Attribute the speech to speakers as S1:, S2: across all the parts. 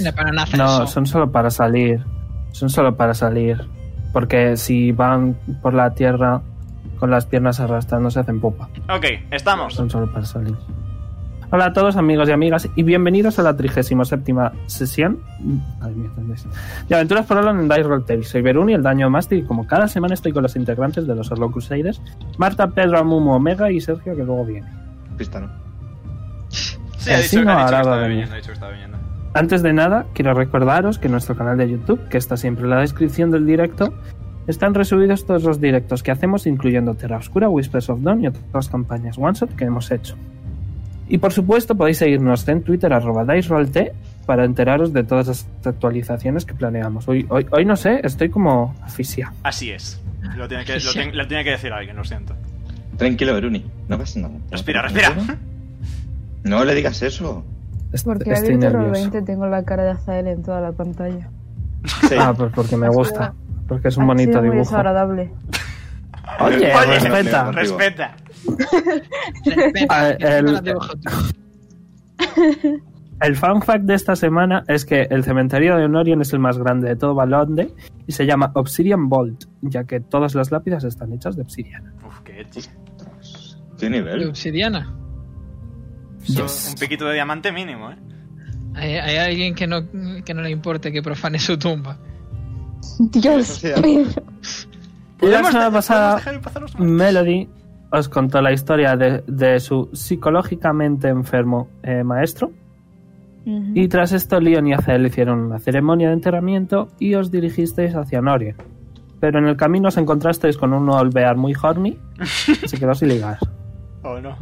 S1: No, pero no hacen
S2: No,
S1: eso.
S2: son solo para salir. Son solo para salir. Porque si van por la tierra con las piernas arrastrándose hacen popa.
S3: Ok, estamos.
S2: Son solo para salir. Hola a todos amigos y amigas y bienvenidos a la 37 sesión Madre mía, ¿dónde es? de Aventuras por Alan en Dice Roll Tales. Soy Beruni, el Daño Masti y como cada semana estoy con los integrantes de los Orlo Crusaders, Marta, Pedro, Amumu, Omega y Sergio que luego viene.
S4: Cristiano.
S3: Sí, ha
S2: Eh, sí,
S3: dicho,
S2: no,
S3: ha
S2: ahora
S3: dicho que estaba
S2: va a venir.
S3: viniendo, ha dicho que estaba viniendo.
S2: Antes de nada, quiero recordaros que nuestro canal de YouTube, que está siempre en la descripción del directo, están resubidos todos los directos que hacemos, incluyendo Terra Oscura, Whispers of Dawn y otras campañas One Shot que hemos hecho. Y por supuesto podéis seguirnos en Twitter arroba DiceRollT para enteraros de todas las actualizaciones que planeamos. Hoy, hoy, hoy no sé, estoy como asfixia.
S3: Así es. Lo tiene que, lo tiene- lo tiene que decir alguien, lo siento.
S4: Tranquilo, Beruni. No pasa nada.
S3: Respira, respira.
S4: No le digas eso.
S2: Est-
S5: Porque he
S2: estoy
S5: abierto los
S2: nervioso.
S5: 20 tengo la cara de Azael en toda la pantalla.
S4: Sí.
S2: Ah, pues porque me
S5: Ha sido-
S2: gusta, porque es
S5: Ha
S2: un bonito
S5: sido muy
S2: dibujo.
S5: desagradable.
S2: Oye,
S3: Oye,
S2: respeta.
S4: Contigo.
S3: Respeta.
S2: Ah,
S1: Respeta,
S2: el-
S1: no los dibujo tú.
S2: El fun fact de esta semana es que el cementerio de Honorion es el más grande de todo Balonde y se llama Obsidian Vault, ya que todas las lápidas están hechas de obsidiana.
S3: Uf, qué edgy.
S4: ¿Qué
S1: De
S4: nivel?
S1: obsidiana.
S3: Eso,
S2: Yes.
S3: Un piquito de diamante mínimo, ¿eh?
S1: Hay, hay alguien que no, que no le importe que profane su tumba.
S5: Dios,
S4: Eso sí,
S3: ¿eh?
S5: Pedro.
S2: La
S3: ¿Podemos
S2: semana
S3: de- podemos
S2: pasada,
S3: dejar en paz a los humanos?
S2: Melody os contó la historia de, de su psicológicamente enfermo eh, maestro. Y
S5: Ujú.
S2: tras esto, Leon y Azael hicieron una ceremonia de enterramiento y os dirigisteis hacia Norien. Pero en el camino os encontrasteis con un olvear muy horny, así que dos y ligar.
S3: ¿O no?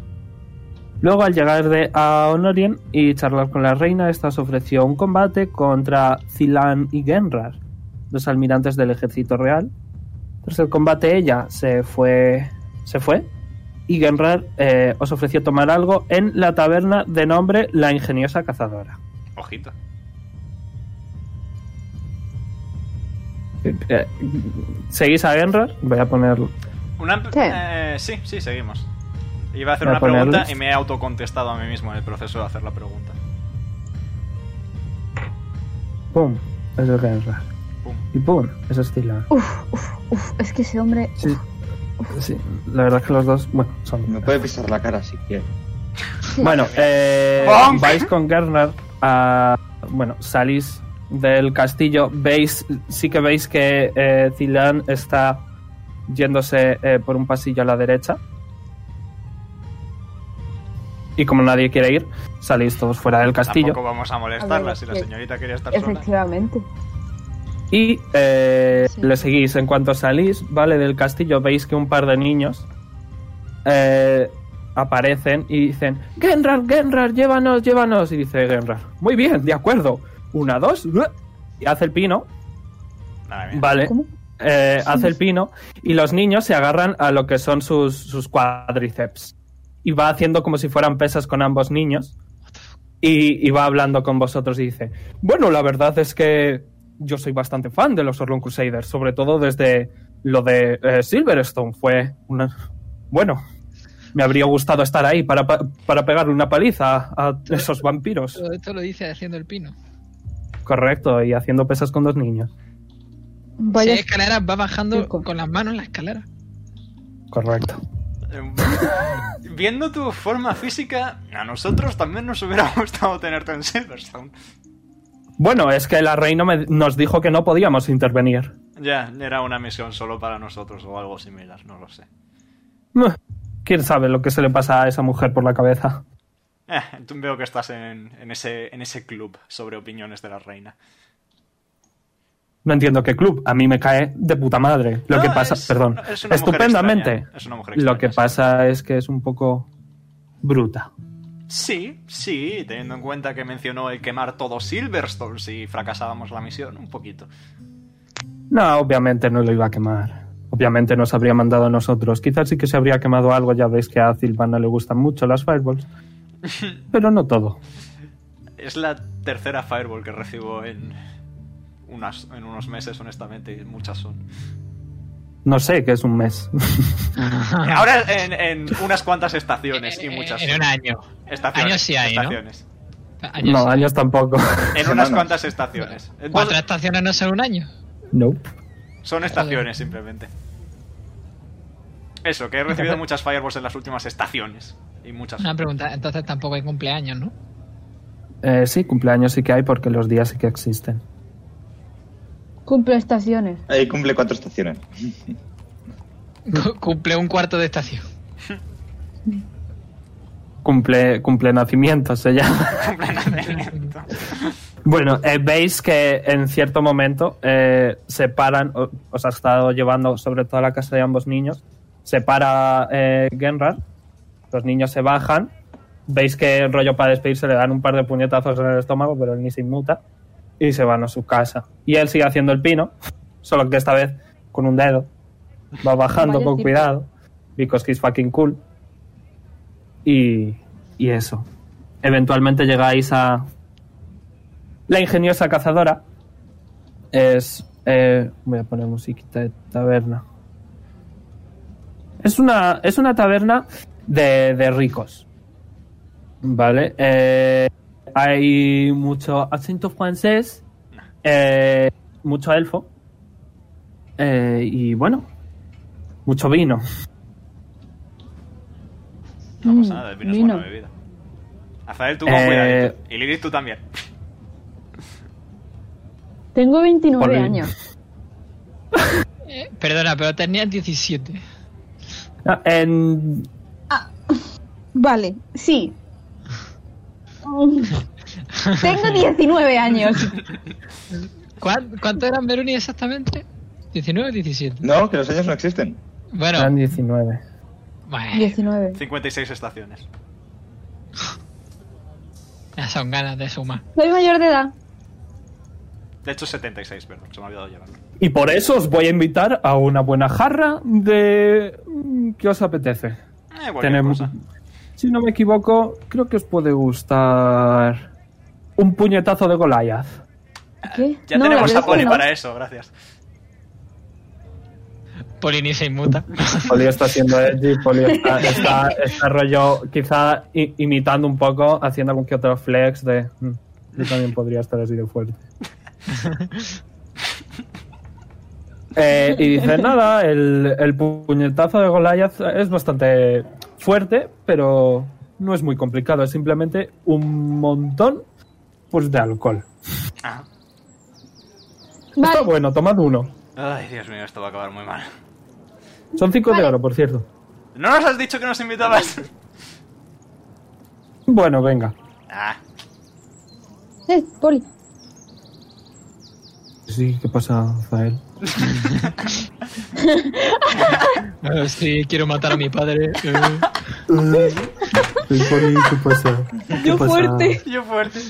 S2: Luego, al llegar de, a Honorien y charlar con la reina, esta os ofreció un combate contra Zilan y Genrar, dos almirantes del ejército real. Tras el combate, ella se fue, se fue y Genrar eh, os ofreció tomar algo en la taberna de nombre La Ingeniosa Cazadora.
S3: Ojito.
S2: Eh, ¿Seguís a Genrar? Voy a poner...
S3: Una,
S5: Sí.
S3: eh, sí, sí, seguimos. Iba a hacer
S2: Voy a
S3: una pregunta
S2: ponerles.
S3: y me he autocontestado a mí mismo en el proceso de hacer la pregunta.
S2: ¡Pum! Eso es Genrar.
S3: Pum.
S2: Y ¡pum! Eso es Zilan.
S5: Uf, uf, uf, es que ese hombre.
S2: Sí, sí, la verdad es que los dos... Bueno, son...
S4: Me puede pisar la cara si quiere.
S2: Bueno, eh,
S3: Bonk.
S2: vais con Gerner a... Bueno, salís del castillo, veis, sí que veis que eh, Zilan está yéndose eh, por un pasillo a la derecha. Y como nadie quiere ir, salís todos fuera del castillo.
S3: Tampoco vamos a molestarla si la
S5: que-
S3: señorita quería estar sola.
S5: Efectivamente.
S2: Y eh,
S5: Sí.
S2: le seguís. En cuanto salís, ¿vale? Del castillo veis que un par de niños eh, aparecen y dicen, Genrar, Genrar, llévanos, llévanos. Y dice Genrar, muy bien, de acuerdo. Una, dos. ¡buah!". Y hace el pino,
S3: Nada bien.
S2: ¿vale?
S5: ¿Cómo?
S2: Eh, hace el pino y los niños se agarran a lo que son sus, sus cuádriceps. Y va haciendo como si fueran pesas con ambos niños. Y, y va hablando con vosotros y dice, bueno, la verdad es que yo soy bastante fan de los Orlon Crusaders, sobre todo desde lo de eh, Silverstone. Fue una... Bueno, me habría gustado estar ahí para, pa- para pegarle una paliza a esos vampiros.
S1: Todo esto lo dice haciendo el pino.
S2: Correcto, y haciendo pesas con dos niños.
S1: Si
S5: Vaya.
S1: hay escaleras, va bajando
S5: Pico.
S1: con las manos en la escalera.
S2: Correcto.
S3: Eh, Viendo tu forma física, a nosotros también nos hubiera gustado tenerte en Silverstone.
S2: Bueno, es que la reina me- nos dijo que no podíamos intervenir.
S3: Ya, era una misión solo para nosotros o algo similar, no lo sé.
S2: Muh, ¿Quién sabe lo que se le pasa a esa mujer por la cabeza?
S3: Eh, tú veo que estás en, en ese, en ese club sobre opiniones de la reina.
S2: No entiendo qué club. A mí me cae de puta madre. Lo
S3: No,
S2: que pasa,
S3: es-
S2: perdón,
S3: es una mujer
S2: estupendamente.
S3: extraña, es una mujer
S2: Lo
S3: extraña,
S2: que
S3: sí.
S2: pasa es que es un poco bruta.
S3: Sí, sí, teniendo en cuenta que mencionó el quemar todo Silverstone si fracasábamos la misión, un poquito.
S2: No, obviamente no lo iba a quemar. Obviamente nos habría mandado a nosotros. Quizás sí que se habría quemado algo. Ya veis que a Silvana le gustan mucho las fireballs. Pero no todo.
S3: Es la tercera Fireball que recibo en, unas, en unos meses, honestamente, y muchas son.
S2: No sé qué es un mes.
S3: Ahora en, en unas cuantas estaciones y
S1: Eh,
S3: Ah, muchas
S1: En
S3: son.
S1: un año.
S3: Estaciones.
S1: Años sí hay, ¿no?
S3: estaciones.
S1: Años.
S2: No, años tampoco.
S3: En unas
S4: Semanas.
S3: cuantas estaciones. En
S1: Cuatro
S3: todo-
S1: estaciones no son un año.
S2: Nope.
S3: Son estaciones simplemente. Eso, que he recibido muchas fireballs en las últimas estaciones. Y muchas.
S1: Una pregunta, entonces tampoco hay cumpleaños, ¿no?
S2: Eh, sí, cumpleaños sí que hay porque los días sí que existen.
S5: Cumple estaciones.
S4: Ahí cumple cuatro estaciones.
S1: Cu- cumple un cuarto de estación.
S2: Cumple, cumple nacimiento se llama.
S3: Completamente.
S2: Bueno, eh, veis que en cierto momento eh, se paran, o- os ha estado llevando sobre todo a la casa de ambos niños, se para eh, Genrar, los niños se bajan, veis que el rollo para despedirse le dan un par de puñetazos en el estómago, pero él ni se inmuta, y se van a su casa. Y él sigue haciendo el pino, solo que esta vez con un dedo, va bajando
S5: Vaya
S2: con
S5: tipo.
S2: cuidado, because he's fucking cool. Y, y eso. Eventualmente llegáis a la ingeniosa cazadora es. eh, voy a poner musiquita de taberna. Es una, es una taberna de, de ricos. Vale. eh, hay mucho acento francés, eh, mucho elfo. eh, y bueno, mucho vino.
S3: No pasa
S5: Mm,
S3: nada, el vino,
S5: vino.
S3: es buena bebida. Azael, tú con
S2: Eh,
S3: cuidadito. Y Lilith, tú también.
S5: Tengo 29
S2: Ole.
S5: años.
S1: Eh, perdona, pero tenías 17.
S2: Ah, en-
S5: Vale, sí. Mm. Tengo 19 años.
S1: ¿Cuán- ¿Cuánto eran Veruni exactamente? ¿19 o 17?
S4: No, que los años no existen.
S2: eran
S1: Bueno,
S2: 19.
S1: bueno
S5: 19.
S3: 56 estaciones.
S1: ya son ganas de sumar.
S5: Soy mayor de edad.
S3: De hecho, 76, perdón. Se me ha olvidado llevarlo.
S2: Y por eso os voy a invitar a una buena jarra de... ¿Qué os apetece?
S3: Eh, cualquier
S2: Tenemos...
S3: cosa.
S2: Si no me equivoco, creo que os puede gustar un puñetazo de Goliath.
S5: ¿Qué?
S3: Ya
S5: No,
S3: tenemos
S5: la verdad
S3: a
S5: es que
S3: Poli
S5: no.
S3: para eso, gracias.
S1: Polini se inmuta.
S2: Polio está haciendo edgy, Polio está, está, está rollo quizá i- imitando un poco, haciendo algún que otro flex de... "Mm, Yo también podría estar así de fuerte. Eh, y dice, nada, el, el puñetazo de Goliath es bastante fuerte, pero no es muy complicado, es simplemente un montón pues, de alcohol.
S3: Ah.
S2: Está
S5: Vale,
S2: bueno, tomad uno.
S3: Ay, Dios mío, esto va a acabar muy mal.
S2: Son cinco de
S5: Vale.
S2: oro, por cierto.
S3: ¿No nos has dicho que nos invitabas?
S2: Bueno, venga.
S3: Ah,
S5: eh, Poli.
S2: Sí, ¿qué pasa, Zael?
S1: Eh, sí, quiero matar a mi padre. eh.
S2: ¿Qué pasa?
S5: Yo fuerte.
S3: yo fuerte.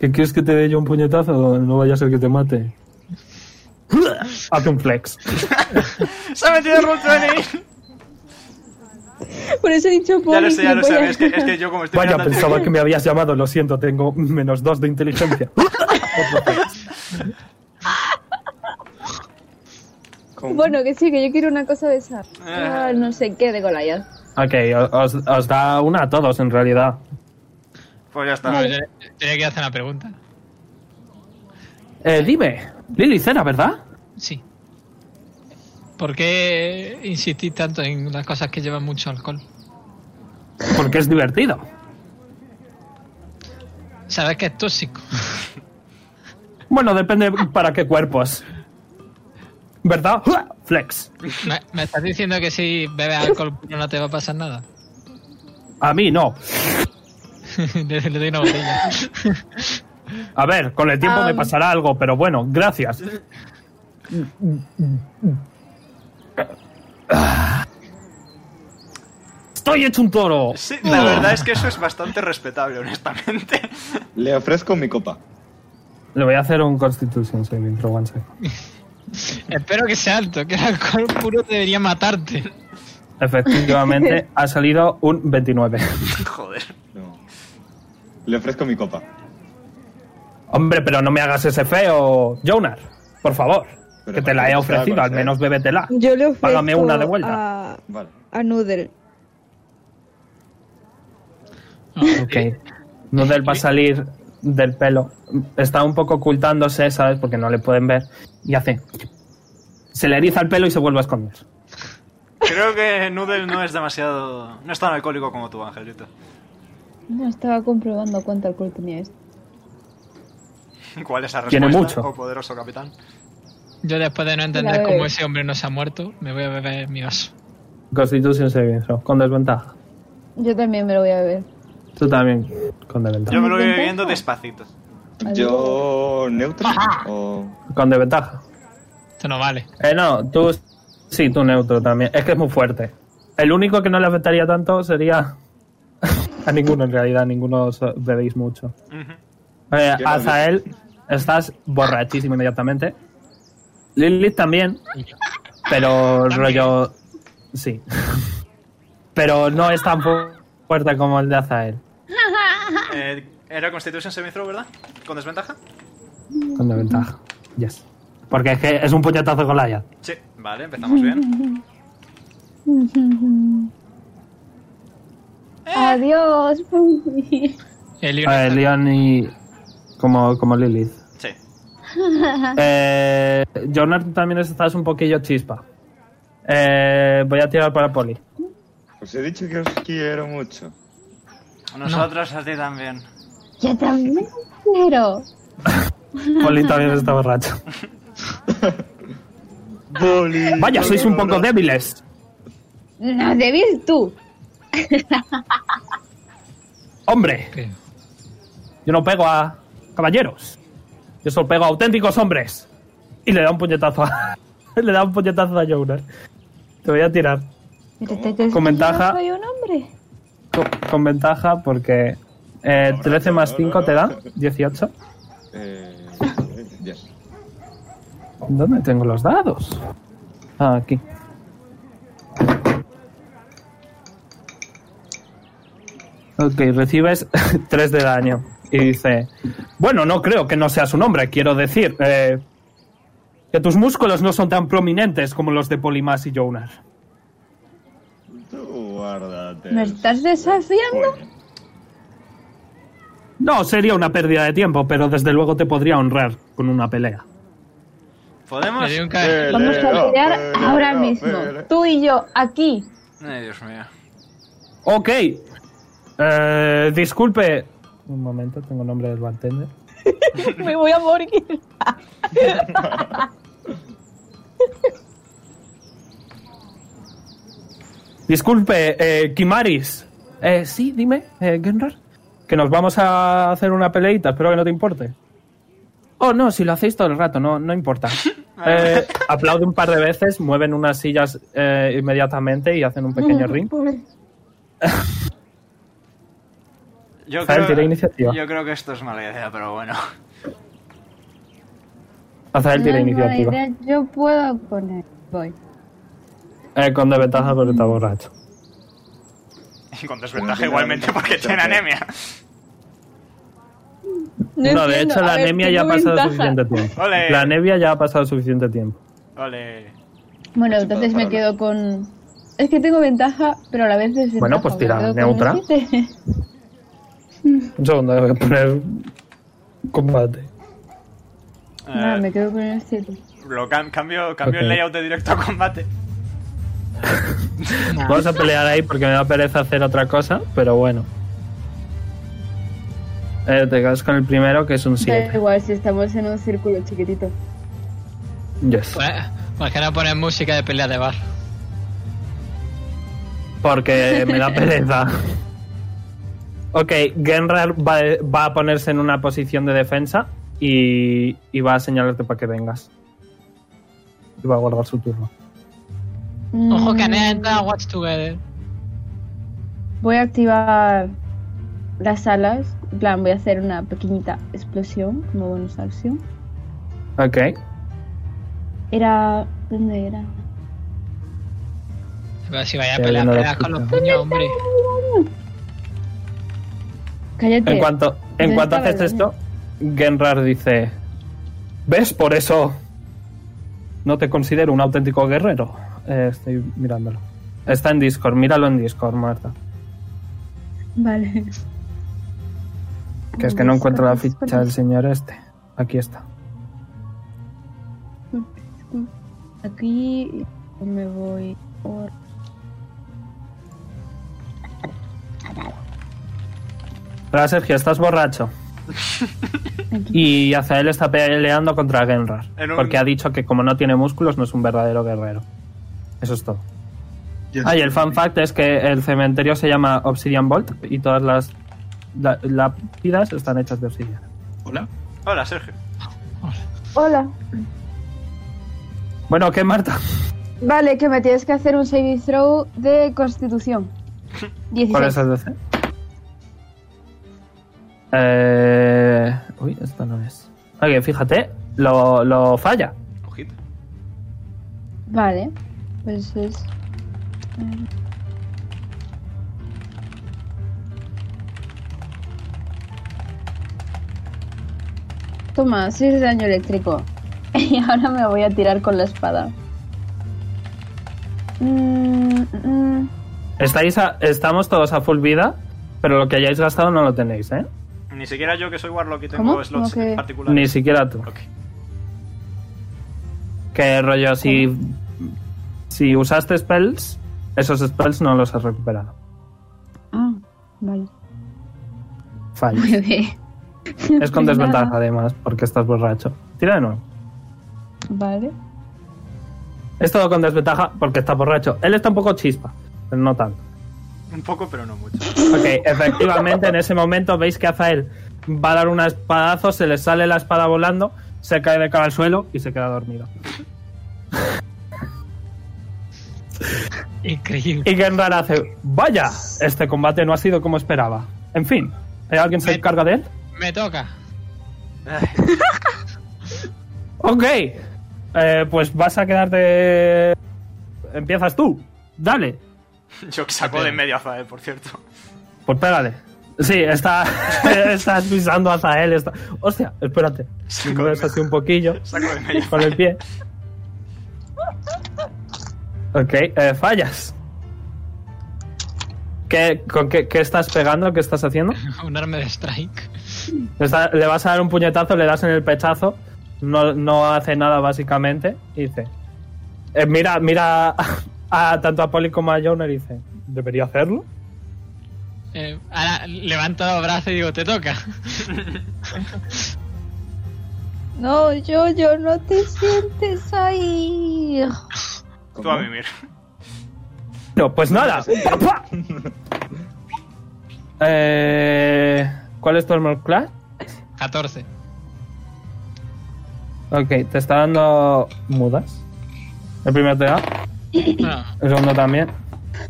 S2: ¿Qué quieres que te dé yo un puñetazo? No vaya a ser que te mate. Haz un flex.
S3: ¡Se ha metido Roll20!
S5: Por eso he dicho Poli.
S3: Ya lo sé, ya
S5: que
S3: lo
S5: voy
S3: sé.
S5: a-
S3: Es que, es que yo, como estoy
S2: Vaya,
S3: mirando al
S2: pensaba
S3: techo-
S2: que me habías llamado, lo siento, tengo menos dos de inteligencia.
S4: ¿Cómo?
S5: Bueno, que sí, que yo quiero una cosa de esa.
S3: Ah.
S5: Ah, no sé qué de Goliath.
S2: ok, os, os da una a todos en realidad.
S3: Pues ya
S1: No,
S3: está.
S1: yo- tenía que hacer una pregunta.
S2: Eh, dime, Lily Cera, ¿verdad?
S1: Sí. ¿Por qué insistís tanto en las cosas que llevan mucho alcohol?
S2: Porque es divertido.
S1: Sabes que es tóxico.
S2: Bueno, depende para qué cuerpos. ¿Verdad? Flex.
S1: ¿Me, me estás diciendo que si bebes alcohol puro no te va a pasar nada?
S2: A mí no.
S1: le, le doy una botella.
S2: A ver, con el tiempo me
S5: Am.
S2: pasará algo, pero bueno, gracias. Estoy hecho un toro.
S3: Sí, la verdad es que eso es bastante respetable, honestamente.
S4: Le ofrezco mi copa.
S2: Le voy a hacer un Constitution saving throw one second.
S1: Espero que sea alto, que el alcohol puro debería matarte.
S2: Efectivamente, ha salido un 29.
S3: Joder.
S4: No. Le ofrezco mi copa.
S2: Hombre, pero no me hagas ese feo, Jonar. Por favor,
S4: Pero
S2: que te la he
S4: para que te la
S2: ofrecido, al
S4: concedes.
S2: menos bébetela.
S6: Yo le ofrezco
S2: Págame una de vuelta.
S6: A,
S4: Vale.
S6: a Noodle.
S1: No,
S2: Ok. Nudel va a salir del pelo. Está un poco ocultándose, ¿sabes? Porque no le pueden ver. Y hace. Se le eriza el pelo y se vuelve a esconder.
S3: Creo que Noodle no es demasiado. No es tan alcohólico como tú, Angelito.
S5: No estaba comprobando cuánto alcohol tenía esto.
S3: ¿Cuál es la respuesta?
S2: Tiene mucho.
S3: Oh, poderoso capitán.
S1: Yo después de no
S5: La
S1: entender
S5: bebé.
S1: cómo ese hombre no se ha muerto, me voy a beber mi vaso.
S2: Constitución saving throw, con desventaja.
S5: Yo también me lo voy a beber.
S2: Tú también, con desventaja.
S3: Yo me lo voy
S5: ¿Ventaja?
S3: bebiendo despacito.
S4: Yo. neutro. O.
S2: Con desventaja.
S1: Esto no vale.
S2: Eh, no, tú. Sí, tú neutro también. Es que es muy fuerte. El único que no le afectaría tanto sería. a ninguno, en realidad, ninguno os bebéis mucho.
S3: Ujú.
S2: Eh,
S4: Qué
S2: Azael, estás borrachísimo inmediatamente. Lilith también. Pero rollo. Sí. pero no es tan fu- fuerte como el de Azael.
S3: Eh, era Constitution Saving Throw, ¿verdad? ¿Con desventaja?
S2: Con desventaja. Yes. Porque es que es un puñetazo con la Yad.
S3: Sí. Vale, empezamos bien.
S5: Adiós, Pumpy.
S1: El
S2: A ver, Eh, Leon y. Como, como Lilith.
S3: Sí.
S2: Eh, Jonathan también estás un poquillo chispa. Eh, voy a tirar para Poli.
S4: Os he dicho que os quiero mucho.
S3: Nosotros a ti también.
S5: Yo también quiero.
S2: Poli también está borracho.
S4: Boli.
S2: Vaya, sois un poco débiles.
S5: No, débil tú.
S2: Hombre, yo no pego a caballeros. Yo solo pego a auténticos hombres. Y le da un puñetazo a. le da un puñetazo a Jonathan. Te voy a tirar. Con ventaja.
S5: Soy un hombre.
S2: Con, con ventaja porque. eh, 13 más
S4: no,
S2: 5
S4: no,
S2: te
S4: no.
S2: da 18.
S4: Eh. yes.
S2: ¿Dónde tengo los dados? Ah, aquí. Ok, recibes 3 de daño. Y dice, bueno, no creo que no seas un hombre, quiero decir, eh, que tus músculos no son tan prominentes como los de Polimas y Jonar.
S4: Tú guárdate.
S5: ¿Me estás desafiando?
S4: Coño.
S2: No, sería una pérdida de tiempo, pero desde luego te podría honrar con una pelea.
S3: ¿Podemos?
S1: Le doy un ca-
S2: Eh.
S4: Pelea,
S5: Vamos a pelear
S4: pelea,
S5: ahora mismo.
S4: pelea.
S5: Tú y yo, aquí.
S3: Ay, Dios mío.
S2: Ok, eh, disculpe. Un momento, tengo nombre del bartender.
S5: Me voy a morir.
S2: Disculpe, eh, Kimaris. Eh, sí, dime, eh, Genrar. Que nos vamos a hacer una peleita, espero que no te importe. Oh, no, si lo hacéis todo el rato, no, no importa. Eh, aplaude un par de veces, mueven unas sillas eh, inmediatamente y hacen un pequeño ring.
S3: Yo
S2: Rafael, tira iniciativa.
S3: yo creo que esto es mala idea, pero bueno.
S2: Azael tira iniciativa.
S5: Yo puedo poner. Voy.
S2: Eh, con desventaja porque está borracho.
S3: Y con desventaja igualmente porque tiene anemia.
S2: No, de hecho la anemia ya ha pasado suficiente tiempo.
S3: Ole.
S2: La anemia ya ha pasado suficiente tiempo.
S3: Vale.
S1: Pues
S5: Bueno,
S4: Ocho
S5: entonces
S4: para
S5: me quedo con. Es que tengo ventaja, pero a la vez desventaja.
S2: Bueno, pues
S5: me
S2: tira,
S5: quedo con este.
S2: neutra.
S5: un siete.
S2: Un segundo, voy a poner combate.
S5: No, me quedo con este. el 7.
S3: Eh, Lo cam- cambio, cambio
S2: Ok.
S3: el layout de directo a combate.
S2: Vamos a pelear ahí porque me da pereza hacer otra cosa, pero bueno. Eh, te quedas con el primero, que es un
S5: Da
S2: 7.
S5: igual si estamos en un círculo chiquitito.
S2: Yes.
S1: Pues, ¿Por qué no pones música de pelea de bar?
S2: Porque me da pereza. ok, Genrar va, va a ponerse en una posición de defensa y, y va a señalarte para que vengas. Y va a guardar su turno.
S1: Ojo que
S5: Mm,
S1: neta, watch together.
S5: Voy a activar las alas. En plan, voy a hacer una pequeñita explosión como bonus acción.
S2: Ok.
S5: Era. ¿Dónde era?
S1: Pero si vaya a
S2: Pero
S1: pelear,
S2: yo no lo
S1: peleas con los
S2: escucho.
S1: puños, hombre.
S5: Cállate.
S2: En cuanto, en
S5: Yo
S2: cuanto
S5: estaba
S2: haces
S5: durmiendo.
S2: esto, Genrar dice: ¿Ves? Por eso no te considero un auténtico guerrero. Eh, estoy mirándolo. Está en Discord, míralo en Discord, Marta.
S5: Vale.
S2: Que es que no encuentro la ficha del señor este. Aquí está.
S5: Aquí me voy por...
S2: Hola Sergio, estás borracho. Y Azael está peleando contra Genrar.
S3: En un-
S2: Porque ha dicho que como no tiene músculos no es un verdadero guerrero. Eso es todo.
S6: Ya
S2: Ah, y
S6: está.
S2: el fan fact es que el cementerio se llama Obsidian Vault y todas las la- lápidas están hechas de obsidiana.
S6: Hola.
S3: Hola, Sergio.
S5: Hola.
S2: Bueno, ¿qué, Marta?
S5: Vale, que me tienes que hacer un saving throw de constitución. 16.
S2: ¿Cuál es el DC? Eh... Uy, esto no es. Ok, fíjate, lo, lo falla.
S3: Ojito.
S5: Vale, pues es... Toma, 6 de daño eléctrico. Y ahora me voy a tirar con la espada. Mm, mm.
S2: Estáis a- estamos todos a full vida, pero lo que hayáis gastado no lo tenéis, ¿eh?
S3: Ni siquiera yo que soy Warlock y tengo
S5: ¿Cómo?
S3: slots
S5: ¿Cómo que-
S3: particulares.
S2: Ni siquiera tú.
S3: Ok.
S2: Que rollo, si, si usaste spells, esos spells no los has recuperado.
S5: Ah, vale.
S2: Falla.
S5: Muy bien.
S2: Es con
S5: Pues
S2: desventaja
S5: nada.
S2: además, porque estás borracho. Tira de nuevo.
S5: Vale.
S2: Es todo con desventaja porque está borracho. Él está un poco chispa, pero no tanto.
S3: Un poco, pero no mucho.
S2: Ok, efectivamente, en ese momento veis que Azael va a dar un espadazo, se le sale la espada volando, se cae de cara al suelo y se queda dormido.
S1: Increíble.
S2: Y Genrar hace, vaya, este combate no ha sido como esperaba. En fin, ¿hay alguien se encarga de él?
S1: Me toca.
S3: Ay,
S2: Ok, eh, pues vas a quedarte... Empiezas tú, dale,
S3: yo que saco de medio a Zael, por cierto.
S2: pues pégale. Sí, está, estás pisando a Azael. Está... Hostia, espérate. Me mueves así un poquillo
S3: Saco de medio.
S2: con el pie. Ok, eh, fallas. ¿Qué, con qué, qué estás pegando? ¿Qué estás haciendo?
S1: Un arma de strike.
S2: Le está- le vas a dar un puñetazo, le das en el pechazo, no, no hace nada básicamente, y dice... eh, mira, mira a, a- tanto a Polly como a Joner y dice... ¿Debería hacerlo?
S1: Eh, ahora levanto los brazos y digo, te toca.
S5: No, yo, yo, no te sientes ahí.
S3: Tú a mimir.
S2: No, pues nada. ¡Papá! eh, ¿Cuál es tu armor class?
S1: 14.
S2: Ok, te está dando mudas. El primero te da,
S1: Bueno,
S2: el segundo también,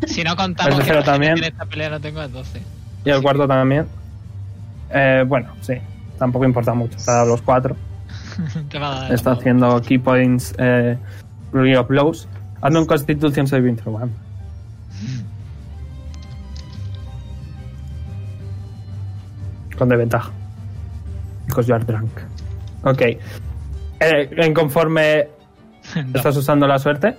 S1: si no
S2: El
S1: contamos que
S2: tercero
S1: la gente
S2: también.
S1: en esta pelea no tengo a 12.
S2: y el cuarto también. Eh, bueno, sí, tampoco importa mucho, te ha dado los cuatro.
S1: Te va a dar.
S2: Está haciendo key points eh, Fury of Blows. Hazme un Constitution Saving Throw. vamos. Con desventaja. Because you are drunk. Ok. Eh, en conforme
S1: No.
S2: estás usando la suerte.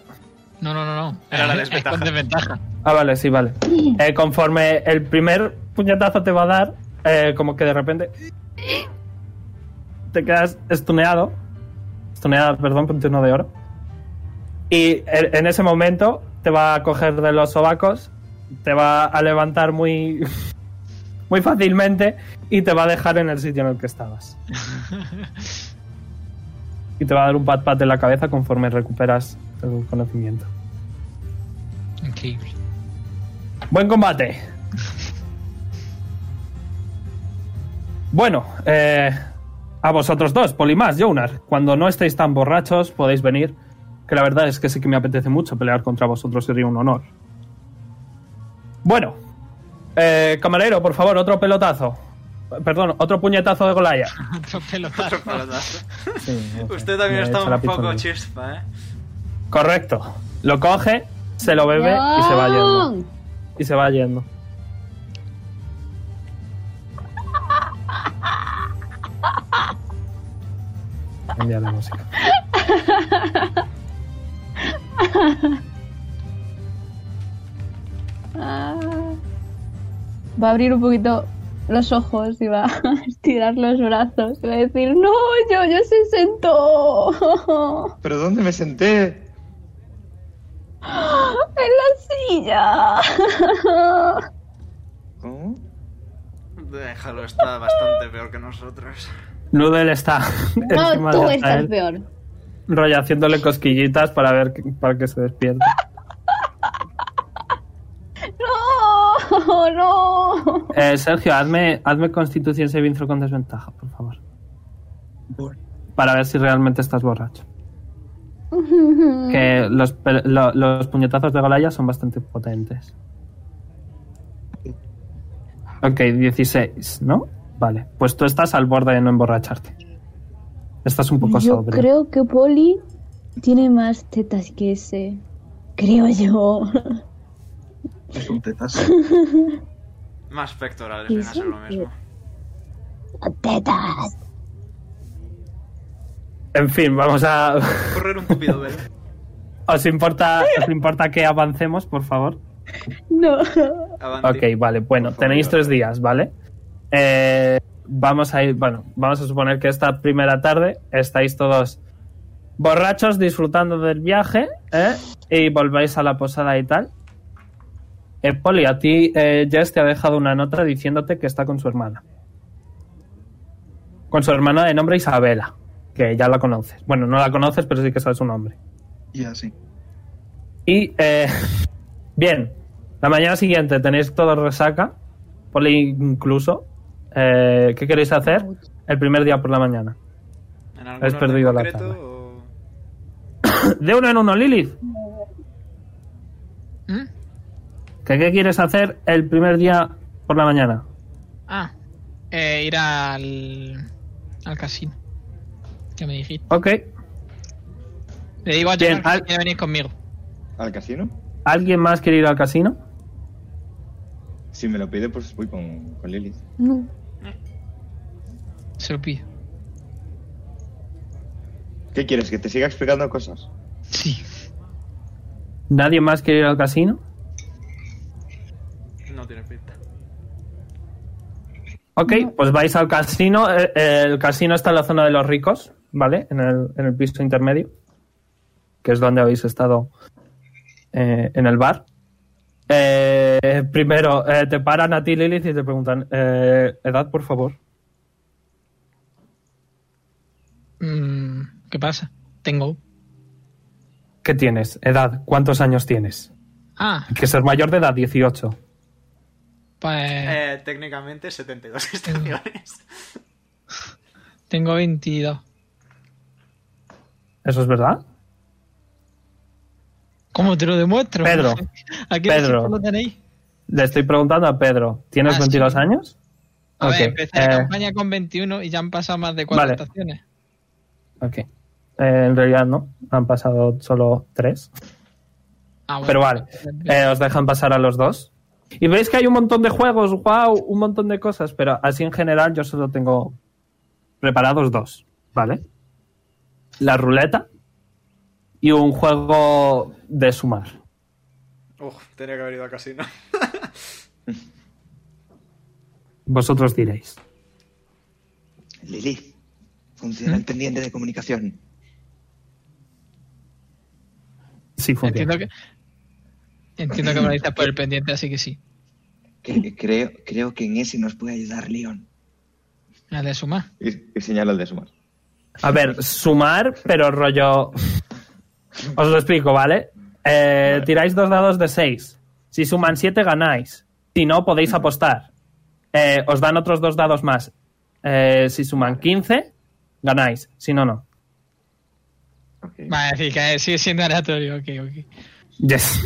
S1: no, no, no, no.
S3: Era la
S1: Es-
S3: desventaja.
S1: es con desventaja.
S2: Ah, vale, sí, vale. Eh, conforme el primer puñetazo te va a dar, eh, como que de repente te quedas estuneado. Estuneada, perdón, por un turno de oro. Y en en ese momento te va a coger de los sobacos, te va a levantar muy, muy fácilmente y te va a dejar en el sitio en el que estabas. Y te va a dar un pat pat en la cabeza conforme recuperas el conocimiento.
S1: Increíble.
S2: Buen combate. Bueno, eh, a vosotros dos, Polimás, Jonar, cuando no estéis tan borrachos podéis venir, que la verdad es que sí que me apetece mucho pelear contra vosotros, sería un honor. Bueno, eh, camarero, por favor, otro pelotazo. Eh, Perdón, otro puñetazo de Golaya.
S1: Otro pelotazo.
S3: Usted también
S2: Me ha
S3: está
S2: hecho la
S3: un poco
S2: pizza.
S3: chispa, ¿eh?
S2: Correcto. Lo coge, se lo bebe y se va yendo.
S5: No.
S2: Y se va yendo. Cambia la música.
S5: Ah. Va a abrir un poquito los ojos, iba a estirar los brazos, iba a decir, no, yo, yo se sentó
S4: ¿Pero dónde me senté?
S5: en la silla.
S4: ¿Cómo?
S3: Déjalo, está bastante peor que nosotros.
S2: Nudel está encima
S5: No, tú
S2: de
S5: estás
S2: Azael,
S5: peor.
S2: rollo haciéndole cosquillitas para ver que- para que se despierte.
S5: No, no.
S2: Eh, Sergio, hazme, hazme Constitución Saving Throw con desventaja, por favor. Para ver si realmente estás borracho. Que los, pe- lo- los puñetazos de Golaya son bastante potentes. Ok, 16, ¿no? Vale, pues tú estás al borde de no emborracharte. Estás un poco
S5: Yo
S2: sobrio.
S5: creo que Polly tiene más tetas que ese. Creo yo.
S6: Es un tetazo.
S3: Más pectorales,
S5: ¿Y
S3: viene a ser lo
S5: sí?
S3: mismo.
S5: Tetas.
S2: En fin, vamos a...
S3: Correr un cupido velo.
S2: ¿Os importa, ¿Os importa que avancemos, por favor?
S5: No.
S3: Avanti.
S2: Ok, vale, bueno,
S4: Por favor,
S2: tenéis
S4: dale.
S2: tres días, ¿vale? Eh, vamos a ir, bueno, vamos a suponer que esta primera tarde estáis todos borrachos disfrutando del viaje ¿eh? y volvéis a la posada y tal. Eh, Poli, a ti eh, Jess te ha dejado una nota diciéndote que está con su hermana. Con su hermana de nombre Isabela, que ya la conoces. Bueno, no la conoces, pero sí que sabes su nombre.
S6: Y así.
S2: Y eh, bien, la mañana siguiente tenéis todo resaca, por incluso. Eh, ¿Qué queréis hacer el primer día por la mañana?
S3: ¿En algún
S2: Has
S3: orden
S2: perdido la
S3: concreto
S2: tabla.
S3: o-
S2: De uno en uno, Lilith.
S1: ¿Mm?
S2: ¿Qué, qué quieres hacer el primer día por la mañana?
S1: Ah, eh, ir al, al casino. Que me dijiste.
S2: Ok.
S1: Le digo a
S2: Bien,
S1: Jonathan que
S2: al-
S1: quiere venir conmigo.
S4: ¿Al casino?
S2: ¿Alguien más quiere ir al casino?
S4: Si me lo pide, pues voy con, con Lilith.
S5: No.
S1: Se lo pido.
S4: ¿Qué quieres? ¿Que te siga explicando cosas?
S1: Sí.
S2: ¿Nadie más quiere ir al casino?
S3: No tiene pinta.
S2: Ok, pues vais al casino. Eh, eh, El, casino está en la zona de los ricos, ¿vale? En el, en el piso intermedio, que es donde habéis estado eh, en el bar. Eh, primero, eh, te paran a ti, Lilith, y te preguntan, eh, edad, por favor.
S1: Mm, ¿Qué pasa? Tengo.
S2: ¿Qué tienes? Edad, ¿cuántos años tienes?
S1: Ah,
S2: Hay que ser mayor de edad, 18.
S1: pues
S3: Eh, técnicamente 72 estaciones.
S1: tengo 22.
S2: ¿Eso es verdad?
S1: ¿Cómo te lo demuestro?
S2: Pedro,
S1: Aquí
S2: Pedro.
S1: lo tenéis.
S2: Le estoy preguntando a Pedro, ¿tienes
S1: Ah, sí.
S2: 22 años?
S1: A
S2: Ok,
S1: ver, empecé la
S2: eh,
S1: campaña con 21 y ya han pasado más de cuatro
S2: Vale.
S1: estaciones.
S2: ok. Eh, en realidad no, han pasado solo 3.
S1: Ah, bueno.
S2: Pero vale, eh, os dejan pasar a los dos. Y veis que hay un montón de juegos, wow, un montón de cosas, pero así en general yo solo tengo preparados dos, ¿vale? La ruleta y un juego de sumar.
S3: Uf, tenía que haber ido al casino.
S2: Vosotros diréis.
S6: Lili, funciona el pendiente de comunicación.
S2: Sí, funciona.
S1: Entiendo que. Entiendo que me lo dices por el pendiente, así que sí.
S6: Que- creo, creo que en ese nos puede ayudar Leon.
S1: La de sumar.
S4: Y, y señala el de sumar.
S2: A ver, sumar, pero rollo... Os lo explico, ¿vale? Eh, Tiráis dos dados de seis. Si suman siete, ganáis. Si no, podéis apostar. Eh, os dan otros dos dados más. Eh, si suman 15, ganáis. Si no, no.
S4: Ok.
S1: Vale, así que eh, sigue siendo aleatorio. Ok, ok.
S2: Yes.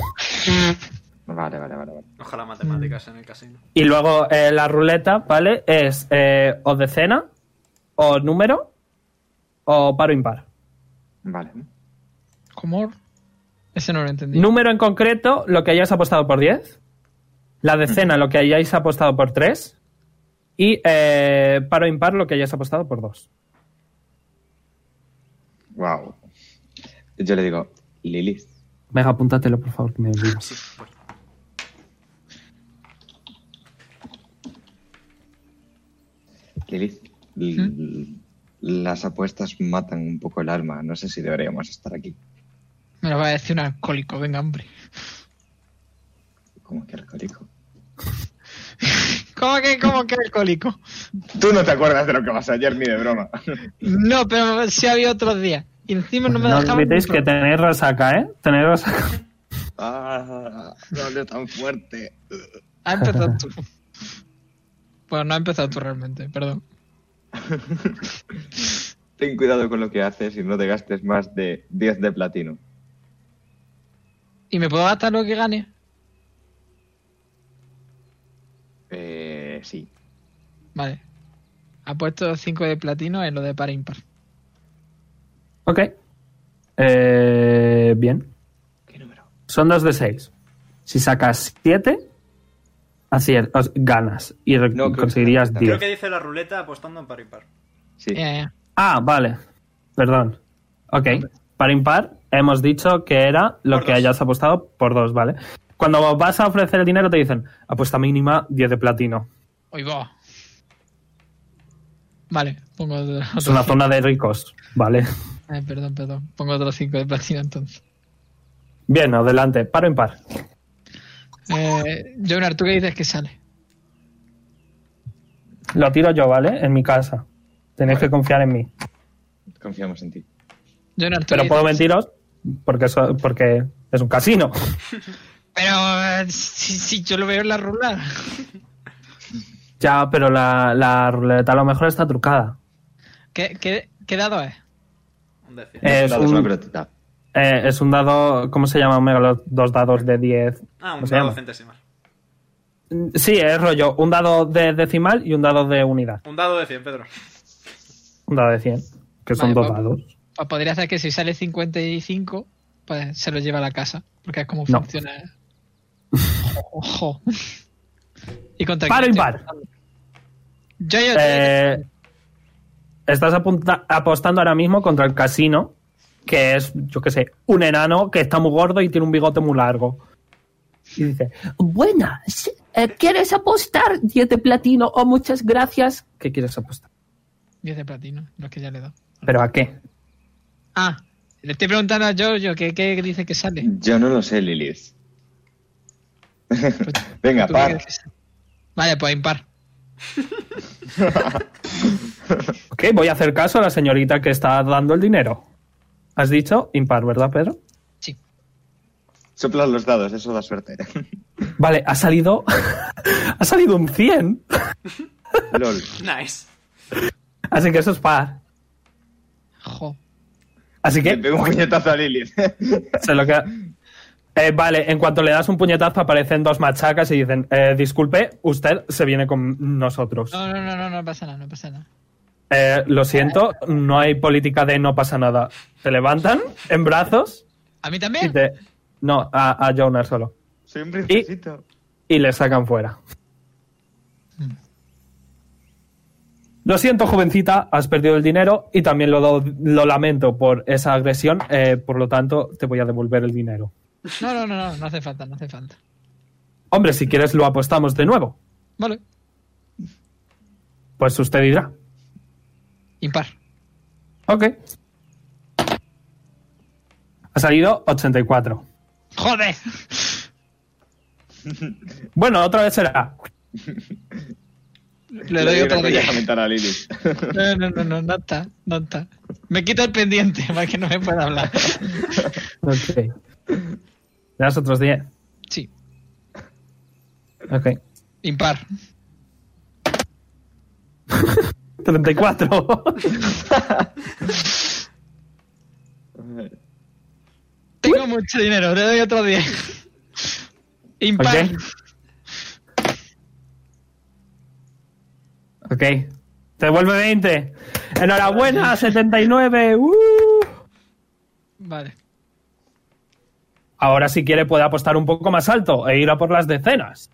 S4: Vale, vale, vale. vale.
S3: Ojalá matemáticas en el casino.
S2: Y luego eh, la ruleta, ¿vale? Es eh, o decena, o número, o paro impar.
S4: Vale.
S1: ¿Cómo? Ese no lo entendí.
S2: Número en concreto, lo que hayáis apostado por 10. La decena, lo que hayáis apostado por 3. Y eh, paro impar, lo que hayáis apostado por 2.
S4: Wow. Yo le digo, Lilith,
S2: Mega, apúntatelo, por favor, que me olvido.
S3: Sí, voy.
S4: Lilith, l-
S6: ¿Mm?
S4: las apuestas matan un poco el alma. No sé si deberíamos estar aquí.
S1: Me lo va a decir un alcohólico, venga, hombre.
S4: Como que alcohólico.
S1: ¿Cómo que, cómo que alcohólico?
S4: Tú no te acuerdas de lo que pasó ayer ni de broma.
S1: No, pero sí había otros días. Y encima no me
S2: Pues no
S1: dejaban.
S2: olvidéis que tenéis resaca, ¿eh? Tenéis resaca.
S4: ah, dolió tan fuerte.
S1: Ha empezado tú. Bueno, no ha empezado tú realmente, perdón.
S4: Ten cuidado con lo que haces y no te gastes más de 10 de platino.
S1: ¿Y me puedo gastar lo que gane?
S4: Eh, sí.
S1: Vale. Ha puesto 5 de platino en lo de par e impar.
S2: Ok. Eh, bien. Son dos de seis. Si sacas siete, aciertas, ganas y re-
S4: No, creo
S2: conseguirías
S4: que-
S2: diez.
S3: Creo que dice la ruleta apostando en par y par.
S4: Sí.
S1: Ya, ya.
S2: Ah, vale. Perdón. Ok. Para impar, hemos dicho que era lo
S3: Por
S2: que
S3: dos.
S2: hayas apostado por dos, ¿vale? Cuando vas a ofrecer el dinero te dicen, apuesta mínima 10 de platino.
S1: Uy, va. Vale, pongo otro.
S2: Es una zona de ricos, ¿vale?
S1: Eh, perdón, perdón. Pongo otros 5 de platino entonces.
S2: Bien, adelante. Para impar.
S1: Eh, Jonar, ¿tú qué dices que sale?
S2: Lo tiro yo, ¿vale? En mi casa. Tenéis que confiar en mí.
S4: Confiamos en ti.
S1: Jonar, ¿tú qué
S2: Pero
S1: dices
S2: puedo
S1: que
S2: mentiros porque, so- porque es un casino.
S1: sale? Pero eh, si, si yo lo veo en la rula.
S2: Ya, pero la, la ruleta a lo mejor está trucada.
S1: ¿Qué, qué, qué dado es?
S3: Un decir.
S2: Eh, Es
S4: Dale, una
S2: un-
S4: pelotita.
S2: Eh, es un dado, ¿cómo se llama, Omega? Los dos dados de 10.
S3: ah,
S2: ¿cómo
S3: un
S2: pues se
S3: dado
S2: llama?
S3: centesimal.
S2: Mm, Sí, es rollo. Un dado de decimal y un dado de unidad.
S3: Un dado de 100, Pedro.
S2: Un dado de 100, que
S1: Vale,
S2: son dos
S1: vamos.
S2: dados.
S1: Pues podría ser que si sale 55, pues se lo lleva a la casa. Porque es como
S2: No.
S1: funciona. Ojo. ¿Y contra
S2: Par o
S1: quién estoy
S2: impar.
S1: apostando? Yo, yo,
S2: Eh, estás apunta- apostando ahora mismo contra el casino, que es, yo qué sé, un enano que está muy gordo y tiene un bigote muy largo. Y dice,
S7: Buenas. Eh, ¿Quieres apostar 10 de platino o muchas gracias?
S2: Oh, ¿qué quieres apostar?
S1: 10 de platino, los que ya le he dado.
S2: ¿Pero a qué?
S1: Ah, le estoy preguntando a Giorgio que qué dice que sale.
S4: Yo no lo sé, Lilith. Venga,
S1: ¿Tú qué
S4: par.
S1: crees que sale? Vale, pues impar.
S2: Ok, voy a hacer caso a la señorita que está dando el dinero. Has dicho impar, ¿verdad, Pedro?
S1: Sí.
S4: Soplas los dados, eso da suerte.
S2: Vale, ha salido. ha salido un 100.
S4: LOL.
S3: Nice.
S2: Así que eso es par.
S1: Jo.
S2: Así
S4: Le
S2: que
S4: pego un puñetazo a Lilith.
S2: se lo queda. Eh, vale, en cuanto le das un puñetazo aparecen dos machacas y dicen, "Eh, disculpe, usted se viene con nosotros.
S1: No, no, no, no, no pasa nada, no pasa nada.
S2: Eh, lo siento, no hay política de no pasa nada. Te levantan en brazos
S1: ¿A mí
S2: y
S1: también?
S2: te... No, a, a Jonar solo.
S4: Soy un princesito.
S2: Y le sacan fuera. Lo siento, jovencita, has perdido el dinero y también lo, lo lamento por esa agresión, eh, por lo tanto te voy a devolver el dinero.
S1: No, no, no, no, no hace falta, no hace falta.
S2: Hombre, si quieres lo apostamos de nuevo.
S1: Vale,
S2: Pues usted dirá.
S1: impar.
S2: Ok. Ha salido 84.
S1: ¡Joder!
S2: Bueno, otra vez será.
S1: Le doy otra
S4: voy a
S1: vez.
S4: comentar a Lilith.
S1: No, no, no, no, no está, no está. Me quito el pendiente para que no me pueda hablar.
S2: Ok. Le das otros 10.
S1: Sí,
S2: Ok.
S1: impar.
S2: 34.
S1: Tengo mucho dinero, le doy otro 10. Impar.
S2: Ok. Ok. Te vuelve 20. Enhorabuena, 79. ¡Uh!
S1: Vale.
S2: Ahora si quiere puede apostar un poco más alto e ir a por las decenas.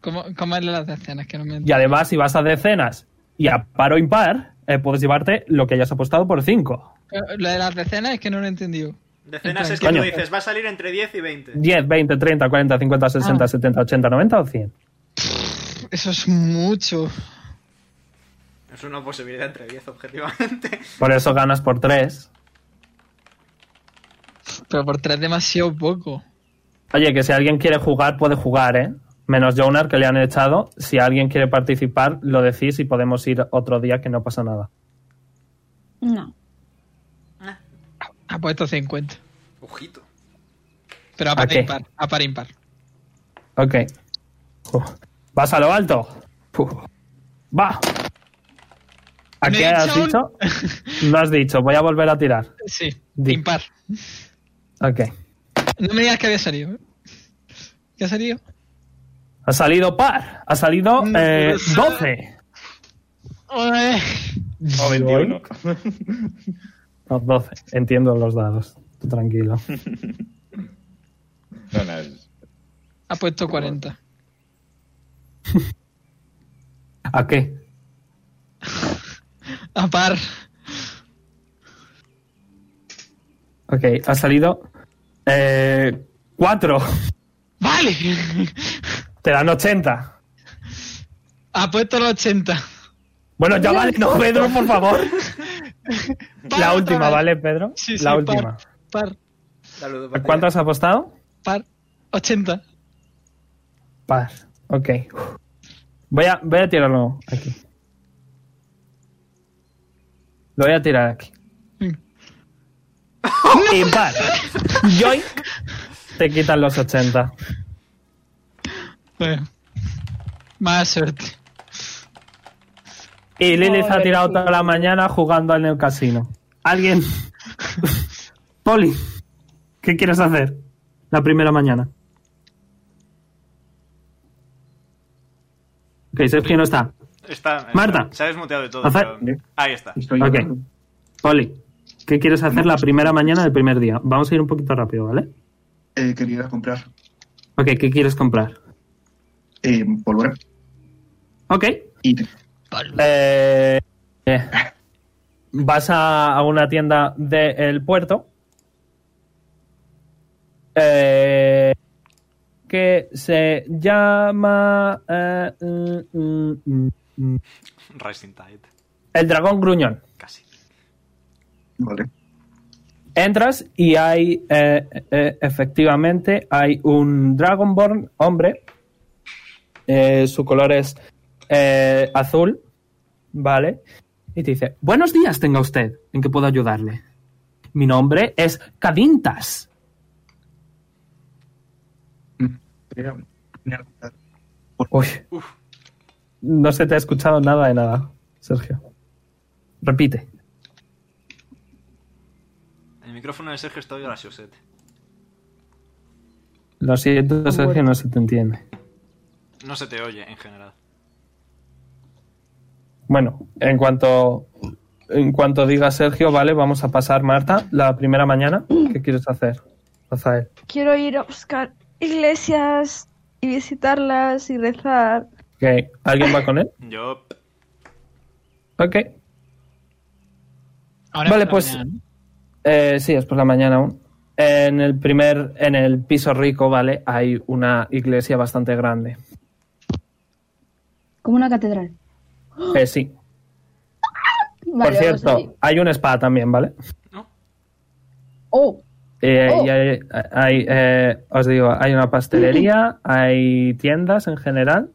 S1: ¿Cómo, cómo es las decenas? Que no me
S2: Y además si vas a decenas y a par o impar, eh, puedes llevarte lo que hayas apostado por 5.
S1: Lo de las decenas es que no lo he entendido.
S3: Decenas
S1: Entonces,
S3: es que tú
S2: coño.
S3: dices, va a salir entre 10 y 20.
S2: 10, 20, 30, 40, 50, 60,
S1: Ah.
S2: 70, 80, 90 o 100.
S1: Eso es mucho.
S3: Es una posibilidad entre 10, objetivamente.
S2: Por eso ganas por 3.
S1: Pero por tres demasiado poco.
S2: Oye, que si alguien quiere jugar, puede jugar, ¿eh? Menos Jonar, que le han echado. Si alguien quiere participar, lo decís y podemos ir otro día, que no pasa nada.
S5: No.
S1: Ha puesto 50.
S3: Ojito.
S1: Pero a par
S2: ¿A qué?
S1: impar. A par impar.
S2: Ok. Uf. ¿Vas a lo alto? Uf. ¡Va! ¿A
S1: Me
S2: qué
S1: he
S2: has
S1: hecho un-
S2: dicho? No has dicho, voy a volver a tirar.
S1: Sí,
S2: Di.
S1: impar.
S2: Ok.
S1: No me digas que había salido. ¿eh? ¿Qué ha salido?
S2: Ha salido par. Ha salido
S1: Mm,
S2: eh,
S1: pero sí.
S2: 12.
S1: Eh,
S2: O 21. No, 12. Entiendo los dados. Tú tranquilo.
S4: No, no, es-
S1: Ha puesto 40.
S2: ¿A qué?
S1: A par.
S2: Ok, ha salido. Eh, 4.
S1: ¡Vale!
S2: Te dan 80.
S1: Ha puesto los 80.
S2: Bueno, ya vale, no, Pedro, por favor.
S1: Par
S2: La
S1: otra
S2: última,
S1: vez.
S2: ¿vale, Pedro?
S1: Sí, sí,
S2: La
S1: par,
S2: última.
S1: Par,
S3: Dale,
S2: ¿A cuánto has apostado?
S1: par. 80.
S2: Par. Ok. Voy a, voy a tirarlo aquí. Lo voy a tirar aquí. Impar. Joy. Te quitan los 80.
S1: Bueno. Más suerte.
S2: Y Lilith ha
S5: Joder,
S2: tirado
S5: sí.
S2: toda la mañana jugando en el casino. Alguien. Poli, ¿qué quieres hacer? La primera mañana. Ok, Sergio no está.
S3: Está, está.
S2: Marta.
S3: Se ha desmuteado de todo.
S2: Hacer-
S3: pero- Ahí está.
S6: Estoy
S2: Ok.
S6: llorando.
S2: Poli, ¿qué quieres hacer la primera mañana del primer día? Vamos a ir un poquito rápido, ¿vale?
S6: Eh, quería comprar
S2: Ok, ¿qué quieres comprar?
S6: eh, pólvora
S2: Ok.
S6: y
S2: Eh, eh, vas a, a una tienda del puerto. eh, que se llama. eh, mm, mm, mm, mm,
S3: Rising Tide.
S2: el dragón gruñón.
S3: Casi.
S6: vale.
S2: Entras y hay, eh, eh, efectivamente, hay un Dragonborn hombre. Eh, su color es eh, azul, ¿vale? Y te dice, buenos días tenga usted, ¿en qué puedo ayudarle? Mi nombre es Cadintas.
S6: Quería- quería comprar.
S2: Uy. No se te ha escuchado nada de nada, Sergio. Repite.
S3: El micrófono de Sergio está hoy a la Sosete.
S2: Lo siento, Sergio, no se te entiende.
S3: No se te oye en general.
S2: Bueno, en cuanto en cuanto diga Sergio, vale, vamos a pasar Marta la primera mañana. ¿Qué quieres hacer, Rafael?
S5: Quiero ir a buscar iglesias y visitarlas y rezar.
S2: Ok, ¿Alguien va con él?
S3: Yo. p-
S2: Ok.
S1: Ahora
S2: Vale,
S1: es por la
S2: pues-
S1: mañana, ¿no?
S2: Eh, sí, es por la mañana aún. En el primer, en el piso rico, vale, hay una iglesia bastante grande.
S5: Como una catedral.
S2: Eh, sí. por
S5: Vale, vamos allí.
S2: cierto, hay un spa también, ¿vale?
S5: Oh,
S2: Eh,
S5: Oh.
S2: y hay, hay, eh, os digo, hay una pastelería, hay tiendas en general,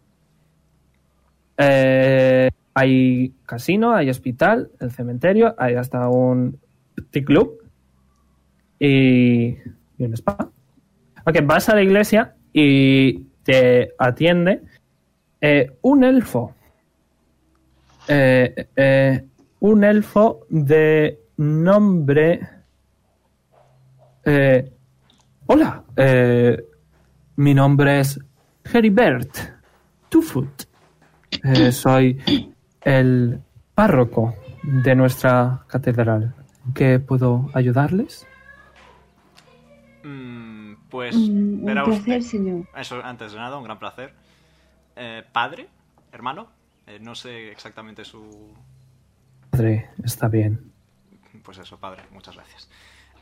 S2: eh, hay casino, hay hospital, el cementerio, hay hasta un tea club y, y un spa. Ok, vas a la iglesia y te atiende eh, un elfo. Eh, eh, un elfo de nombre... Eh, hola, eh, mi nombre es Heribert Tufoot. Eh, soy el párroco de nuestra catedral. ¿Qué puedo ayudarles?
S3: Mm, pues.
S5: mm, un
S3: verá
S5: placer,
S3: usted.
S5: señor.
S3: Eso, antes de nada, un gran placer. Eh, ¿Padre? ¿Hermano? Eh, no sé exactamente su.
S2: Padre, está bien.
S3: Pues eso, padre, muchas gracias.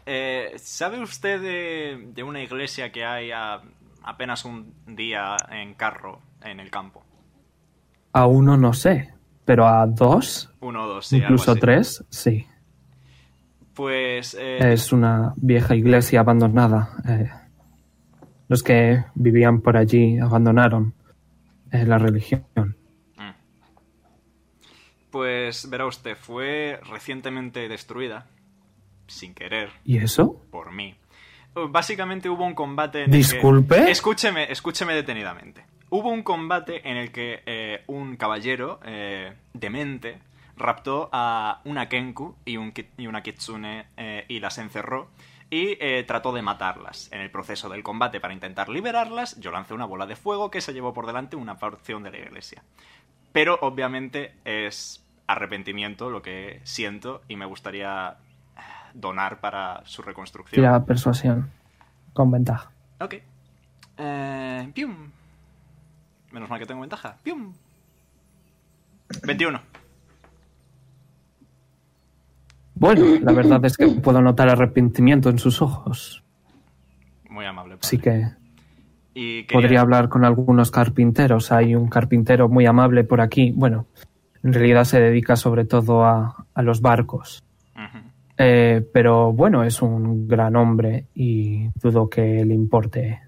S3: Eh, ¿Sabe usted de, de una iglesia que hay a apenas un día en carro en el campo?
S2: Aún no no sé. pero a dos,
S3: Uno o dos, sí. algo
S2: incluso
S3: así.
S2: tres, sí.
S3: Pues eh,
S2: Es una vieja iglesia abandonada. eh, los que vivían por allí abandonaron eh, la religión.
S3: Pues verá usted, fue recientemente destruida, sin querer,
S2: ¿Y eso?
S3: por mí. Básicamente hubo un combate en el
S2: Disculpe.
S3: que... Escúcheme, escúcheme detenidamente. Hubo un combate en el que eh, un caballero eh, demente raptó a una Kenku y, un ki- y una Kitsune eh, y las encerró y eh, trató de matarlas. En el proceso del combate para intentar liberarlas, yo lancé una bola de fuego que se llevó por delante una porción de la iglesia. Pero obviamente es arrepentimiento lo que siento y me gustaría eh, donar para su reconstrucción.
S2: Tira persuasión. Con ventaja.
S3: Ok. Eh, pium. Menos mal que tengo ventaja. Pium. 21.
S2: Bueno, la verdad es que puedo notar arrepentimiento en sus ojos.
S3: Muy amable. Padre.
S2: Así que
S3: y quería-
S2: podría hablar con algunos carpinteros. Hay un carpintero muy amable por aquí. Bueno, en realidad se dedica sobre todo a, a los barcos.
S3: Ujú.
S2: Eh, pero bueno, es un gran hombre y dudo que le importe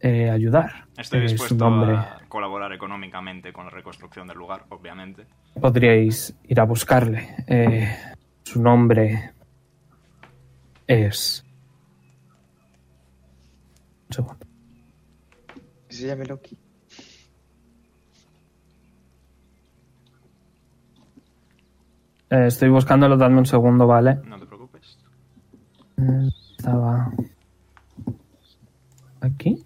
S2: eh, ayudar.
S3: Estoy
S2: Eh, su
S3: dispuesto
S2: nombre.
S3: a colaborar económicamente con la reconstrucción del lugar, obviamente.
S2: Podríais ir a buscarle. Eh, su nombre es... Un segundo.
S4: Que se llame Loki.
S2: Eh, estoy buscándolo, dadme un segundo, ¿vale?
S3: No te preocupes.
S2: Eh, Estaba... Aquí.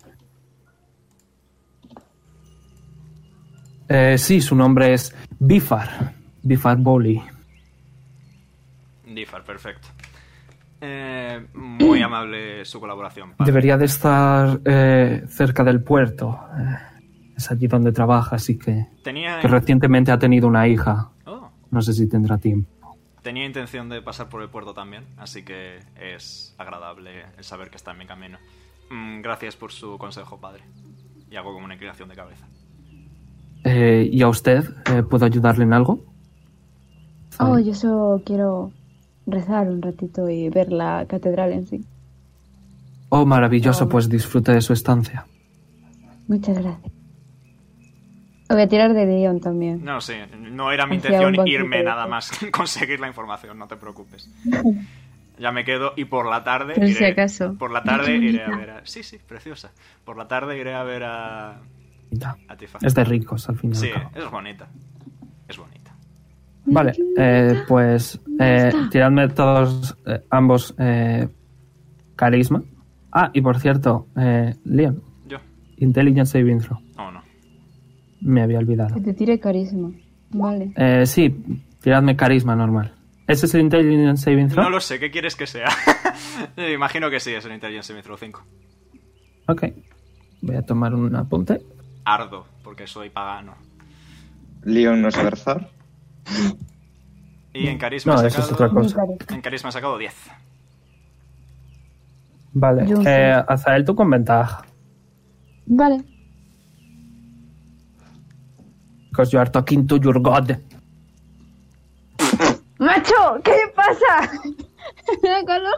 S2: Eh, sí, su nombre es Bifar. Bifar Boli.
S3: Difar, perfecto. Eh, muy amable su colaboración. padre.
S2: Debería de estar eh, cerca del puerto. Eh, es allí donde trabaja, así que...
S3: Tenía,
S2: Que recientemente ha tenido una hija.
S3: Oh,
S2: No sé si tendrá tiempo.
S3: tenía intención de pasar por el puerto también, así que es agradable el saber que está en mi camino. Mm, gracias por su consejo, padre. Y hago como una inclinación de cabeza.
S2: Eh, ¿Y a usted? Eh, ¿Puedo ayudarle en algo?
S5: Oh,
S2: Ay,
S5: yo solo quiero rezar un ratito y ver la catedral en sí.
S2: oh, maravilloso,
S5: No.
S2: pues disfrute de su estancia.
S5: Muchas gracias. Voy a tirar de guión también.
S3: No, sí, no era mi
S5: Hacia un
S3: intención
S5: banquito
S3: irme
S5: de
S3: nada
S5: té.
S3: más conseguir la información, no te preocupes. Ya me quedo y por la tarde
S5: Por si
S3: iré-
S5: acaso.
S3: Por la tarde iré a ver a... Sí, sí, preciosa. Por la tarde iré a ver a...
S2: Ya.
S3: a Tifa.
S2: Es de ricos, al fin y
S3: Sí,
S2: al cabo.
S3: es bonita. Es bonita.
S2: Vale, eh, pues eh, tiradme todos, eh, ambos, eh, carisma. Ah, y por cierto, eh, Leon,
S3: Yo.
S2: Intelligence Saving Throw.
S3: No, no.
S2: Me había olvidado.
S5: Que te tire carisma. Vale.
S2: Eh, sí, tiradme carisma normal. ¿Ese es el Intelligence Saving Throw?
S3: No lo sé, ¿qué quieres que sea? Eh, Imagino que sí, es el Intelligence Metro 5.
S2: Ok. Voy a tomar un apunte.
S3: Ardo, porque soy pagano.
S4: Leon no sabe rezar.
S3: Y en carisma
S2: No,
S3: he
S2: eso es
S3: sacado-
S2: otra
S5: Mi
S2: cosa.
S5: carisma.
S3: En carisma he sacado 10.
S2: Vale,
S5: Yo
S2: eh, Azael, tú con ventaja.
S5: Vale.
S2: Because you are talking to your god.
S5: ¡Macho! ¿Qué le pasa? ¡Con los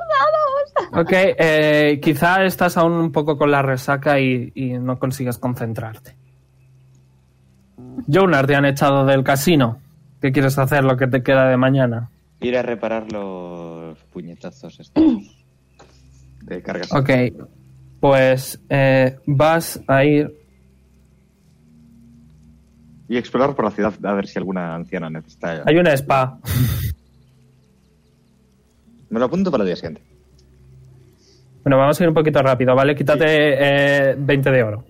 S5: dados!
S2: Ok, eh, quizá estás aún un poco con la resaca y, y no consigues concentrarte. Jonar, te han echado del casino. ¿Qué quieres hacer lo que te queda de mañana?
S4: Ir a reparar los puñetazos estos. De cargas.
S2: Ok, pues eh, vas a ir...
S4: Y explorar por la ciudad a ver si alguna anciana necesita.
S2: Hay una spa.
S4: Me lo apunto para el día siguiente.
S2: Bueno, vamos a ir un poquito rápido, ¿vale? Quítate eh, 20 de oro.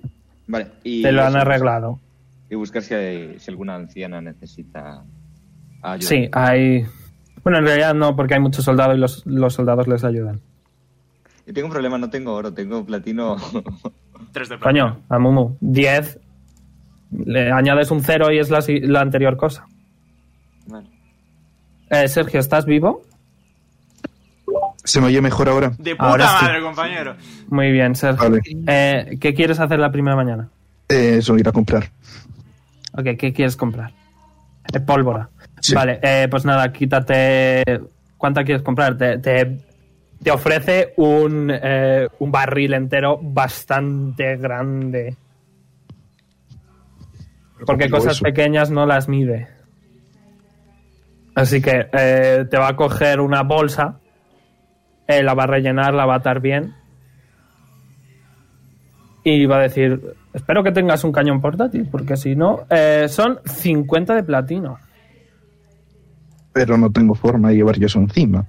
S4: Vale. Y
S2: Te lo han
S4: eso,
S2: arreglado.
S4: Y buscar si, hay- si alguna anciana necesita ayuda.
S2: Sí, hay... Bueno, en realidad no, porque hay muchos soldados y los, los soldados les ayudan.
S4: Y tengo un problema, no tengo oro, tengo platino.
S3: 3 de plata.
S2: Coño, a Mumu, 10. Le añades un 0 y es la, si- la anterior cosa.
S4: vale.
S2: Eh, Sergio, ¿estás vivo?
S8: Se me oye mejor ahora.
S3: De puta
S8: Ahora sí.
S3: madre, compañero.
S2: Muy bien, Sergio.
S8: Vale.
S2: Eh, ¿Qué quieres hacer la primera mañana?
S8: Eh, eso, ir a comprar.
S2: Ok, ¿qué quieres comprar? De pólvora.
S8: Sí.
S2: Vale, eh, pues nada, quítate. ¿Cuánta quieres comprar? Te, te- te ofrece un, eh, un barril entero bastante grande. Porque
S8: ¿Cómo digo
S2: cosas
S8: eso?
S2: pequeñas no las mide. Así que eh, te va a coger una bolsa, eh, la va a rellenar, la va a atar bien. Y va a decir, espero que tengas un cañón portátil, porque si no, eh, son 50 de platino.
S8: Pero no tengo forma de llevar yo eso encima.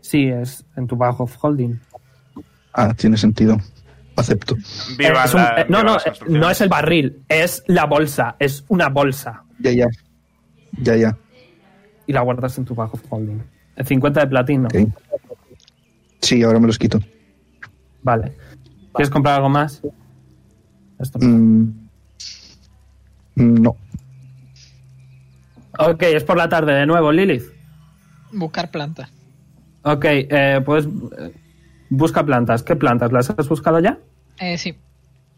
S2: Sí, es en tu bajo of holding.
S8: Ah, tiene sentido. Acepto.
S3: Viva
S2: Es un-
S3: la-
S2: eh, no,
S3: viva
S2: no,
S3: las
S2: eh,
S3: construcciones.
S2: no es el barril, es la bolsa, es una bolsa.
S8: Ya, ya. Ya, ya.
S2: Y la guardas en tu bajo of holding. Eh, 50 de platino.
S8: Ok. Sí, ahora me los quito.
S2: Vale. ¿Quieres comprar algo más? Esto.
S8: Mm. No.
S2: Ok, es por la tarde de nuevo, Lilith.
S1: Buscar plantas.
S2: Ok, eh, pues eh, busca plantas. ¿Qué plantas? ¿Las has buscado ya?
S1: Eh, sí.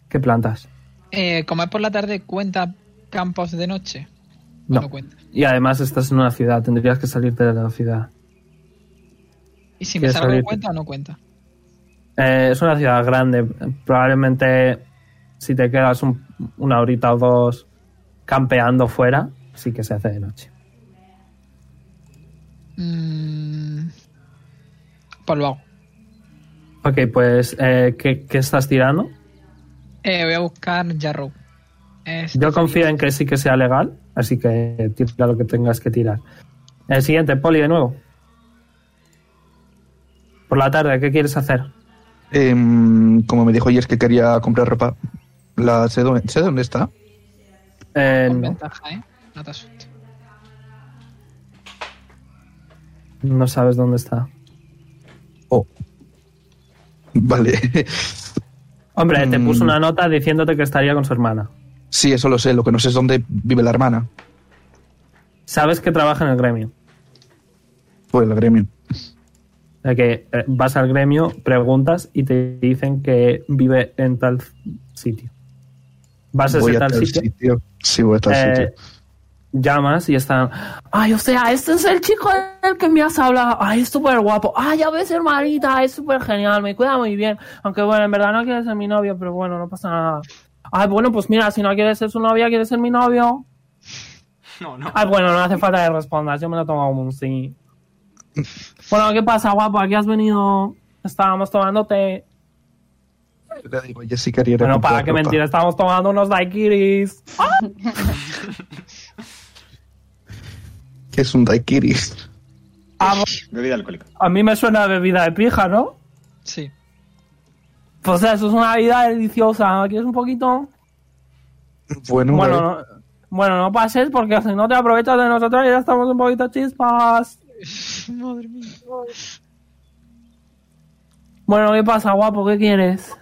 S2: ¿Qué plantas?
S1: Eh, como es por la tarde, cuenta campos de noche.
S2: No.
S1: No cuenta.
S2: Y además estás en una ciudad, tendrías que salirte de la ciudad.
S1: Y si me
S2: ¿Quieres
S1: salgo,
S2: abrirte?
S1: cuenta o no cuenta.
S2: Eh, es una ciudad grande. Probablemente si te quedas un- una horita o dos campeando fuera, sí que se hace de noche.
S1: Mm, pues lo hago.
S2: Ok, pues eh, ¿qué, qué estás tirando?
S1: Eh, voy a buscar Jarrow. Es-
S2: Yo confío en que sí que sea legal, así que tira lo que tengas que tirar. El siguiente, Poli, de nuevo. Por la tarde, ¿qué quieres hacer?
S8: Em, como me dijo ayer que quería comprar ropa, la sé dónde, sé dónde está.
S2: Eh,
S1: con
S2: no,
S1: ventaja, ¿eh? No te asustes.
S2: no sabes dónde está.
S8: Oh. Vale.
S2: Hombre, te
S8: Mm.
S2: puso una nota diciéndote que estaría con su hermana.
S8: sí, eso lo sé. Lo que no sé es dónde vive la hermana.
S2: Sabes que trabaja en el gremio.
S8: Pues el gremio.
S2: O sea que eh, vas al gremio, preguntas y te dicen que vive en tal sitio. Vas a
S8: Voy
S2: ese
S8: a
S2: tal
S8: tal
S2: sitio,
S8: sitio. Sí, voy a tal
S2: eh,
S8: sitio.
S2: llamas y están.
S7: Ay, o sea, este es el chico del que me has hablado. Ay, es súper guapo. Ay, ya ves, hermanita, es súper genial, me cuida muy bien. Aunque bueno, en verdad no quiere ser mi novio, pero bueno, no pasa nada. Ay, bueno, pues mira, si no quieres ser su novia, quieres ser mi novio.
S3: No, no.
S7: Ay, bueno, no hace falta que respondas, yo me lo tomo como un sí. Bueno, ¿qué pasa, guapo? Aquí has venido. Estábamos tomándote.
S8: Le digo, "Oye, sí quería ir a
S2: Bueno,
S8: comprar
S2: para qué
S8: ropa".
S2: mentir, estábamos tomando unos daiquiris.
S8: Que es un daiquiri.
S2: Ah, bo-
S4: Bebida alcohólica.
S2: A mí me suena a bebida de pija, ¿no?
S1: Sí.
S2: Pues eso es una vida deliciosa. ¿no? ¿Quieres un poquito? bueno,
S8: Bueno, vale.
S2: no, bueno, no pases porque si no te aprovechas de nosotros y ya estamos un poquito chispas.
S1: Madre mía.
S7: Bueno, ¿qué pasa, guapo? ¿Qué quieres?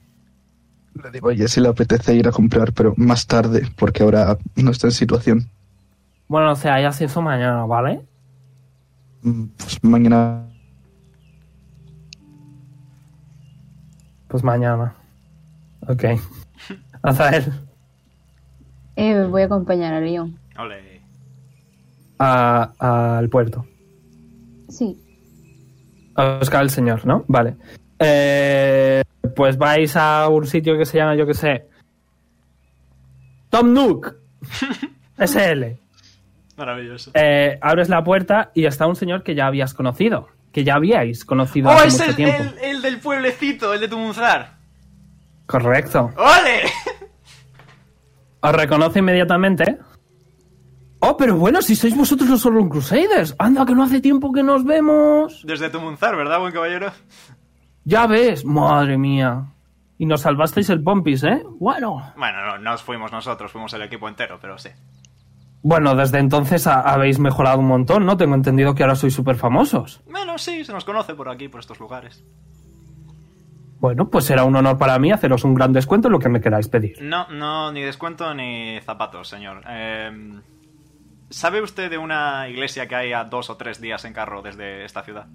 S8: le digo, oye, si le apetece ir a comprar, pero más tarde, porque ahora no está en situación.
S2: Bueno, o sea, ya se hizo mañana, ¿vale?
S8: Mm, Pues mañana.
S2: Pues mañana. Ok. Azael.
S5: Eh, voy a acompañar a León.
S3: Ole.
S2: a- Al puerto.
S5: Sí.
S2: A buscar al señor, ¿no? Vale. Eh, pues vais a un sitio que se llama, yo que sé. Tom Nook. SL.
S3: Maravilloso.
S2: Eh, abres la puerta y está un señor que ya habías conocido. Que ya habíais conocido
S3: ¡Oh,
S2: hace
S3: es
S2: mucho
S3: el,
S2: tiempo.
S3: el- el del pueblecito! El de Tumunzar.
S2: Correcto.
S3: ¡Ole!
S2: Os reconoce inmediatamente. Oh, pero bueno, si sois vosotros los Orlon Crusaders. Anda, que no hace tiempo que nos vemos.
S3: Desde Tumunzar, ¿verdad, buen caballero?
S2: Ya ves, madre mía. Y nos salvasteis el Pompis, ¿eh? Bueno.
S3: Bueno, no, no fuimos nosotros, fuimos el equipo entero, pero sí.
S2: Bueno, desde entonces ha- habéis mejorado un montón, ¿no? Tengo entendido que ahora sois súper famosos.
S3: Bueno, sí, se nos conoce por aquí, por estos lugares.
S2: Bueno, pues será un honor para mí haceros un gran descuento en lo que me queráis pedir.
S3: No, no, ni descuento ni zapatos, señor. Eh, ¿Sabe usted de una iglesia que hay a dos o tres días en carro desde esta ciudad?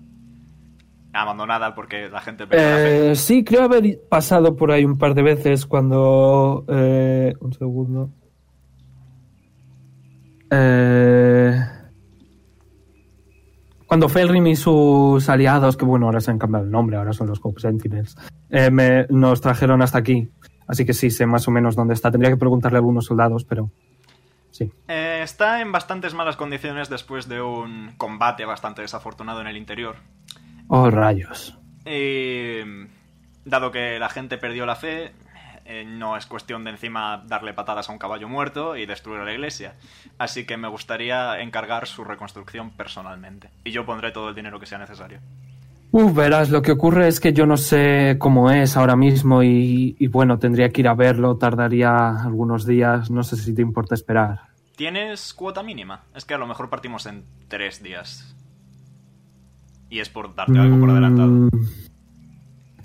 S3: Abandonada porque la gente perdió la fe.
S2: Eh, sí, creo haber pasado por ahí un par de veces cuando... eh, un segundo. Eh, Cuando Felrim y sus aliados, que bueno, ahora se han cambiado el nombre, ahora son los Cope Sentinels, eh, me- nos trajeron hasta aquí. Así que sí, sé más o menos dónde está. Tendría que preguntarle a algunos soldados, pero sí.
S3: Eh, está en bastantes malas condiciones después de un combate bastante desafortunado en el interior.
S2: Oh, rayos.
S3: Y Eh, dado que la gente perdió la fe, eh, no es cuestión de encima darle patadas a un caballo muerto y destruir la iglesia. Así que me gustaría encargar su reconstrucción personalmente. Y yo pondré todo el dinero que sea necesario.
S2: Uf, verás, lo que ocurre es que yo no sé cómo es ahora mismo y, y bueno, tendría que ir a verlo, tardaría algunos días, no sé si te importa esperar.
S3: ¿Tienes cuota mínima? Es que a lo mejor partimos en tres días. Y es por darte algo por adelantado.
S2: Mm,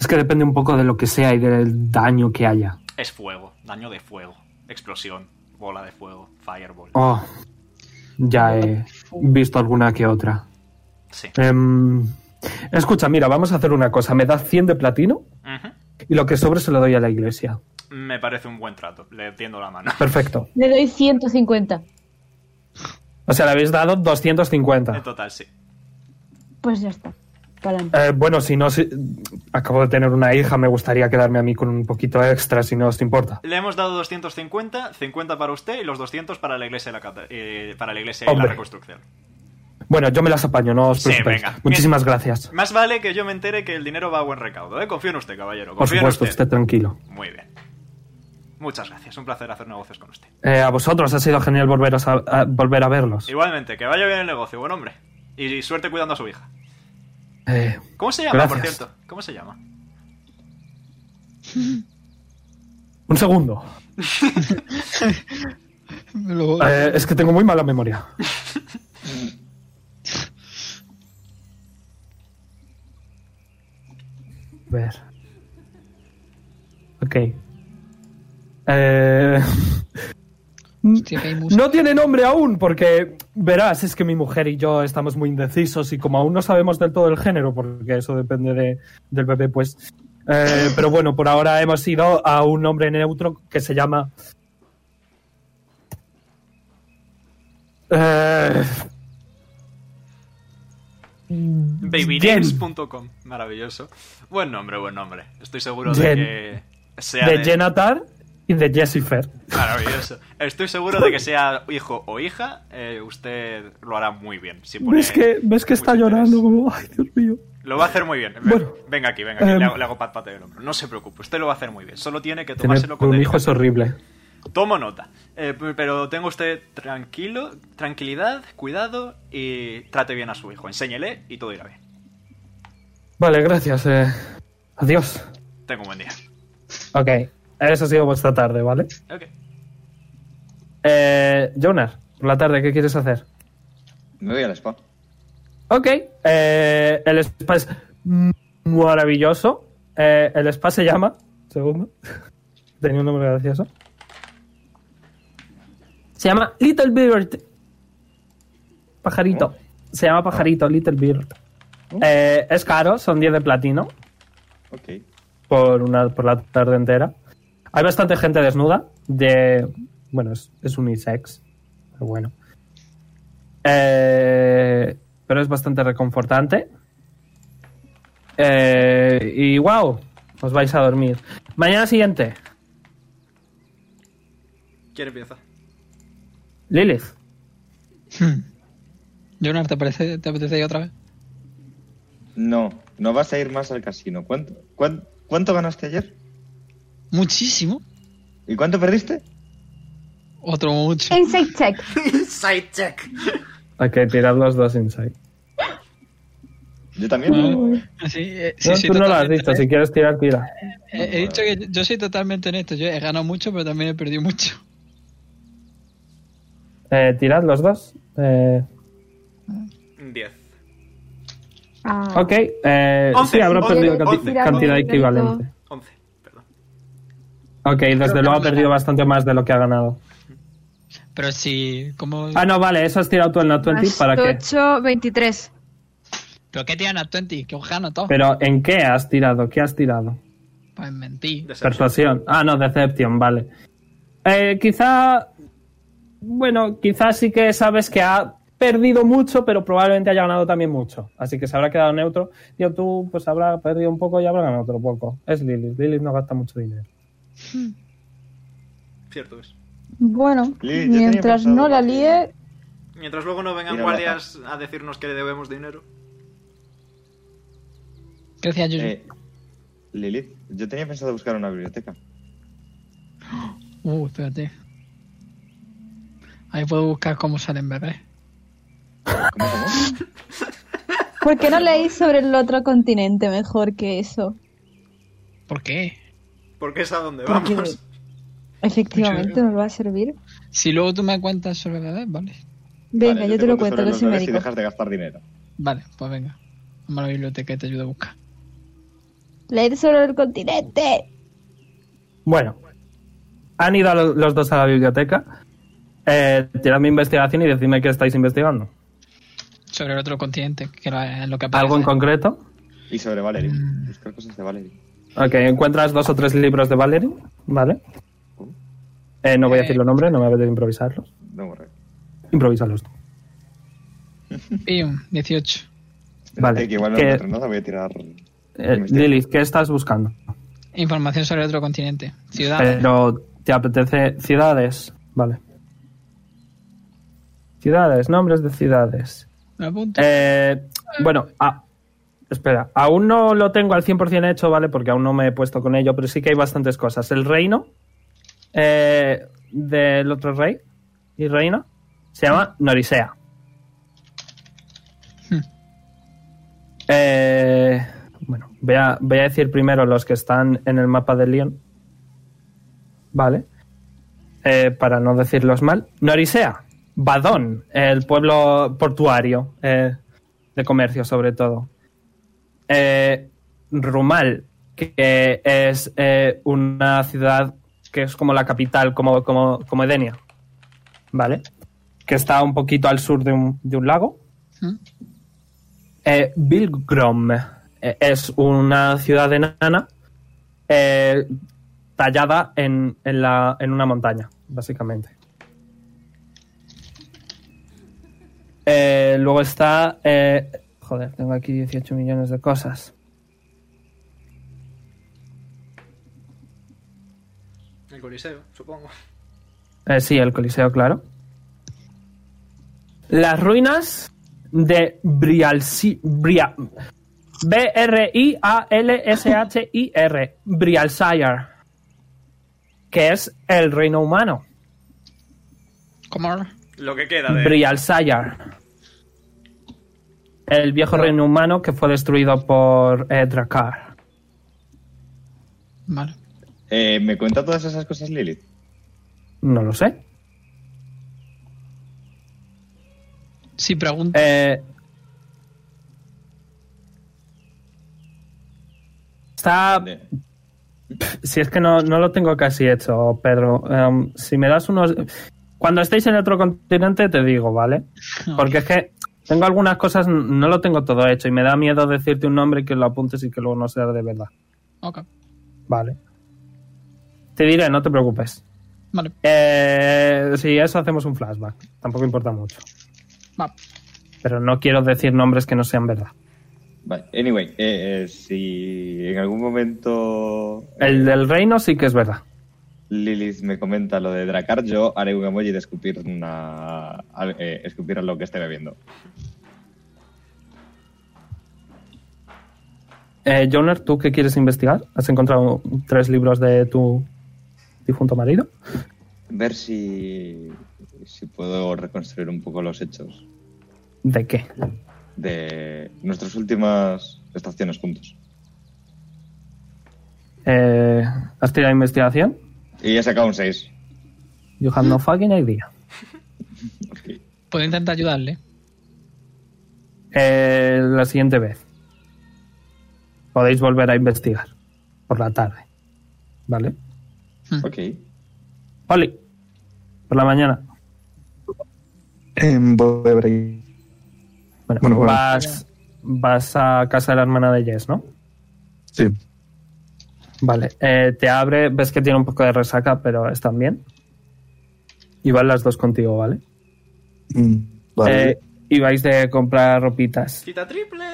S2: Es que depende un poco de lo que sea y del daño que haya.
S3: Es fuego, daño de fuego, explosión, bola de fuego, fireball.
S2: Oh, ya he visto alguna que otra.
S3: Sí.
S2: Em, escucha, mira, vamos a hacer una cosa. Me das 100 de platino
S3: Ujú.
S2: y lo que sobre se lo doy a la iglesia.
S3: Me parece un buen trato, le tiendo la mano.
S2: Perfecto.
S5: Le doy 150.
S2: O sea, le habéis dado 250.
S3: En total, sí.
S5: Pues ya está. Pa'lante.
S2: Eh, bueno, si no, si- acabo de tener una hija, me gustaría quedarme a mí con un poquito extra, si no os importa.
S3: Le hemos dado 250, 50 para usted y los 200 para la iglesia, y la cata- eh, para la, iglesia y la
S2: Hombre.
S3: reconstrucción.
S2: Bueno, yo me las apaño, no os
S3: Sí,
S2: preocupéis.
S3: venga.
S2: Muchísimas gracias.
S3: Más vale que yo me entere que el dinero va a buen recaudo, ¿eh? Confío en usted, caballero.
S2: Por
S3: Confío
S2: supuesto,
S3: en usted.
S2: esté tranquilo.
S3: Muy bien. Muchas gracias, un placer hacer negocios con usted.
S2: Eh, a vosotros ha sido genial volveros a- a- volver a verlos.
S3: Igualmente, que vaya bien el negocio, buen hombre. Y suerte cuidando a su hija.
S2: Eh,
S3: ¿Cómo se llama, por
S2: Gracias.
S3: cierto? ¿Cómo se llama?
S2: un segundo.
S1: Me lo-
S2: Eh, es que tengo muy mala memoria. A ver. Ok. Eh,
S1: Hostia, que hay música.
S2: no tiene nombre aún, porque verás, es que mi mujer y yo estamos muy indecisos y como aún no sabemos del todo el género, porque eso depende de- del bebé, pues. eh, pero bueno, por ahora hemos ido a un nombre neutro que se llama. Eh,
S3: Babynames.com. Maravilloso. Buen nombre, buen nombre. Estoy seguro
S2: Jen.
S3: de que sea
S2: de
S3: de-
S2: Jenatar y de Jessifer.
S3: Maravilloso. Estoy seguro de que sea hijo o hija, eh, usted lo hará muy bien. Si pone
S2: ¿Ves que, ves que está
S3: mucho
S2: llorando?
S3: interés.
S2: Como, ay, Dios mío.
S3: Lo va a hacer muy bien.
S2: Bueno,
S3: venga aquí, venga aquí.
S2: em,
S3: le, hago, le hago pat pat del hombro. No se preocupe, usted lo va a hacer muy bien. Solo tiene que
S2: Tener
S3: tomárselo con
S2: un hijo es
S3: dedicación.
S2: horrible.
S3: Tomo nota. Eh, p- pero tenga usted tranquilo, tranquilidad, cuidado y trate bien a su hijo. Enséñele y todo irá bien.
S2: Vale, gracias. eh. Adiós.
S3: Tengo un buen día.
S2: Ok, eso ha sido vuestra tarde, ¿vale?
S3: Ok.
S2: Eh, Jonar, por la tarde, ¿qué quieres hacer?
S4: Me voy al spa.
S2: Ok, eh, el spa es maravilloso. Eh, el spa se llama. Segundo. Tenía un nombre gracioso. Se llama Little Bird. Pajarito. Se llama Pajarito, Little Bird. Eh, es caro, son 10 de platino.
S4: Ok.
S2: por una por la tarde entera. Hay bastante gente desnuda de bueno, es, es unisex, pero bueno. Eh, pero es bastante reconfortante. Eh, y wow, os vais a dormir. Mañana siguiente,
S3: ¿Quién empieza?
S2: Lilith.
S1: Hmm. Jonar, ¿te, parece, ¿te apetece ir otra vez?
S4: No, no vas a ir más al casino. ¿Cuánto, cuán- cuánto ganaste ayer?
S1: Muchísimo.
S4: ¿Y cuánto perdiste?
S1: Otro mucho.
S5: Insight check.
S2: Hay que tirar los dos inside.
S4: Yo también.
S2: Mm.
S1: Sí, eh, sí,
S2: No,
S1: sí,
S2: tú no lo has
S1: totalmente. Eh,
S2: dicho, si quieres tirar, tira.
S1: He, he dicho que yo- yo soy totalmente honesto. Yo he ganado mucho, pero también he perdido mucho.
S2: Eh, tirad los dos. Eh,
S3: 10.
S5: Ah,
S2: ok, eh,
S3: Once,
S2: sí, habrá
S3: once,
S2: perdido canti-
S3: once.
S2: cantidad equivalente.
S3: 11. Perdón.
S2: Ok, desde luego ha
S1: no
S2: perdido bastante más de lo que ha ganado.
S1: Pero si... ¿cómo?
S2: Ah, no, vale, eso has tirado tú en la 20
S9: Más
S2: para qué.
S9: 8, 23.
S1: ¿Pero qué tiran a 20? Que os gano todo.
S2: Pero ¿en qué has tirado? ¿Qué has tirado?
S1: Pues mentí.
S3: Decepción.
S2: Persuasión. Ah, no, Deception, vale. Eh, quizá. Bueno, quizá sí que sabes que ha perdido mucho, pero probablemente haya ganado también mucho. Así que se habrá quedado neutro. Yo tú, pues habrá perdido un poco y habrá ganado otro poco. Es Lilith. Lilith no gasta mucho dinero.
S3: Cierto es.
S5: Bueno,
S4: Lilith, yo tenía
S5: mientras
S4: pensado
S5: no la
S4: que-
S5: líe,
S3: Mientras luego no vengan
S4: Mira,
S3: guardias a decirnos que le debemos dinero.
S1: ¿Qué decía Yuyu?
S4: Eh, Lilith, yo tenía pensado buscar una biblioteca.
S1: Uh, espérate. Ahí puedo buscar cómo salen bebés.
S4: ¿Cómo, cómo?
S5: ¿por qué no leéis sobre el otro continente mejor que eso?
S1: ¿Por qué?
S3: Porque es a donde
S5: ¿Por qué?
S3: vamos.
S5: Efectivamente, nos va a servir.
S1: Si luego tú me cuentas sobre bebés, vale.
S5: Venga,
S4: Vale,
S5: yo, te, lo cuento,
S4: sobre
S5: que
S4: los
S5: soy
S4: bebés y
S5: médico.
S4: dejas de gastar dinero.
S1: Vale, pues venga. Vamos a la biblioteca y te ayudo a buscar.
S5: Leer sobre el continente.
S2: Bueno, han ido lo- los dos a la biblioteca. Eh, tirad mi investigación y decidme qué estáis investigando.
S1: Sobre el otro continente, que lo- es lo que aparece.
S2: ¿Algo en concreto?
S4: Y sobre Valerie.
S2: Mm.
S4: Buscar cosas de Valerie.
S2: Ok, encuentras dos o tres libros de Valerie, ¿vale? Eh, no voy a decir los nombres, no me voy a improvisarlos.
S4: No borré.
S2: Improvísalos tú.
S1: Pium, 18.
S2: Vale.
S4: Eh, que igual no
S2: ¿Qué-
S4: encuentro nada, voy a tirar.
S2: eh, Lilith, ¿qué estás buscando?
S1: Información sobre el otro continente. Ciudades.
S2: Pero te apetece ciudades, vale. Ciudades, nombres de ciudades.
S1: Me apunto.
S2: Eh, bueno, a- espera, aún no lo tengo al 100% hecho, ¿vale? Porque aún no me he puesto con ello, pero sí que hay bastantes cosas. El reino eh, del otro rey y reina se llama Norisea.
S1: Hmm.
S2: Eh, bueno, voy a, voy a decir primero los que están en el mapa de Lyon. Vale. Eh, para no decirlos mal. Norisea, Badón, el pueblo portuario, eh, de comercio sobre todo. Eh, Rumal, que es eh, una ciudad que es como la capital, como, como, como Edenia. ¿Vale? Que está un poquito al sur de un, de un lago.
S1: ¿Mm?
S2: Eh, Vilgrom eh, es una ciudad enana eh, tallada en, en la- en una montaña, básicamente. Eh, luego está... eh, joder, tengo aquí 18 millones de cosas.
S3: El coliseo, supongo.
S2: Eh, sí, el Coliseo, claro. Las ruinas de Brialsi... Bria, B-R-I-A-L-S-H-I-R. Brialsire. Que es el reino humano.
S1: ¿Cómo ahora?
S3: Lo que queda de.
S2: Brialsire. El viejo reino humano que fue destruido por eh, Drakkar.
S1: Vale.
S4: Eh, ¿Me cuenta todas esas cosas, Lilith?
S2: No lo sé.
S1: Si pregunto.
S2: Eh, está.
S4: De-
S2: Si es que no, no lo tengo casi hecho, Pedro. Em, si me das unos. Cuando estéis en otro continente, te digo, ¿vale? Porque es que tengo algunas cosas, n- no lo tengo todo hecho y me da miedo decirte un nombre y que lo apuntes y que luego no sea de verdad.
S1: Ok.
S2: Vale. Te diré, no te preocupes.
S1: Vale.
S2: Eh, si eso hacemos un flashback. Tampoco importa mucho.
S1: Va.
S2: Pero no quiero decir nombres que no sean verdad.
S4: Vale, anyway, eh, eh, si en algún momento eh,
S2: El del reino sí que es verdad.
S4: Lilith me comenta lo de Dracar, yo haré un emoji de escupir una al- eh, escupir lo que esté bebiendo.
S2: Eh, Joner, ¿tú qué quieres investigar? ¿Has encontrado tres libros de tu difunto marido?
S4: Ver si, si puedo reconstruir un poco los hechos
S2: ¿De qué?
S4: de nuestras últimas estaciones juntos.
S2: Eh, ¿Has tirado investigación?
S4: Y he sacado un 6.
S2: You have no fucking idea.
S1: Puedo intentar ayudarle.
S2: Eh, la siguiente vez. Podéis volver a investigar. Por la tarde. ¿Vale?
S4: Ok.
S2: Oli. Por la mañana.
S8: Em, voy a ver ahí.
S2: Bueno,
S8: Bueno, bueno.
S2: vas, vas a casa de la hermana de Jess, ¿no?
S8: Sí.
S2: Vale, eh, te abre, ves que tiene un poco de resaca, pero están bien. Y van las dos contigo, ¿vale?
S8: Mm, Vale.
S2: Eh, Y vais de comprar ropitas.
S3: Quita triple.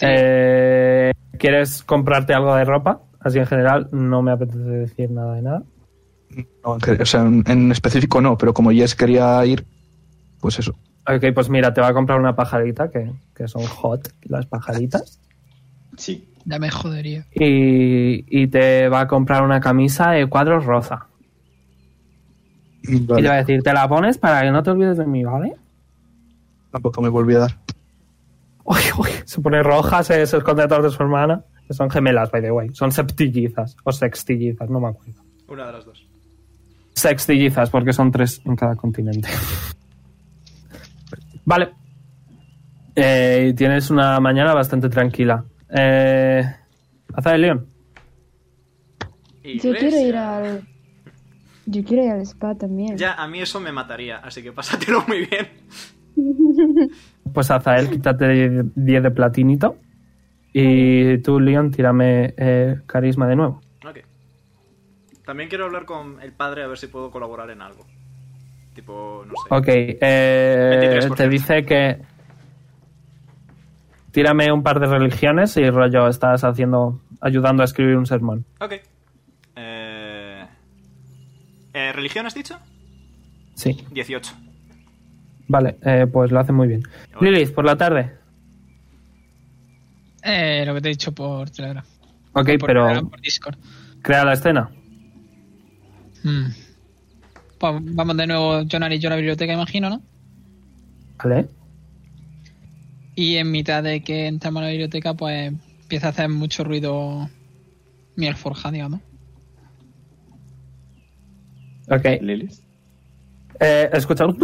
S2: Eh, ¿Quieres comprarte algo de ropa? Así en general, no me apetece decir nada de nada.
S8: No, en gen- o sea, en, en específico no, pero como Jess quería ir, pues eso.
S2: Ok, pues mira, te va a comprar una pajarita, que, que son hot las pajaritas.
S4: Sí.
S1: Ya me jodería.
S2: Y, y te va a comprar una camisa de cuadros rosa. Y te va a
S8: Mm, Vale,
S2: decir, te la pones para que no te olvides de mí, ¿vale?
S8: tampoco me volví a dar.
S2: Uy, uy, se pone roja, se, se esconde detrás de su hermana. Que son gemelas, by the way. Son septillizas o sextillizas, no me acuerdo.
S3: Una de las dos.
S2: Sextillizas, porque son tres en cada continente. vale. Eh, y tienes una mañana bastante tranquila. Eh, Aza de León.
S5: Yo quiero ir al. Yo quiero ir al spa también.
S3: Ya, a mí eso me mataría, así que pásatelo muy bien.
S2: Pues Azael, quítate 10 de platinito. Y tú, Leon, tírame eh, carisma de nuevo.
S3: Ok. También quiero hablar con el padre a ver si puedo colaborar en algo. Tipo, no sé.
S2: Ok, eh,
S3: 23%.
S2: te dice que tírame un par de religiones y rollo estás haciendo ayudando a escribir un sermón.
S3: Ok. Eh... eh, ¿Religión has dicho?
S2: Sí,
S3: 18.
S2: vale, eh, pues lo hace muy bien. Lilith, por la tarde.
S1: Eh, lo que te he dicho por Telegram.
S2: Ok,
S1: por
S2: pero
S1: Telegram, por Discord.
S2: crea la escena.
S1: Mm. Pues vamos de nuevo, Jonar y yo a la biblioteca, imagino, ¿no?
S2: Vale,
S1: Y en mitad de que entramos a la biblioteca, pues empieza a hacer mucho ruido mi alforja, digamos.
S2: ok.
S4: ¿Lilith?
S2: Eh, escucha un-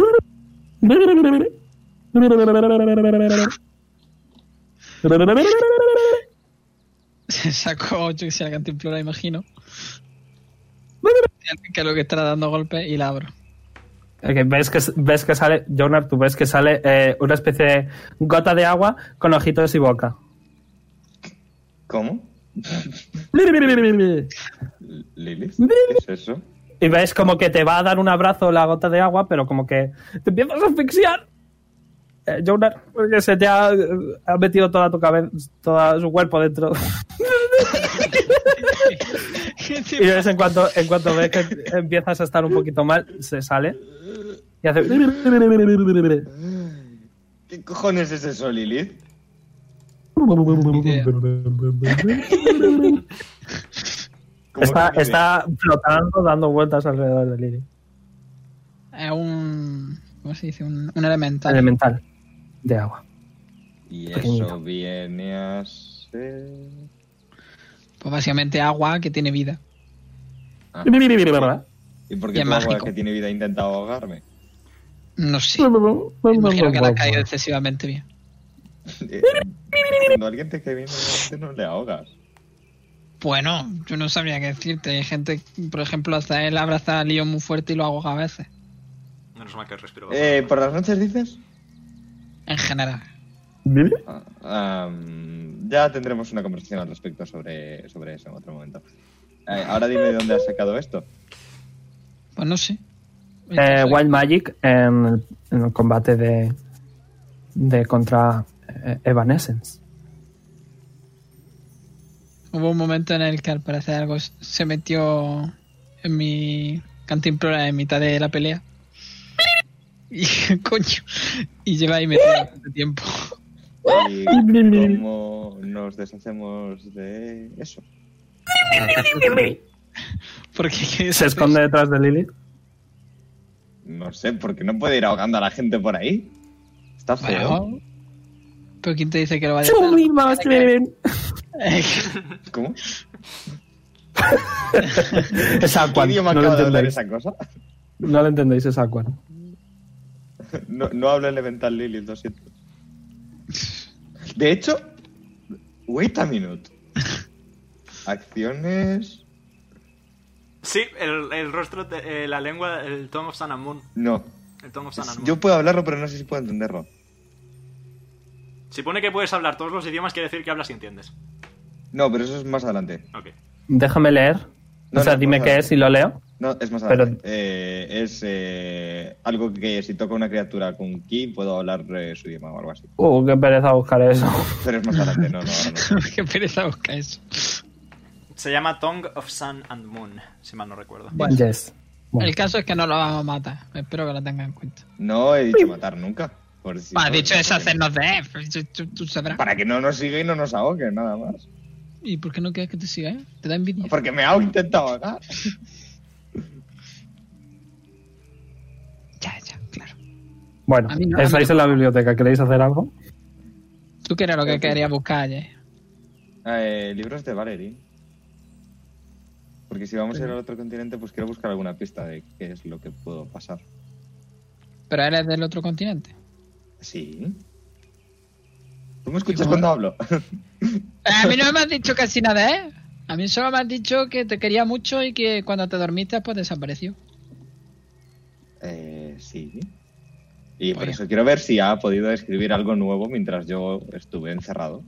S1: Se sacó, yo que sé, la cantimplora, imagino. Que es lo que estará dando golpes y la abro.
S2: Ok, ves que, ves que sale, Jonar, tú ves que sale eh, una especie de gota de agua con ojitos y boca.
S4: ¿Cómo? ¿Lilith? ¿Qué es eso?
S2: Y ves como que te va a dar un abrazo la gota de agua, pero como que te empiezas a asfixiar. Eh, Jonar, porque se te ha, eh, ha metido toda tu cabeza, todo su cuerpo dentro. y ves en cuanto, en cuanto ves que empiezas a estar un poquito mal, se sale. Y hace...
S4: ¿Qué cojones es eso, Lilith? ¿Cómo
S2: Está,
S4: que-
S2: está flotando, dando vueltas alrededor del Lili.
S1: Es un. ¿Cómo se dice? Un, un elemental.
S2: Elemental de agua.
S4: Y
S2: pequeñito.
S4: eso viene a ser...
S1: Pues básicamente agua que tiene vida.
S4: Ah,
S2: Vale,
S4: ¿Y por
S1: Y
S4: qué
S1: es
S4: tu agua
S1: mágico.
S4: que tiene vida ha intentado ahogarme?
S1: No sé.
S2: Pues,
S1: Imagino que le ha caído excesivamente bien.
S4: Eh, Cuando alguien te cae bien, normalmente no le ahogas.
S1: Bueno, yo no sabría qué decirte. Hay gente, por ejemplo, hasta él abraza a Leon muy fuerte y lo ahoga a veces.
S3: Menos mal que respiro.
S4: Eh, ¿Por las noches dices?
S1: En general.
S4: Ah, am, ya tendremos una conversación al respecto sobre, sobre eso en otro momento. Eh, ahora dime de dónde has sacado esto.
S1: Pues no sé.
S2: Eh, Wild Magic en el, en el combate de, de contra eh, Evanescence.
S1: Hubo un momento en el que al parecer algo s- se metió en mi cantimplora en mitad de la pelea. Y coño. Y lleva ahí metido bastante tiempo.
S4: ¿Y cómo nos deshacemos de eso?
S1: Porque ¿qué
S2: Se
S1: haces?
S2: esconde detrás de Lilith.
S4: No sé, porque no puede ir ahogando a la gente por ahí. Está feo.
S1: Bueno, Pero quién te dice que lo vaya a
S2: Tú
S1: hacer.
S2: misma vas a creer en-
S4: ¿Cómo?
S2: Es
S4: ¿Qué
S2: Aquan.
S4: idioma
S2: No
S4: acaba
S2: lo
S4: de hablar
S2: entendéis.
S4: esa cosa?
S2: No lo entendéis, es Aquan.
S4: No, no habla Elemental Lilith, lo siento. De hecho, wait a minute. Acciones.
S3: Sí, el, el rostro, de- eh, la lengua, el Tom of Sun and Moon.
S4: No.
S3: El Tom of Sun and Moon.
S4: Yo puedo hablarlo, pero no sé si puedo entenderlo.
S3: Si pone que puedes hablar todos los idiomas, quiere decir que hablas y entiendes.
S4: No, pero eso es más adelante.
S3: Ok.
S2: Déjame leer.
S4: No,
S2: o sea,
S4: no,
S2: dime
S4: no,
S2: qué
S4: no.
S2: es y lo leo.
S4: No, es más
S2: Pero-
S4: adelante. Eh, es eh, algo que si toco una criatura con ki puedo hablar eh, su idioma o algo así.
S2: Uh, qué pereza buscar eso.
S4: Pero es más adelante, no, no, ahora
S1: Qué pereza busca eso.
S3: Se llama Tongue of Sun and Moon, si mal no recuerdo.
S1: Bueno.
S2: Yes. Bueno.
S1: El caso es que no lo vamos a matar. Espero que lo tengan en cuenta.
S4: no. No he dicho matar nunca. Por si
S1: Bah,
S4: no,
S1: dicho
S4: no,
S1: eso, hacernos de F, tú- tú, tú sabrás.
S4: Para que no nos siga y no nos ahogue, nada más.
S1: ¿Y por qué no quieres que te siga, eh? ¿Te da envidia?
S4: Porque me ha intentado ahogar.
S1: Ya, ya, claro.
S2: Bueno,
S1: A mí no, a mí
S2: estáis
S1: no.
S2: en la biblioteca. ¿Queréis hacer algo?
S1: ¿Tú qué era lo que
S4: Sí.
S1: querías buscar ayer?
S4: Eh, libros de Valerie. Porque si vamos a ir al otro continente, pues quiero buscar alguna pista de qué es lo que puedo pasar.
S1: ¿Pero eres del otro continente?
S4: Sí. ¿Tú me escuchas
S1: Igual.
S4: cuando hablo?
S1: A mí no me has dicho casi nada, ¿eh? A mí solo me has dicho que te quería mucho y que cuando te dormiste pues desapareció.
S4: Eh, sí. Y por
S1: Oye.
S4: eso quiero ver si ha podido escribir algo nuevo mientras yo estuve encerrado.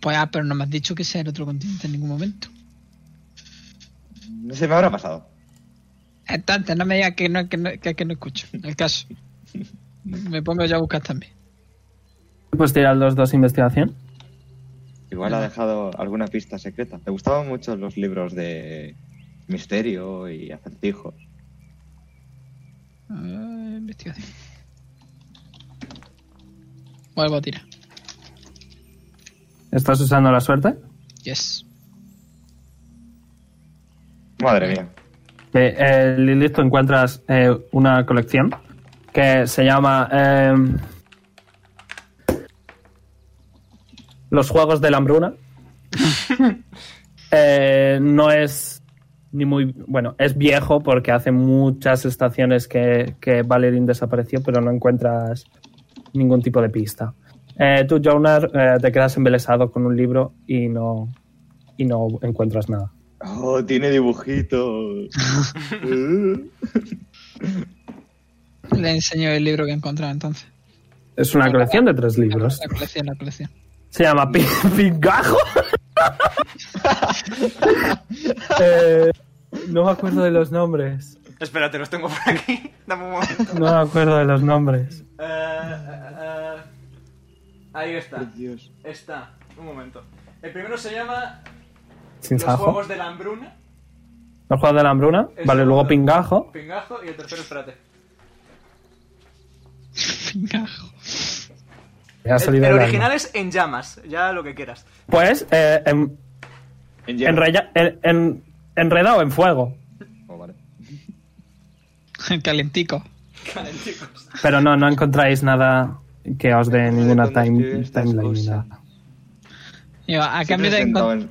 S1: Pues ah, pero no me has dicho que sea el otro continente en ningún momento.
S4: No se me habrá pasado.
S1: Entonces, no me digas que no, que no, que, que no escucho. El caso. Me pongo yo a buscar también.
S2: Pues tirar los dos investigación.
S4: Igual ha dejado alguna pista secreta. Te gustaban mucho los libros de misterio y acertijos.
S1: Ah, investigación. Vuelvo a tirar.
S2: ¿Estás usando la suerte?
S1: Yes.
S4: Madre mía.
S2: Que, eh, Lilith, tú encuentras eh, una colección que se llama eh, Los Juegos de la Hambruna. Eh, no es ni muy. Bueno, es viejo porque hace muchas estaciones que, que Valerín desapareció, pero no encuentras ningún tipo de pista. Eh, tú, Jonar, eh, te quedas embelesado con un libro y no, y no encuentras nada.
S4: Oh, tiene dibujitos.
S1: Le enseño el libro que he encontrado entonces.
S2: Es una colección de tres libros.
S1: La colección, la colección.
S2: Se llama Pi- Pingajo. Eh, no me acuerdo de los nombres.
S3: Espérate, los tengo por aquí. Dame un momento.
S2: No me acuerdo de los nombres.
S3: Eh, eh, eh, ahí está.
S4: Dios.
S3: Está. Un momento. El primero se llama Los
S2: Sinsajo.
S3: Juegos de la Hambruna,
S2: Los juegos de la hambruna.
S3: Es
S2: Vale,
S3: el
S2: luego
S3: otro.
S2: Pingajo.
S3: Pingajo y el tercero, espérate.
S1: Pingajo.
S2: Me ha
S3: El,
S2: salido
S3: el
S2: el alma.
S3: original es En Llamas, ya lo que quieras.
S2: Pues eh, en-
S4: En hierro.
S2: enrella- en- en- enredado en fuego.
S4: Oh, vale.
S1: Calentico.
S3: Calenticos.
S2: Pero no, no encontráis nada que os dé ninguna
S4: ¿Dónde
S2: time-
S4: escribe estas
S2: timeline ni
S4: cosas?
S2: nada.
S1: Digo, a cambio
S4: Siempre, se
S1: de ¿Eh?
S4: sentaba
S1: encon-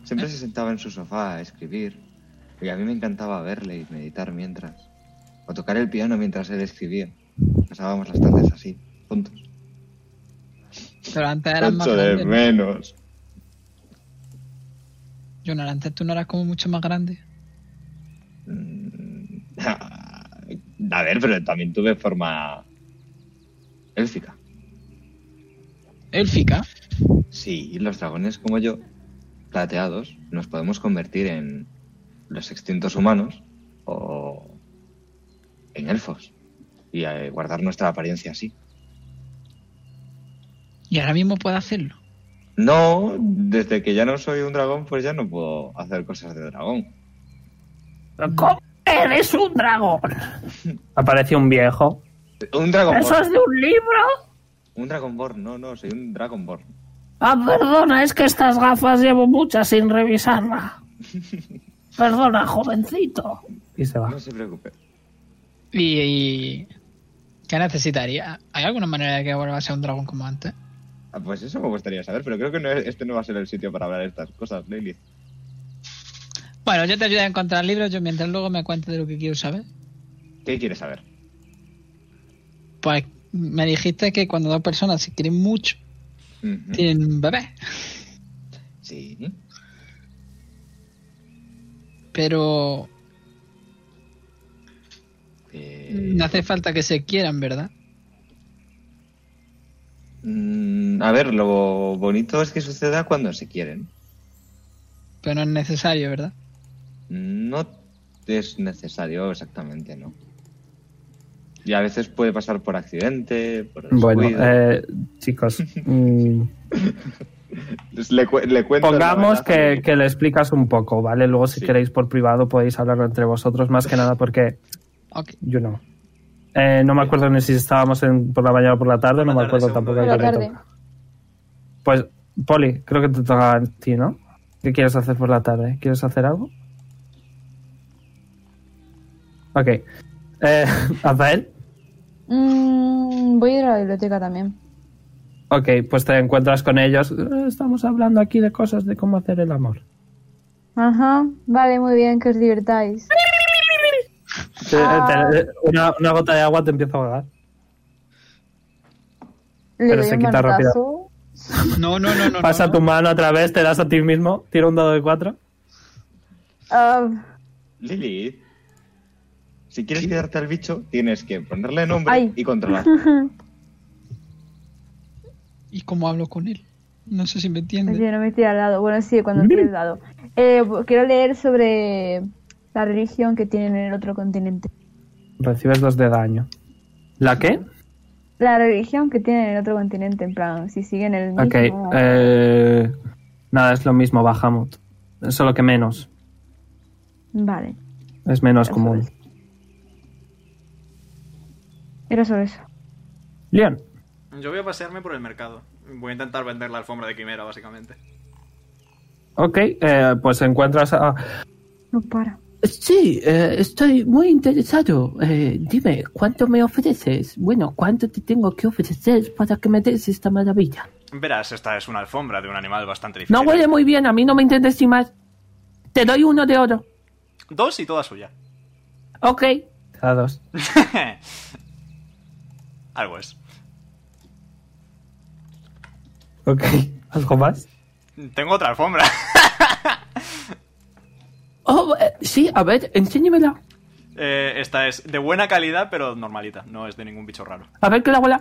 S4: en, siempre se sentaba en su sofá a escribir. Y a mí me encantaba verle y meditar mientras. O tocar el piano mientras él escribía. Pasábamos las tardes así, juntos.
S1: Pero antes eras más grande. ¿no?
S4: menos.
S1: Jonar, antes tú no eras como mucho más grande.
S4: A ver, pero también tuve forma élfica.
S1: Élfica.
S4: Sí, los dragones como yo, plateados, nos podemos convertir en los extintos humanos o en elfos y eh, guardar nuestra apariencia así.
S1: Y ahora mismo puede hacerlo.
S4: No, desde que ya no soy un dragón, pues ya no puedo hacer cosas de dragón.
S7: ¿Cómo eres un dragón?
S2: Aparece un viejo.
S4: Un dragonborn.
S7: ¿Eso es de un libro?
S4: Un dragonborn, no, no, soy un dragonborn.
S7: Ah, perdona, es que estas gafas llevo muchas sin revisarla. Perdona, jovencito.
S2: Y se va.
S4: No se preocupe.
S1: ¿Y, y qué necesitaría? ¿Hay alguna manera de que vuelva a ser un dragón como antes?
S4: Ah, Pues eso me gustaría saber, pero creo que no es- este no va a ser el sitio para hablar de estas cosas, Lilith.
S1: Bueno, yo te ayudo a encontrar libros, yo mientras luego me cuentes de lo que quiero saber.
S4: ¿Qué quieres saber?
S1: Pues me dijiste que cuando dos personas se quieren mucho,
S4: Ujú.
S1: tienen un bebé.
S4: Sí.
S1: Pero
S4: Eh,
S1: no hace falta que se quieran, ¿verdad?
S4: mm, a ver, lo bonito es que suceda cuando se quieren.
S1: Pero no es necesario, ¿verdad?
S4: No es necesario exactamente, ¿no? Y a veces puede pasar por accidente, por
S2: Bueno,
S4: descuido.
S2: eh, chicos, mm,
S4: le, cu- le cuento.
S2: pongamos
S4: la verdad.
S2: que, que le explicas un poco, ¿vale? Luego si
S4: Sí.
S2: queréis por privado podéis hablarlo entre vosotros, más que nada porque,
S1: Ok.
S2: yo no. Eh, no me acuerdo ni si estábamos en- por la mañana o por la tarde,
S3: Por la
S2: no me
S3: tarde,
S2: acuerdo
S3: segundo
S2: tampoco.
S3: día.
S2: a
S5: Por la
S2: qué le
S5: tarde.
S2: toca. Pues, Poli, creo que te toca a ti, ¿no? ¿Qué quieres hacer por la tarde? ¿Quieres hacer algo? Ok. Eh, Azael,
S5: Mm, voy a ir a la biblioteca también.
S2: ok, pues te encuentras con ellos. "Eh, Estamos hablando aquí de cosas de cómo hacer el amor.
S5: Ajá, vale, muy bien, que os divirtáis.
S2: Te-
S5: Ah.
S2: Eh, te- una, una gota de agua te empieza a ahogar.
S5: Le
S2: Pero
S5: doy
S2: se
S5: un
S2: quita rápido.
S5: manotazo.
S1: No, no, no, no.
S2: Pasa
S1: no,
S2: tu mano a través, te das a ti mismo, tira un dado de cuatro.
S5: Ah,
S4: Lilith, si quieres quedarte al bicho, tienes que ponerle nombre
S5: Ay.
S4: y controlar.
S1: ¿Y cómo hablo con él? No sé si me
S5: Pues
S1: entiende.
S5: yo no me estoy al lado. Bueno, sí, cuando estoy al lado. Eh, bu- quiero leer sobre la religión que tienen en el otro continente.
S2: Recibes dos de daño. ¿La qué?
S5: La religión que tienen en el otro continente, en plan, si siguen el mismo.
S2: Ok. eh, nada, es lo mismo, Bahamut. Solo que menos.
S5: Vale,
S2: Es menos común.
S5: era sobre eso.
S2: Leon,
S3: Yo voy a pasearme por el mercado. Voy a intentar vender la alfombra de quimera, básicamente.
S2: ok, eh, pues encuentras a...
S5: No para.
S7: Sí, eh, estoy muy interesado. Eh, dime, ¿cuánto me ofreces? Bueno, ¿cuánto te tengo que ofrecer para que me des esta maravilla?
S3: Verás, esta es una alfombra de un animal bastante
S7: No
S3: difícil.
S7: huele muy bien, a mí no me intentes timar. Te doy uno de oro.
S3: Dos y toda suya.
S7: Ok.
S2: A dos.
S3: Algo es.
S2: Ok, ¿algo más?
S3: Tengo otra alfombra.
S7: Oh, eh, sí, a ver, enséñemela.
S3: Eh, esta es de buena calidad, pero normalita. No es de ningún bicho raro.
S7: A ver que la huela.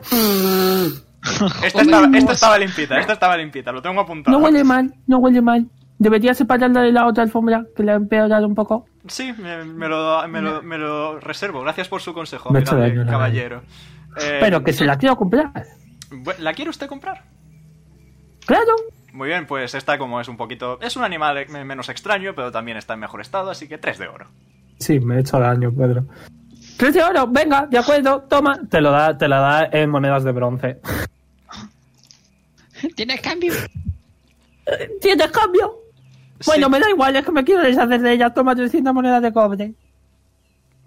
S3: Esta estaba, esta estaba limpita, esta estaba limpita. Lo tengo apuntado.
S7: No huele mal, no huele mal. Debería separarla de la otra alfombra, que la he empeorado un poco.
S3: Sí, me, me lo, me, lo, me lo reservo. Gracias por su consejo,
S2: Me ha hecho
S3: grande
S2: daño la
S3: caballero. Eh,
S7: Pero que se la quiero comprar.
S3: bu- ¿La quiere usted comprar?
S7: Claro.
S3: Muy bien, pues esta como es un poquito... Es un animal eh, menos extraño, pero también está en mejor estado, así que tres de oro.
S2: Sí, me he hecho daño, Pedro.
S7: Tres de oro, venga, de acuerdo, toma.
S2: Te, lo da, te la da en monedas de bronce.
S1: ¿Tienes cambio?
S7: ¿Tienes cambio? Bueno,
S3: Sí.
S7: me da igual, es que me quiero deshacer de ella. Toma 300 monedas de cobre.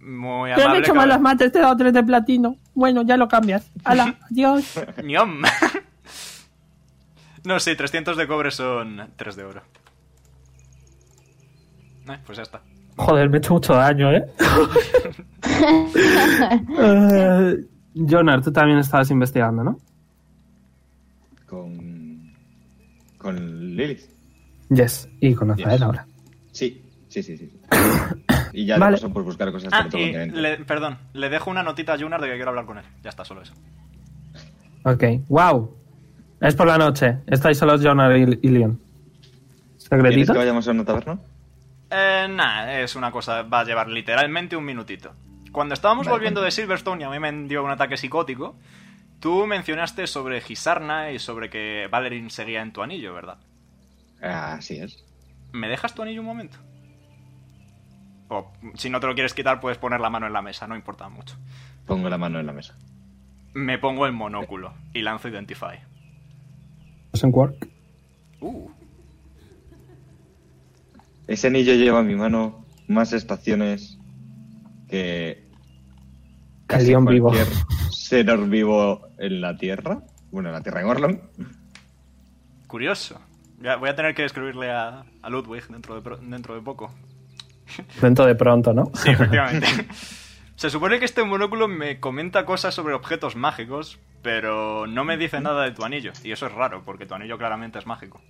S3: Muy
S7: Te han
S3: amable.
S7: hecho malas
S3: caballero.
S7: mates, te he dado 3 de platino. Bueno, ya lo cambias. Hala, adiós.
S3: Ñom. no, sí, 300 de cobre son 3 de oro. Eh, pues ya está.
S2: Joder, me he hecho mucho daño, ¿eh? Eh, Jonar, tú también estabas investigando, ¿no?
S4: Con. Con Lilith.
S2: Yes, y con Azael
S4: Yes.
S2: ahora.
S4: Sí, sí, sí, sí. sí. Y ya
S2: Vale.
S4: de paso por buscar cosas
S3: Ah,
S4: por todo
S3: y
S4: continente.
S3: le- perdón, le dejo una notita a Junar de que quiero hablar con él. Ya está, solo eso.
S2: Ok, wow. Es por la noche. Estáis solos Jonar y, y Leon.
S4: ¿Quieres
S2: ¿Secretito?
S4: que vayamos a una taberna?
S3: Eh, nah, es una cosa, va a llevar literalmente un minutito. Cuando estábamos
S4: Vale,
S3: volviendo
S4: cuéntame.
S3: de Silverstone y a mí me dio un ataque psicótico, tú mencionaste sobre Gisarna y sobre que Valerin seguía en tu anillo, ¿verdad?
S4: Así es.
S3: ¿Me dejas tu anillo un momento? O si no te lo quieres quitar, puedes poner la mano en la mesa, no importa mucho.
S4: Pongo la mano en la mesa.
S3: Me pongo el monóculo y lanzo Identify.
S2: Doesn't work.
S3: Uh,
S4: Ese anillo lleva en mi mano más estaciones que.
S2: Que
S4: casi
S2: Leon vivo.
S4: cualquier Ser vivo en la Tierra. Bueno, en la Tierra en Orlon.
S3: curioso. Ya voy a tener que escribirle a, a Ludwig dentro de, pro- dentro de poco.
S2: Dentro de pronto, ¿no?
S3: Sí, efectivamente. Se supone que este monóculo me comenta cosas sobre objetos mágicos, pero no me dice nada de tu anillo. Y eso es raro, porque tu anillo claramente es mágico.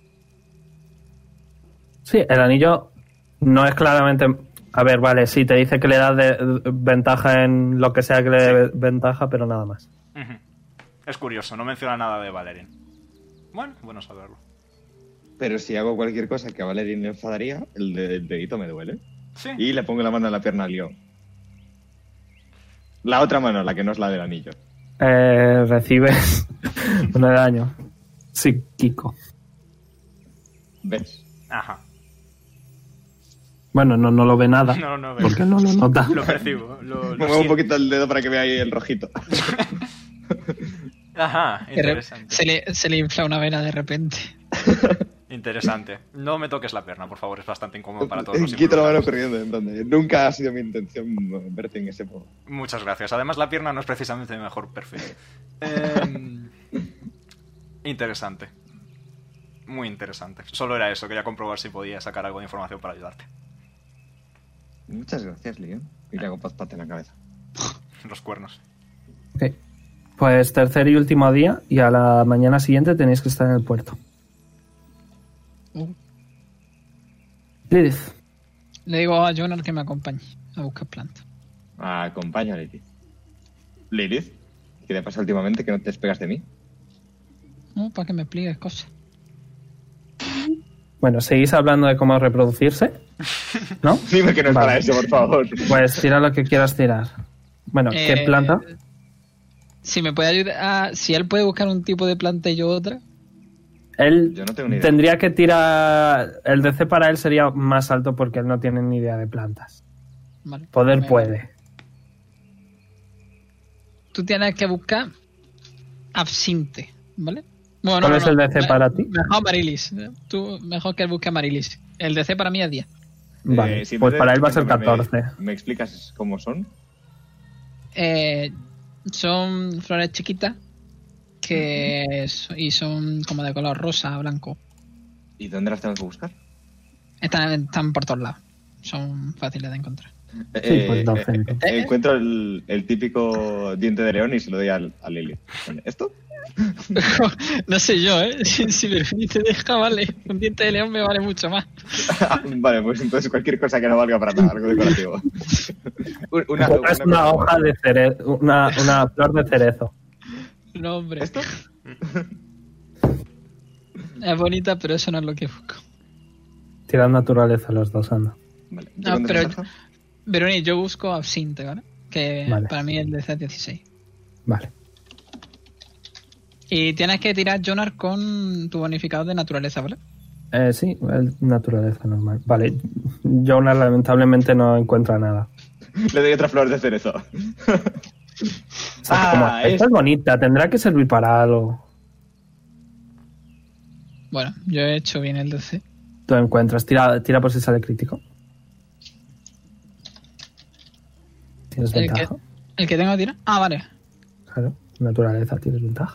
S2: Sí, el anillo no es claramente. A ver, vale, sí, te dice que le da de- de- ventaja en lo que sea que le dé ventaja, pero nada más.
S3: Ujú. Es curioso, no menciona nada de Valerin. Bueno, bueno saberlo.
S4: Pero si hago cualquier cosa que a Valerie le enfadaría, el, de- el dedito me duele.
S3: Sí.
S4: Y le pongo la mano en la pierna a León. La otra mano, la que no es la del anillo.
S2: Eh, recibes un daño psíquico.
S4: ¿Ves?
S3: Ajá.
S2: Bueno, no, no lo ve nada.
S3: No, no,
S2: Porque
S3: veo.
S2: no lo nota.
S3: Lo percibo. Lo, lo
S4: Me muevo un
S3: siento.
S4: poquito el dedo para que vea ahí el rojito.
S3: Ajá,
S1: De re-
S3: interesante.
S1: Se le, se le infla una vena de repente.
S3: Interesante. No me toques la pierna, por favor, es bastante incómodo para todos. los
S4: Quito Eh, la mano
S3: involucrados.
S4: corriendo, entonces. Nunca ha sido mi intención verte en ese modo.
S3: Muchas gracias. Además, la pierna no es precisamente mi mejor perfil. Em, interesante. Muy interesante. Solo era eso, quería comprobar si podía sacar algo de información para ayudarte.
S4: Muchas gracias, León. Y le hago pat pat en la cabeza.
S3: Los cuernos.
S2: Ok. Pues tercer y último día y a la mañana siguiente tenéis que estar en el puerto.
S1: Uh.
S2: Lilith,
S1: Le digo a Jonar que me acompañe a buscar planta.
S4: Acompaña a Lilith. Lilith, ¿qué te pasa últimamente que no te despegas de mí?
S1: No, para que me expliques cosas.
S2: bueno, seguís hablando de cómo reproducirse, ¿no?
S4: Dime que no es
S2: Vale.
S4: para eso, por favor.
S2: Pues tira lo que quieras tirar. Bueno, ¿qué
S1: Eh,
S2: planta?
S1: Si me puede ayudar, a- si él puede buscar un tipo de planta y yo otra.
S2: Él
S4: Yo no tengo ni idea.
S2: tendría que tirar... El DC para él sería más alto porque él no tiene ni idea de plantas.
S1: Vale.
S2: Poder
S1: Bueno,
S2: puede.
S4: Eh,
S1: Tú tienes que buscar absinte, ¿vale? Bueno,
S2: ¿Cuál es el DC
S1: Me-
S2: para ti?
S1: Mejor Marilis. Tú, mejor que él busque Marilis. El DC para mí es 10.
S2: Vale,
S4: Eh, si
S2: pues
S4: te-
S2: para él va a ser
S4: me- me-
S2: 14.
S4: ¿Me, explicas cómo son?
S1: Eh, son flores chiquitas que es- y son como de color rosa, blanco.
S4: ¿Y dónde las tengo que buscar?
S1: Están, están por todos lados. Son fáciles de encontrar.
S2: Sí, pues no, Federico.
S4: eh, encuentro el, el típico diente de león y se lo doy al, a Lilith. ¿Esto?
S1: no sé yo, ¿eh? Si, si me te deja, vale. Un diente de león me vale mucho más.
S4: vale, pues entonces cualquier cosa que no valga para nada, algo decorativo. Un- una,
S2: Es una hoja de cerezo, una, una flor de cerezo.
S1: No, hombre.
S4: ¿Esto?
S1: Es bonita, pero eso no es lo que busco.
S2: Tirad naturaleza los dos, anda.
S4: Vale.
S1: No,
S4: ¿Yo con
S1: pero-
S4: desventaja?
S1: Veroni, yo busco absinte, ¿vale? Que
S2: Vale.
S1: para mí el DC es 16.
S2: Vale.
S1: Y tienes que tirar Jonar con tu bonificador de naturaleza, ¿vale?
S2: Eh, sí, el- naturaleza normal. Vale, Jonah lamentablemente no encuentra nada.
S4: Le doy otra flor de cerezo.
S2: O sea,
S4: Ah,
S2: como,
S4: es-
S2: Esta es bonita, tendrá que servir para algo.
S1: Bueno, yo he hecho bien el DC.
S2: Tú encuentras, tira, tira por si sale crítico. ¿Tienes
S1: ¿El que,
S2: ventaja?
S1: ¿El que tengo que tirar? Ah, vale.
S2: Claro, naturaleza, tienes ventaja.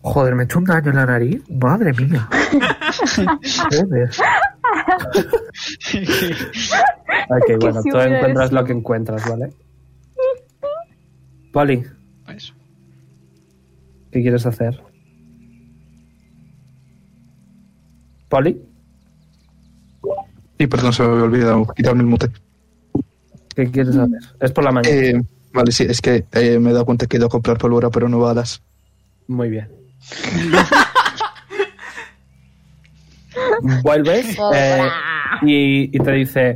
S2: Joder, me he hecho un daño en la nariz. Madre mía. Joder. ok, bueno, tú
S5: hubiera
S2: encuentras lo que encuentras, ¿vale? Poli,
S1: Pues,
S2: ¿qué quieres hacer? Poli,
S8: Y perdón, se me había olvidado quitarme el mute.
S2: ¿qué quieres hacer? Es por la mañana.
S8: Eh, vale, sí, es que eh, me he dado cuenta que he ido a comprar pólvora, pero no balas.
S2: Muy bien. Vuelves eh, y, y te dice,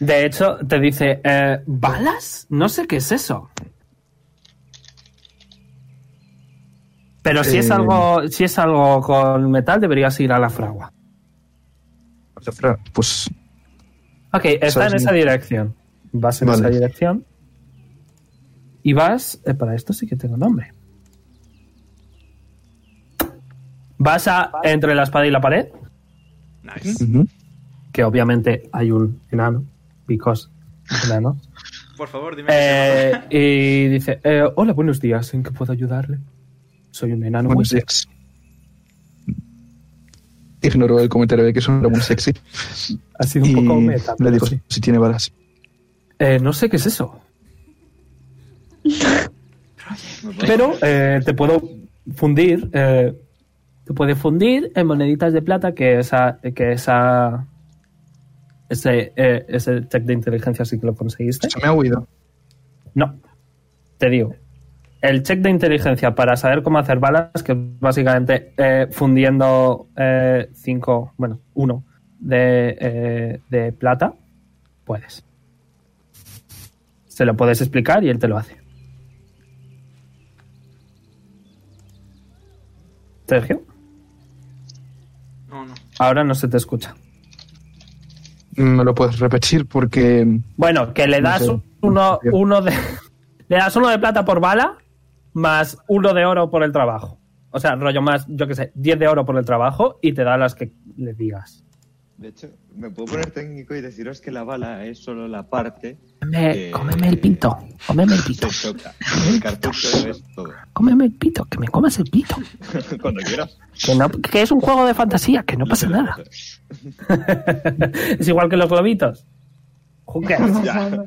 S2: de hecho, te dice, eh, ¿balas? No sé qué es eso. Pero si es
S8: Eh.
S2: algo, si es algo con metal, deberías ir a la fragua.
S8: Fra, Pues
S2: Ok, está
S8: ¿Sabes?
S2: en esa dirección. Vas en
S8: Vale.
S2: esa dirección. Y vas. eh, para esto sí que tengo nombre. Vas a. entre la espada y la pared.
S3: Nice.
S8: ujú.
S2: Que obviamente hay un enano. Because. Enano.
S3: Por favor, dime.
S2: Eh, y dice: eh, Hola, buenos días. ¿En qué puedo ayudarle? Soy un enano muy
S8: Buenos días. Ignoró el comentario de que eso era muy sexy.
S2: Ha sido
S8: Y
S2: un poco meta.
S8: le
S2: pero
S8: digo
S2: sí.
S8: si tiene balas.
S2: Eh, no sé qué es eso. Pero eh, te puedo fundir. eh, te puede fundir en moneditas de plata que esa. que esa. Ese, eh, ese check de inteligencia sí que lo conseguiste.
S8: Se me ha huido.
S2: No. Te digo. El check de inteligencia para saber cómo hacer balas, que es básicamente eh, fundiendo eh, cinco, bueno, uno de, eh, de plata, puedes. Se lo puedes explicar y él te lo hace. Sergio,
S3: No, no.
S2: ahora no se te escucha.
S8: Me lo puedes repetir porque
S2: Bueno, que le
S8: No
S2: das
S8: sé.
S2: un- uno, uno de. Le das uno de plata por bala, más uno de oro por el trabajo. O sea, rollo más, yo qué sé, 10 de oro por el trabajo y te da las que le digas.
S4: De hecho, me puedo poner técnico y deciros que la bala es solo la parte
S7: Cómeme,
S4: Eh,
S7: cómeme el pito, cómeme el pito,
S4: que se toca. El cartucho es todo.
S7: cómeme el pito, que me comas el pito.
S4: Cuando quieras.
S7: Que, no- que es un juego de fantasía, que no pasa nada.
S2: es igual que los globitos. Who cares?
S4: Ya.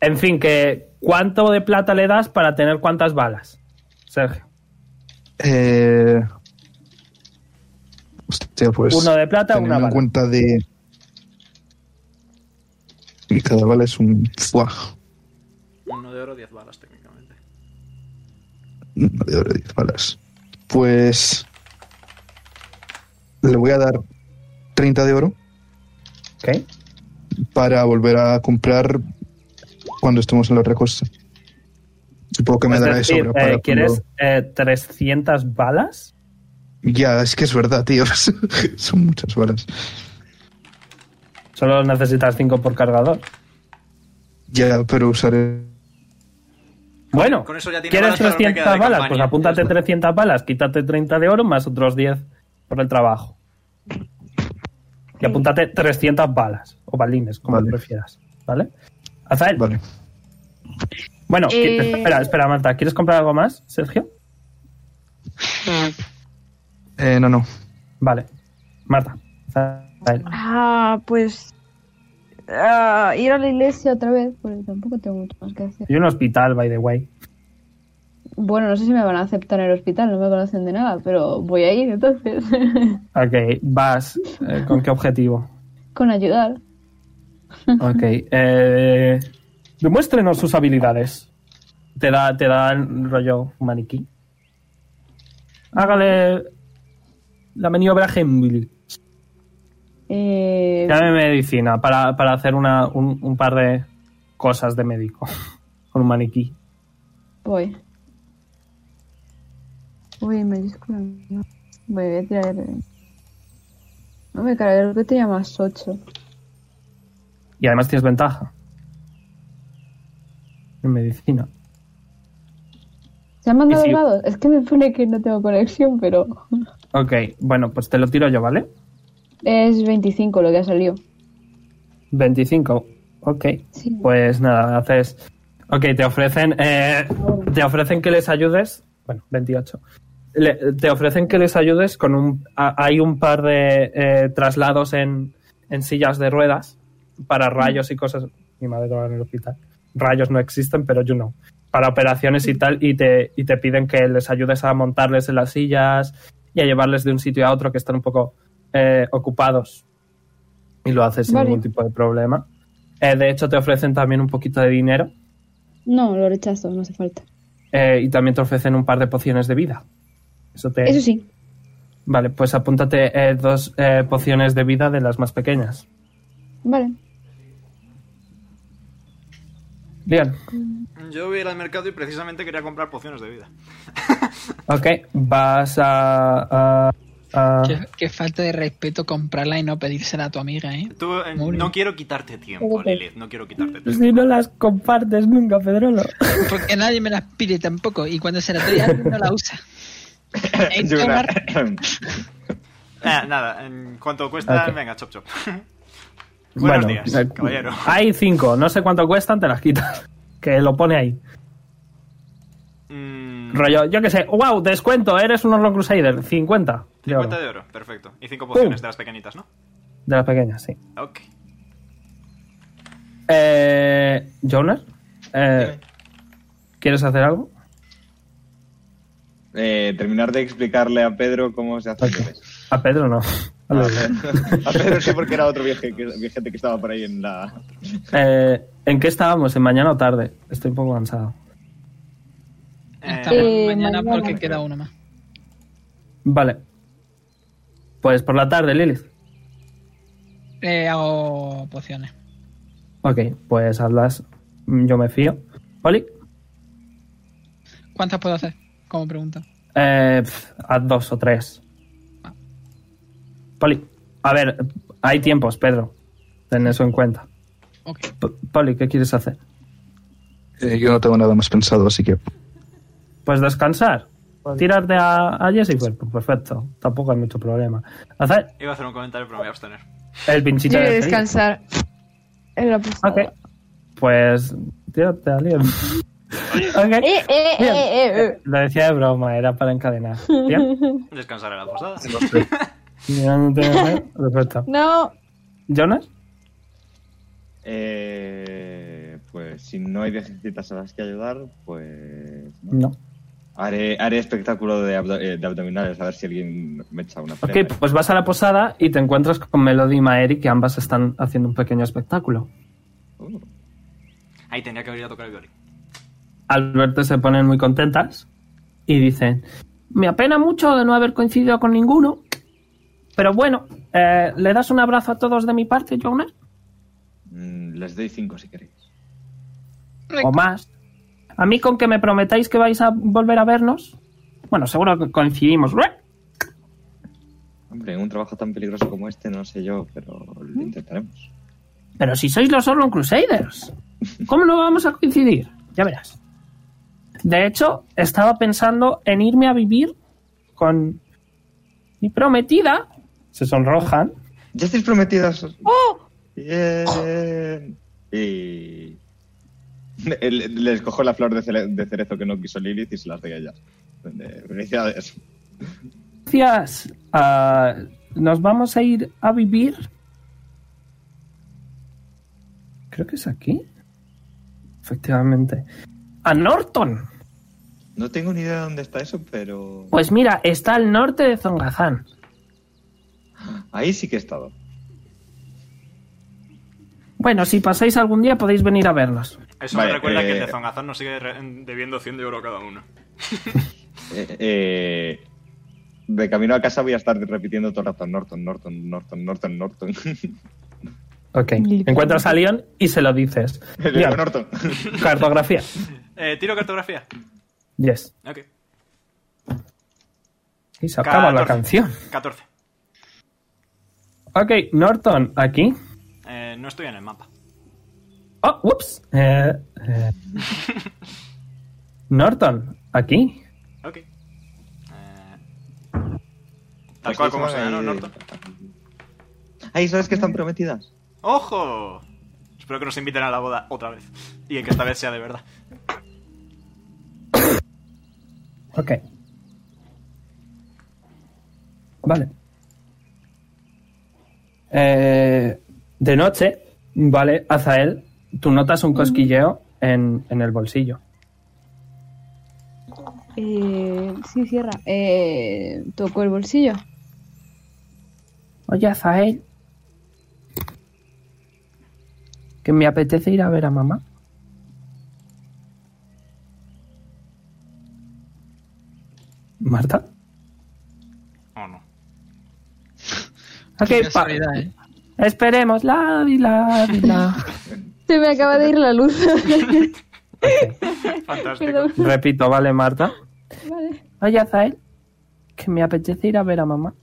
S2: En fin, que ¿cuánto de plata le das para tener cuántas balas? Sergio.
S8: Eh, hostia, pues.
S2: Uno de plata,
S8: teniendo
S2: una
S8: en
S2: bala.
S8: cuenta de. Y cada bala es un. ¡Buah!
S3: Uno de oro, diez balas técnicamente.
S8: Una de oro, diez balas. Pues. Le voy a dar 30 de oro
S2: Ok.
S8: para volver a comprar cuando estemos en los recursos. Supongo que me
S2: Es
S8: dará de
S2: decir,
S8: sobra.
S2: eh,
S8: para
S2: ¿Quieres
S8: cuando-
S2: eh, 300 balas?
S8: Ya, es que es verdad, tío. Son muchas balas.
S2: Solo necesitas 5 por cargador.
S8: Ya, pero usaré
S2: Bueno,
S3: Con eso ya tiene
S2: ¿quieres
S3: balas para lo que
S2: 300
S3: queda de
S2: balas?
S3: campaña.
S2: Pues apúntate 300 balas, quítate 30 de oro más otros 10 por el trabajo. Y apúntate 300 balas o balines, como
S8: Vale.
S2: prefieras. ¿Vale? Azael.
S8: Vale.
S2: Bueno, qui-
S5: Eh.
S2: espera, espera, Marta. ¿Quieres comprar algo más, Sergio?
S8: Eh, no, no.
S2: Vale. Marta. Azael.
S5: Ah, pues. ah, ir a la iglesia otra vez, porque tampoco tengo mucho más que hacer.
S2: Y un hospital, by the way.
S5: Bueno, no sé si me van a aceptar en el hospital, no me conocen de nada, pero voy a ir entonces.
S2: Ok, vas. eh, ¿Con qué objetivo?
S5: Con ayudar.
S2: Ok. Eh, demuéstrenos sus habilidades. Te da, te da el rollo maniquí. Hágale la maniobra Heimlich.
S5: Eh,
S2: Llame medicina para, para hacer una, un, un par de cosas de médico con un maniquí.
S5: voy. Uy, en mayúscula. no. Voy, voy a tirar. el- No me cargué, creo que tenía más 8.
S2: Y además tienes ventaja. En medicina.
S5: ¿Se han mandado
S2: Y si-
S5: los dados? Es que me pone que no tengo conexión, pero.
S2: Ok, bueno, pues te lo tiro yo, ¿vale?
S5: Es 25 lo que ha salido.
S2: 25. Ok.
S5: Sí.
S2: Pues nada, haces. Ok, te ofrecen. eh, te ofrecen que les ayudes. Bueno, 28. Le- te ofrecen que les ayudes con un. a- hay un par de eh, traslados en, en sillas de ruedas para rayos y cosas. Mi madre trabaja en el hospital. Rayos no existen, pero yo no. Para operaciones y tal, y te, y te piden que les ayudes a montarles en las sillas y a llevarles de un sitio a otro que están un poco eh, ocupados. Y lo haces sin
S5: Vale.
S2: ningún tipo de problema. Eh, de hecho, te ofrecen también un poquito de dinero
S5: No, lo rechazo, no hace falta.
S2: eh, y también te ofrecen un par de pociones de vida. Eso te.
S5: Eso sí,
S2: Vale, pues apúntate eh, dos eh, pociones de vida de las más pequeñas.
S5: vale.
S2: Bien.
S3: Yo voy a ir al mercado y precisamente quería comprar pociones de vida.
S2: Ok, vas a. a- a-
S1: Qué, qué falta de respeto comprarla y no pedírsela a tu amiga, ¿eh?
S3: Tú, eh,
S1: Muy bien.
S3: no quiero quitarte tiempo, Lilith. No quiero quitarte tiempo.
S2: Si no las compartes nunca, Pedrolo.
S1: Porque nadie me las pide tampoco. Y cuando se la doy a alguien no la usa. Hay que
S4: Llorar.
S1: tomar-
S3: Eh, nada, en cuanto cuesta,
S2: Ok.
S3: venga, chop chop. Buenos días,
S2: eh,
S3: caballero.
S2: Hay cinco, no sé cuánto cuestan, te las quitas. Que lo pone ahí.
S3: Mm,
S2: Rollo, yo qué sé, wow, descuento, eres un Orlon Crusader, 50. de oro.
S3: 50 de oro, perfecto. Y 5 pociones
S2: ¡Pum!
S3: de las pequeñitas, ¿no?
S2: De las pequeñas, sí.
S3: Ok.
S2: Eh, Jonas, eh, ¿quieres hacer algo?
S4: Eh, terminar de explicarle a Pedro cómo se hace.
S2: Ok. A Pedro no. A los dos.
S4: A Pedro sí, porque era otro vieje que, viejete que estaba por ahí en la.
S2: Eh, ¿En qué estábamos? ¿En mañana o tarde? Estoy un poco cansado.
S3: Eh,
S1: Hasta mañana,
S5: mañana.
S1: porque queda uno más.
S2: Vale. Pues por la tarde, Lilith.
S1: Eh, hago pociones.
S2: Ok, pues hazlas. Mm, Yo me fío. Oli,
S1: ¿Cuántas puedo hacer? Como pregunta.
S2: eh, pf, haz dos o tres. Poli, a ver, hay tiempos, Pedro. Ten eso en cuenta.
S1: Ok.
S2: P- Poli, ¿qué quieres hacer?
S8: Eh, yo no tengo nada más pensado, así que
S2: Pues descansar. Tirarte a, a Jessica. Pues Perfecto. Tampoco hay mucho problema. Hacer
S3: Iba a hacer un comentario, pero me voy a abstener.
S2: el pinchito
S9: Yo voy a
S2: de Felipe.
S9: descansar.
S5: En la Eh, posada.
S2: ¿eh? Ok. Pues tírate a Liam. Ok.
S5: Eh, eh,
S2: Bien.
S5: eh, eh, eh.
S2: Lo decía de broma, era para encadenar. Bien.
S3: Descansar en la posada.
S2: Ya no tengo más. Perfecto.
S5: No.
S2: ¿Jonas?
S4: Eh, pues si no hay viejecitas a las que ayudar, pues... no.
S2: No.
S4: Haré, haré espectáculo de, abdo- eh, de abdominales a ver si alguien me echa una
S2: Ok,
S4: frena.
S2: pues vas a la posada y te encuentras con Melody y Maeri, que ambas están haciendo un pequeño espectáculo.
S4: Uh,
S3: Ahí tendría que haber ido a tocar el violín.
S2: Al verte se ponen muy contentas y dicen, me apena mucho de no haber coincidido con ninguno, pero bueno, eh, ¿le das un abrazo a todos de mi parte, Jonas?
S4: mm, les doy cinco si queréis.
S2: o más. A mí con que me prometáis que vais a volver a vernos. Bueno, seguro que coincidimos.
S4: Hombre, en un trabajo tan peligroso como este, no sé yo, pero lo intentaremos.
S2: Pero si sois los Orlon Crusaders, ¿cómo no vamos a coincidir? Ya verás. De hecho, estaba pensando en irme a vivir con mi prometida. Se sonrojan.
S4: ¡Ya estáis prometidas!
S9: ¡Oh!
S4: Bien. Y... Le- Les cojo la flor de, cere- de cerezo que no quiso Lilith y se las doy a ellas. Eh, Felicidades.
S2: Gracias. Ah, Nos vamos a ir a vivir. Creo que es aquí. Efectivamente. A Norton.
S4: No tengo ni idea de dónde está eso, pero...
S2: Pues mira, está al norte de Zongazán.
S4: Ahí sí que he estado.
S2: Bueno, si pasáis algún día podéis venir a vernos.
S3: Eso
S4: Vale,
S3: me recuerda que el
S4: eh,
S3: de Zongazán nos sigue re- debiendo 100 de oro cada uno.
S4: Eh, eh, de camino a casa voy a estar repitiendo todo el rato Norton, Norton, Norton, Norton, Norton.
S2: Ok. Encuentras a Leon y se lo dices.
S4: El
S2: Leon,
S4: Norton.
S2: cartografía.
S3: Eh, tiro cartografía.
S2: Yes.
S3: Ok.
S2: Y se acaba la
S3: Catorce.
S2: canción.
S3: 14.
S2: Ok, Norton, aquí.
S3: Eh, no estoy en el mapa.
S2: Oh, whoops. Eh, eh. Norton, aquí.
S3: Ok. Eh,
S4: Pues
S3: tal cual como se ¿no, Norton?
S4: Ahí, ¿sabes que están prometidas?
S3: ¡Ojo! Espero que nos inviten a la boda otra vez. Y que esta vez sea de verdad.
S2: Ok. Vale. Eh, de noche, vale, Azael, tú notas un cosquilleo en, en el bolsillo.
S5: Eh, sí, cierra. Eh, toco el bolsillo.
S2: Oye, Azael. Que me apetece ir a ver a mamá. Marta.
S3: Oh, no.
S2: Ok,
S1: Qué
S2: pa-
S1: casualidad, ¿eh?
S2: esperemos. La, di, la, di, la.
S5: Se me acaba de ir la luz.
S2: Ok.
S3: Fantástico.
S5: Perdón.
S2: Repito, ¿vale, Marta?
S5: Vale.
S2: Oye, Azael, que me apetece ir a ver a mamá.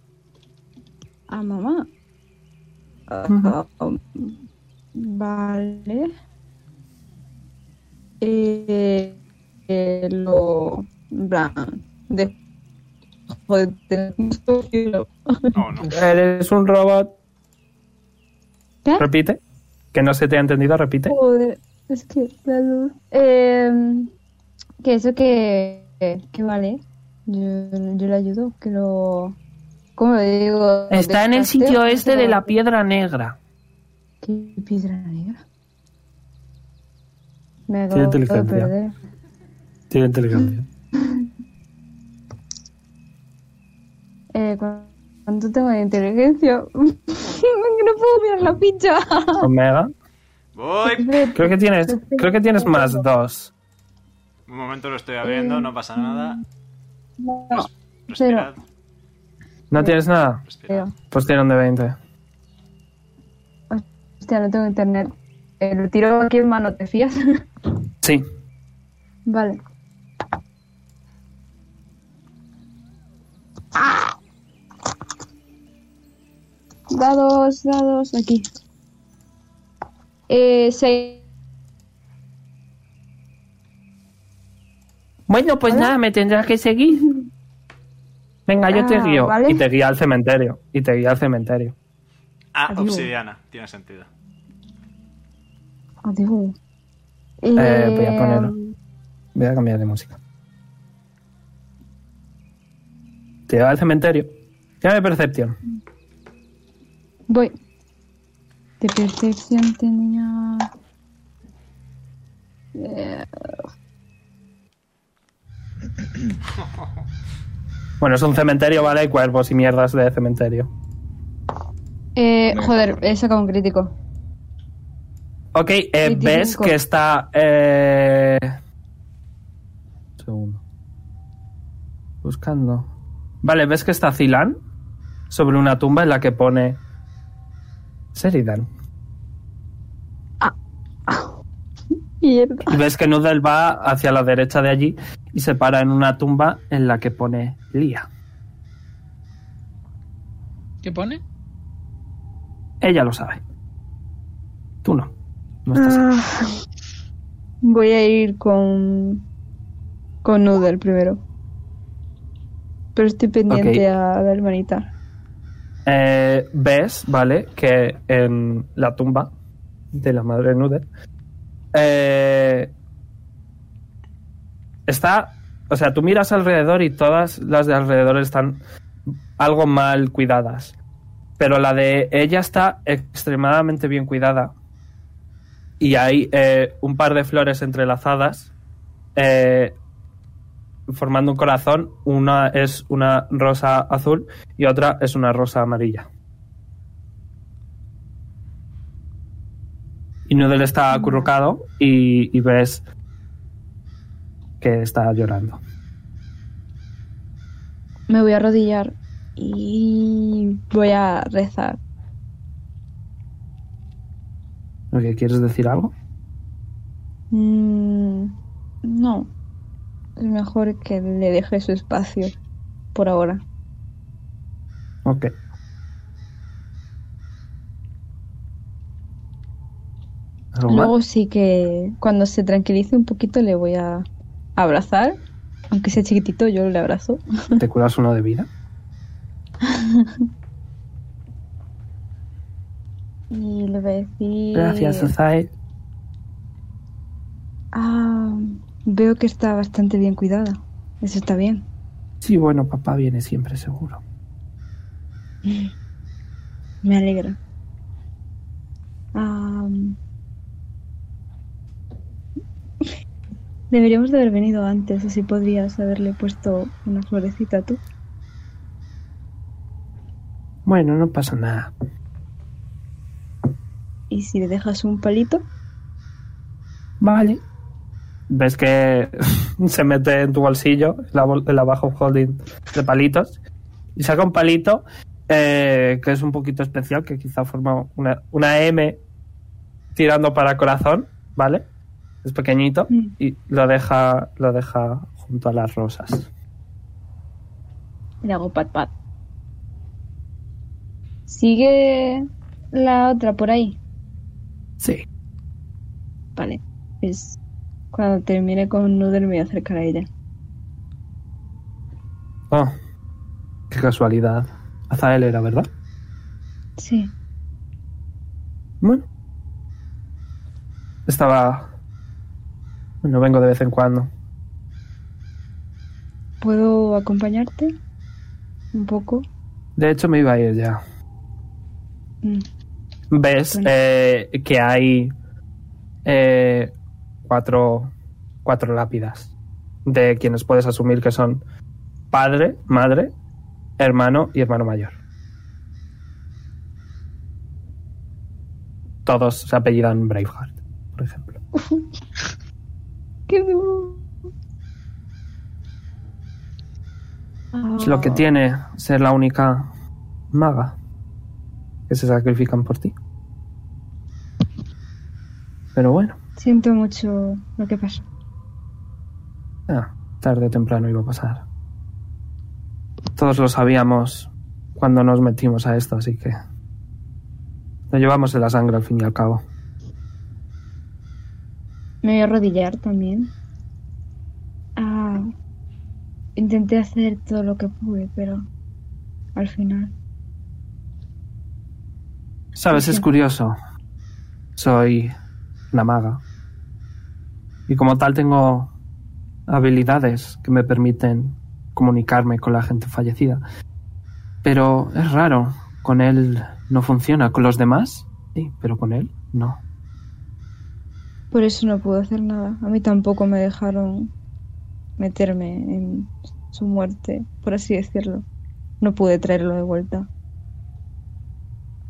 S5: A mamá.
S2: Ujú.
S5: Um, Vale. Eh, eh, lo. en plan, de- Joder, tener mucho filo.
S3: Oh, no.
S2: Eres un robot.
S5: ¿Qué?
S2: Repite. Que no se te ha entendido, repite.
S5: Joder, es que la luz. Eh, que eso que. que vale. Yo, yo le ayudo, que lo. ¿Cómo digo?
S2: Está en el
S5: Descasteo,
S2: sitio
S5: no sé
S2: este de
S5: cómo-
S2: la piedra negra.
S5: ¿Qué piedra negra?
S2: Tiene
S5: Me acabo de
S2: inteligencia.
S5: perder.
S2: Tiene inteligencia.
S5: Eh, ¿cu- ¿Cuánto tengo de inteligencia? no puedo mirar la ficha.
S2: Omega.
S3: Voy.
S2: Creo que tienes, creo que tienes más dos.
S3: Un momento lo estoy abriendo, no pasa nada.
S5: No,
S3: Respirad.
S2: ¿No tienes nada?
S3: Respirad.
S5: creo.
S2: Pues tiene un de 20.
S5: Hostia, no tengo internet. Eh, lo tiro aquí en mano, ¿te fías?
S2: Sí.
S5: vale. Dados, dados, aquí. Eh, seis.
S7: Bueno, pues nada, me tendrás que seguir.
S2: Venga, yo te
S5: Ah,
S2: guío.
S5: vale.
S2: Y te guía al cementerio. Y te guía al cementerio.
S3: Ah,
S5: Adiós.
S3: obsidiana. Tiene sentido.
S5: Adiós.
S2: Eh, voy a ponerlo. Voy a cambiar de música. Te lleva al cementerio. Llame Percepción.
S5: Voy. De percepción tenía. Eh,
S2: Bueno, es un cementerio, ¿vale? Hay cuervos y mierdas de cementerio.
S5: eh, joder, he sacado un crítico.
S2: Ok, eh,
S5: 25.
S2: ves que está. Eh... Segundo. Buscando. Vale, ves que está Zilan sobre una tumba en la que pone. Seridan.
S5: Mierda.
S2: Y ves que Noodle va hacia la derecha de allí y se para en una tumba en la que pone Lía.
S1: ¿Qué pone?
S2: Ella lo sabe. Tú no. No
S5: Ah.
S2: estás ahí.
S5: Voy a ir con. con Noodle primero. Pero estoy pendiente a la hermanita.
S2: Eh, ves, ¿vale? Que en la tumba de la madre de Nude eh, está. O sea, tú miras alrededor y todas las de alrededor están algo mal cuidadas. Pero la de ella está extremadamente bien cuidada. Y hay eh, un par de flores entrelazadas. eh, formando un corazón. Una es una rosa azul y otra es una rosa amarilla. Y Noodle está acurrucado y, y ves que está llorando.
S5: Me voy a arrodillar y voy a rezar.
S2: ¿Lo que quieres decir algo?
S5: Mm, no. Es mejor que le deje su espacio por ahora.
S2: Ok. ¿Algo más?
S5: Luego sí que cuando se tranquilice un poquito le voy a abrazar. Aunque sea chiquitito, yo le abrazo.
S2: ¿Te curas uno de vida?
S5: Y le voy a decir...
S2: Gracias, Uzai.
S5: Ah, veo que está bastante bien cuidada. Eso está bien.
S2: Sí, bueno, papá viene siempre seguro.
S5: Me alegra. Am. Deberíamos de haber venido antes, así podrías haberle puesto una florecita tú.
S2: Bueno, no pasa nada.
S5: Y si le dejas un palito,
S2: Vale. Ves que se mete en tu bolsillo, la bol- el abajo holding de palitos, y saca un palito eh, que es un poquito especial, que quizá forma una, una M tirando para corazón, ¿vale? Es pequeñito
S5: Mm.
S2: y lo deja, lo deja junto a las rosas.
S5: le hago pat pat. Sigue la otra por ahí.
S2: Sí.
S5: Vale. Pues cuando termine con Noodle me voy a acercar a ella.
S2: Oh, qué casualidad. Azael era, ¿verdad?
S5: Sí.
S2: Bueno. Estaba... Bueno, vengo de vez en cuando.
S5: ¿Puedo acompañarte? Un poco.
S2: De hecho, me iba a ir ya.
S5: Mm.
S2: ves
S5: Bueno.
S2: eh, que hay eh, cuatro, cuatro lápidas de quienes puedes asumir que son padre, madre, hermano y hermano mayor. Todos se apellidan Braveheart, por ejemplo.
S5: ¡Qué duro! Ah,
S2: Es
S5: Oh.
S2: lo que tiene ser la única maga que se sacrifican por ti. Pero bueno,
S5: Siento mucho lo que pasó.
S2: ah, tarde o temprano iba a pasar. Todos lo sabíamos cuando nos metimos a esto, así que... Lo llevamos en la sangre al fin y al cabo.
S5: Me voy a arrodillar también. Ah, intenté hacer todo lo que pude, pero al final.
S2: Sabes, es curioso. Soy una maga. Y como tal tengo habilidades que me permiten comunicarme con la gente fallecida. Pero es raro. Con él no funciona. Con los demás, sí, pero con él no.
S5: Por eso no pude hacer nada. A mí tampoco me dejaron meterme en su muerte, por así decirlo. No pude traerlo de vuelta.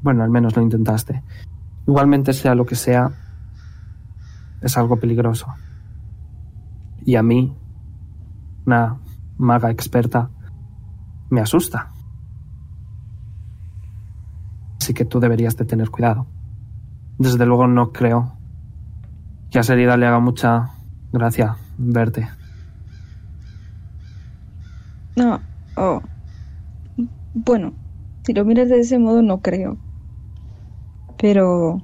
S2: Bueno, al menos lo intentaste. Igualmente sea lo que sea, es algo peligroso. Y a mí, una maga experta, me asusta. Así que tú deberías de tener cuidado. Desde luego no creo que a Serida le haga mucha gracia verte.
S5: No, oh. Bueno, si lo miras de ese modo, no creo. Pero.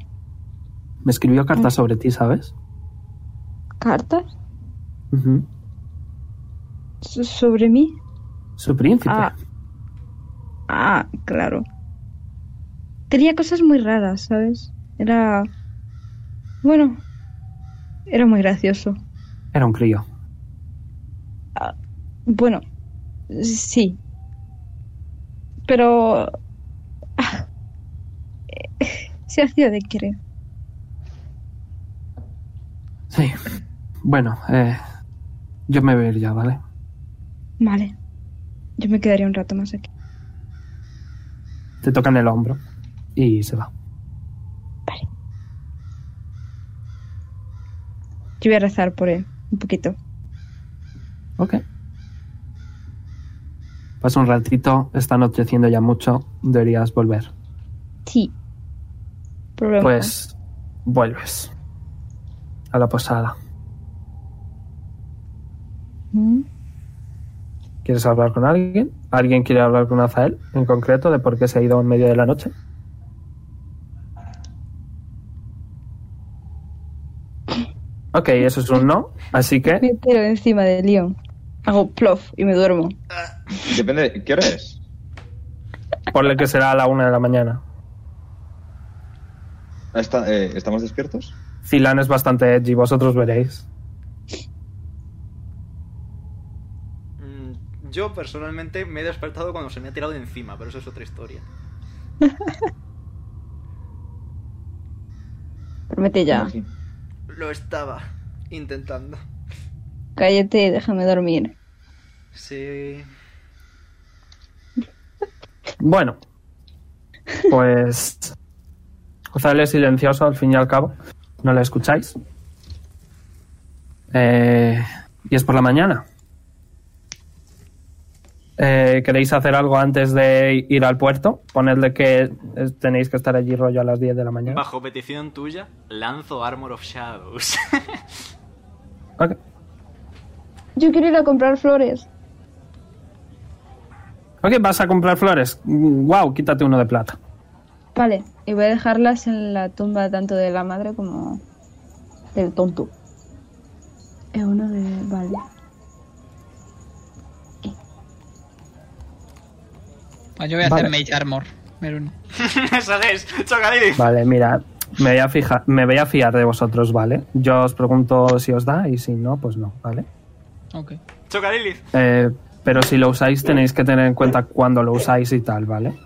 S2: Me escribió cartas sobre ti, ¿sabes?
S5: ¿Cartas?
S2: Ujú.
S5: ¿So- ¿Sobre mí?
S2: Su príncipe.
S5: Ah. Ah, claro. Tenía cosas muy raras, ¿sabes? Era. Bueno. Era muy gracioso.
S2: Era un crío.
S5: Bueno. Sí. Pero. ah, eh, se hacía de querer.
S2: Sí. Bueno, eh, yo me voy a ir ya, ¿vale?
S5: Vale. Yo me quedaría un rato más aquí.
S2: Te tocan el hombro y se va.
S5: Yo voy a rezar por él. Un poquito.
S2: Ok. Pasa un ratito, está anocheciendo ya mucho, deberías volver.
S5: Sí. Problema.
S2: Pues vuelves a la posada.
S5: Mm.
S2: ¿Quieres hablar con alguien? ¿Alguien quiere hablar con Azael en concreto de por qué se ha ido en medio de la noche? Ok, eso es un no, así que
S5: Me tiro encima de Leon. Hago plof y me duermo.
S4: Depende de qué hora es.
S2: ponle que será a la una de la mañana.
S4: Está- eh, ¿Estamos despiertos?
S2: Zilan es bastante edgy, vosotros veréis.
S3: Mm, Yo personalmente me he despertado cuando se me ha tirado de encima, pero eso es otra historia.
S5: Promete ya.
S4: Imagino.
S3: Lo estaba intentando.
S5: Cállate y déjame dormir.
S3: Sí.
S2: Bueno, pues. Ozal es silencioso al fin y al cabo. No la escucháis. Eh, y es por la mañana. Eh, ¿Queréis hacer algo antes de ir al puerto? Ponedle que eh, tenéis que estar allí rollo a las 10 de la mañana.
S3: Bajo petición tuya, lanzo Armor of Shadows.
S2: Ok.
S5: Yo quiero ir a comprar flores.
S2: ok, vas a comprar flores. Wow, quítate uno de plata.
S5: Vale. Y voy a dejarlas en la tumba tanto de la madre como del tonto. Es uno de... Vale.
S1: Ah, Yo voy a
S2: Vale.
S1: hacer Mage Armor. Merún.
S3: Eso es, Chocalidi.
S2: Vale, mira, me voy, a fija- me voy a fiar de vosotros, ¿vale? Yo os pregunto si os da y si no, pues no, ¿vale?
S1: Ok.
S3: Chocalidi.
S2: Eh, pero si lo usáis tenéis que tener en cuenta cuándo lo usáis y tal, ¿vale?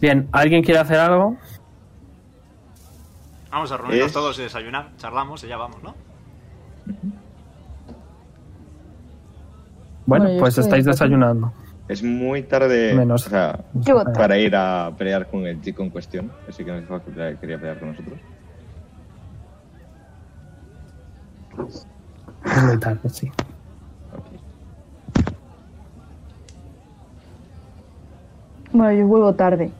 S2: Bien, ¿alguien quiere hacer algo?
S3: Vamos a reunirnos
S4: Es-
S3: todos y desayunar, charlamos y ya vamos, ¿no?
S2: Bueno,
S5: Bueno, yo
S2: pues
S5: estoy
S2: estáis
S5: de acuerdo.
S2: desayunando.
S4: Es muy tarde
S2: Menos.
S4: o sea,
S5: Qué guapo.
S4: para ir a pelear con el chico en cuestión. Así que no dijo que ple- quería pelear con nosotros.
S2: Es muy tarde, sí.
S5: Bueno, yo vuelvo tarde.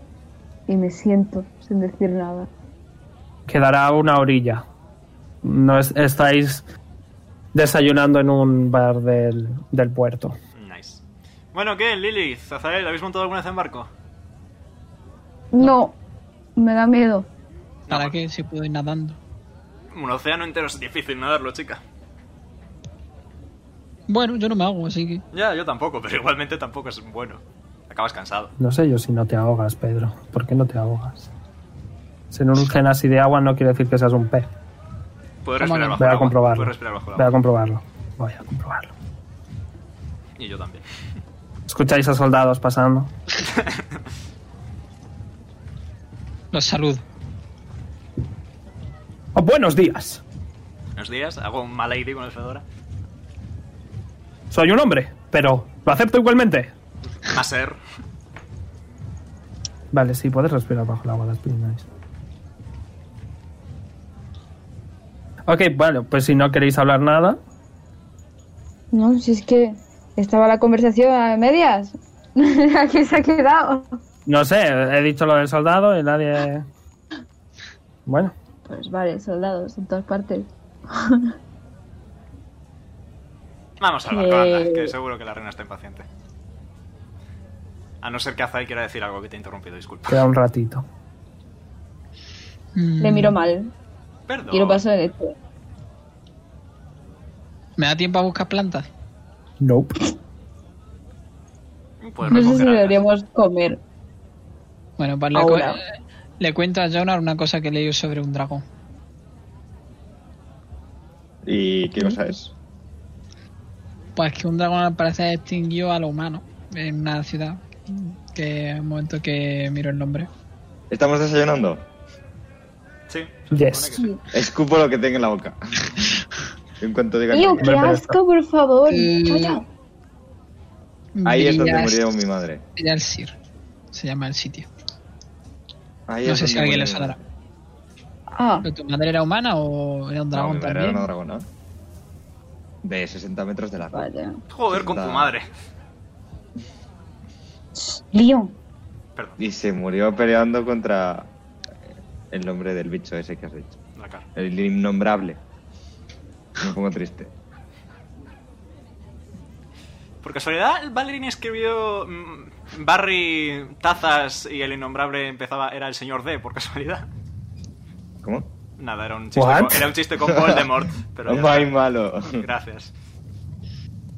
S5: Y me siento sin decir nada.
S2: Quedará a una orilla. No es- estáis desayunando en un bar del, del puerto.
S3: Nice. Bueno, ¿qué? Lilith, Zazael, ¿habéis montado alguna vez en barco?
S5: No, me da miedo.
S1: ¿Para qué? Si puedo ir nadando.
S3: Un océano entero es difícil nadarlo, chica.
S1: Bueno, yo no me hago, así que.
S3: Ya, yo tampoco, pero igualmente tampoco es bueno. Acabas cansado.
S2: No sé yo si no te ahogas, Pedro. ¿Por qué no te ahogas? Ser un gen así de agua no quiere decir que seas un pez.
S3: Puedo
S1: Toma,
S3: respirar
S1: no.
S2: Voy
S3: bajo el
S2: a
S3: agua.
S2: comprobarlo.
S3: Puedo respirar bajo el
S2: Voy a
S3: agua.
S2: comprobarlo. Voy a comprobarlo.
S3: Y yo también.
S2: Escucháis a soldados pasando.
S1: Los saludo.
S2: ¡Oh, buenos días.
S3: Buenos días, hago un mal ID con el Fedora.
S2: Soy un hombre, pero lo acepto igualmente.
S3: A ser.
S2: Vale, sí, puedes respirar bajo el agua, las nice. Ok, vale, pues si no queréis hablar nada,
S5: No, si es que estaba la conversación a medias. Aquí se ha quedado.
S2: no sé, he dicho lo del soldado y nadie... Bueno,
S5: Pues vale, soldados en todas partes.
S3: Vamos al barco, anda,
S5: Eh.
S3: que seguro que la reina está impaciente. A no ser que Azael quiera decir algo que te he interrumpido, disculpa.
S2: queda un ratito.
S1: Mm,
S5: Le miro mal.
S3: Perdón.
S5: Quiero paso de esto.
S1: ¿Me da tiempo a buscar plantas?
S2: Nope.
S3: Puedes
S5: No sé si
S3: recoger algas.
S5: deberíamos comer.
S1: Bueno, pues le, cu-
S5: Ahora.
S1: le cuento a Jonar una cosa que leí sobre un dragón.
S4: ¿Y qué cosa es?
S1: Pues que un dragón al parecer extinguió a los humanos en una ciudad. Que un momento que miro el nombre.
S4: ¿Estamos desayunando?
S3: Sí.
S2: Yes.
S3: supone
S4: Escupo lo que tenga en la boca. en cuanto diga el
S5: Tío,
S4: nombre.
S5: qué asco, por favor.
S1: Mm.
S5: Chao, chao.
S4: Ahí es donde
S1: Villas-
S4: murió mi madre.
S1: Villalsir. Se llama el sitio.
S4: Ahí
S1: No
S4: es
S1: sé si
S4: donde
S1: alguien
S4: murió
S1: lo
S4: mi
S1: sabrá.
S4: madre.
S5: Ah,
S1: ¿Pero ¿Tu madre era humana o era un
S4: No,
S1: dragón
S4: mi madre
S1: también?
S4: era una dragona. De 60 metros de largo.
S5: vaya.
S3: que sí. Joder, con tu madre.
S5: Leon.
S3: Perdón,
S4: Y se murió peleando contra el nombre del bicho ese que has dicho.
S3: la cara.
S4: El innombrable. Me pongo triste.
S3: Por casualidad, Valerín escribió mm, Barry Tazas y el innombrable empezaba era el señor D, por casualidad.
S4: ¿Cómo?
S3: Nada, era un chiste,
S2: What?
S3: con, era un chiste con Voldemort. Pero ya
S4: Muy
S3: está.
S4: malo.
S3: gracias.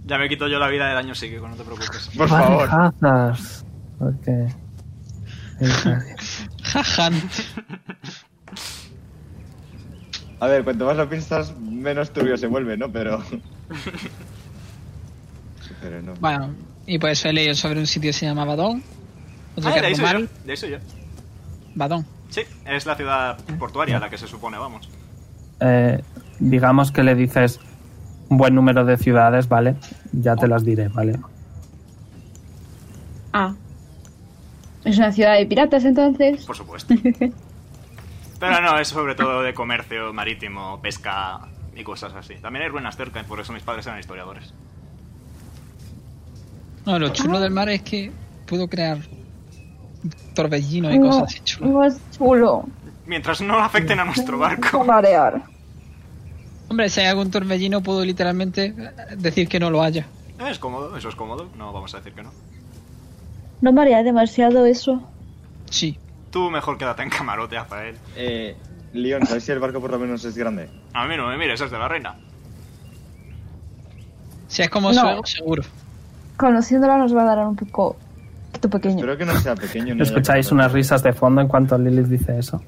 S3: Ya me quito yo la vida del año psíquico, no te preocupes.
S4: Por favor.
S2: Barrejazas. Ok.
S1: Jajan.
S4: A ver, cuanto más lo piensas, menos turbio se vuelve, ¿no? Pero. Pero no.
S1: Bueno, y por eso he leído sobre un sitio que se llama Badón. Otro
S3: Ah,
S1: que
S3: de ahí
S1: es
S3: soy yo.
S1: Rumal.
S3: De ahí soy yo.
S1: Badón.
S3: Sí, es la ciudad portuaria la que se supone, vamos.
S2: Eh, digamos que le dices un buen número de ciudades, ¿vale? Ya te las diré, ¿vale?
S5: Ah. Es una ciudad de piratas, entonces.
S3: Por supuesto. Pero no, es sobre todo de comercio marítimo, pesca y cosas así. También hay ruinas cerca, por eso mis padres eran historiadores.
S1: No, lo chulo del mar es que puedo crear torbellinos y
S5: No,
S1: Pues cosas así chulas.
S5: no es chulo.
S3: Mientras no afecten a nuestro barco.
S5: Marear.
S1: Hombre, si hay algún torbellino puedo literalmente eh, decir que no lo haya.
S3: Es cómodo, eso es cómodo. No vamos a decir que no.
S5: No marea demasiado eso.
S1: Sí.
S3: Tú mejor quédate en camarote, Rafael.
S4: Eh, Leon, ¿sabes si el barco por lo menos es grande?
S3: A mí no me mires, es de la reina.
S1: Si es como
S5: No.
S1: suelo, seguro.
S5: Conociéndola nos va a dar un poco. Esto pequeño.
S4: Espero que no sea pequeño. ni
S2: Escucháis
S4: haya-
S2: unas risas de fondo en cuanto Lilith dice eso.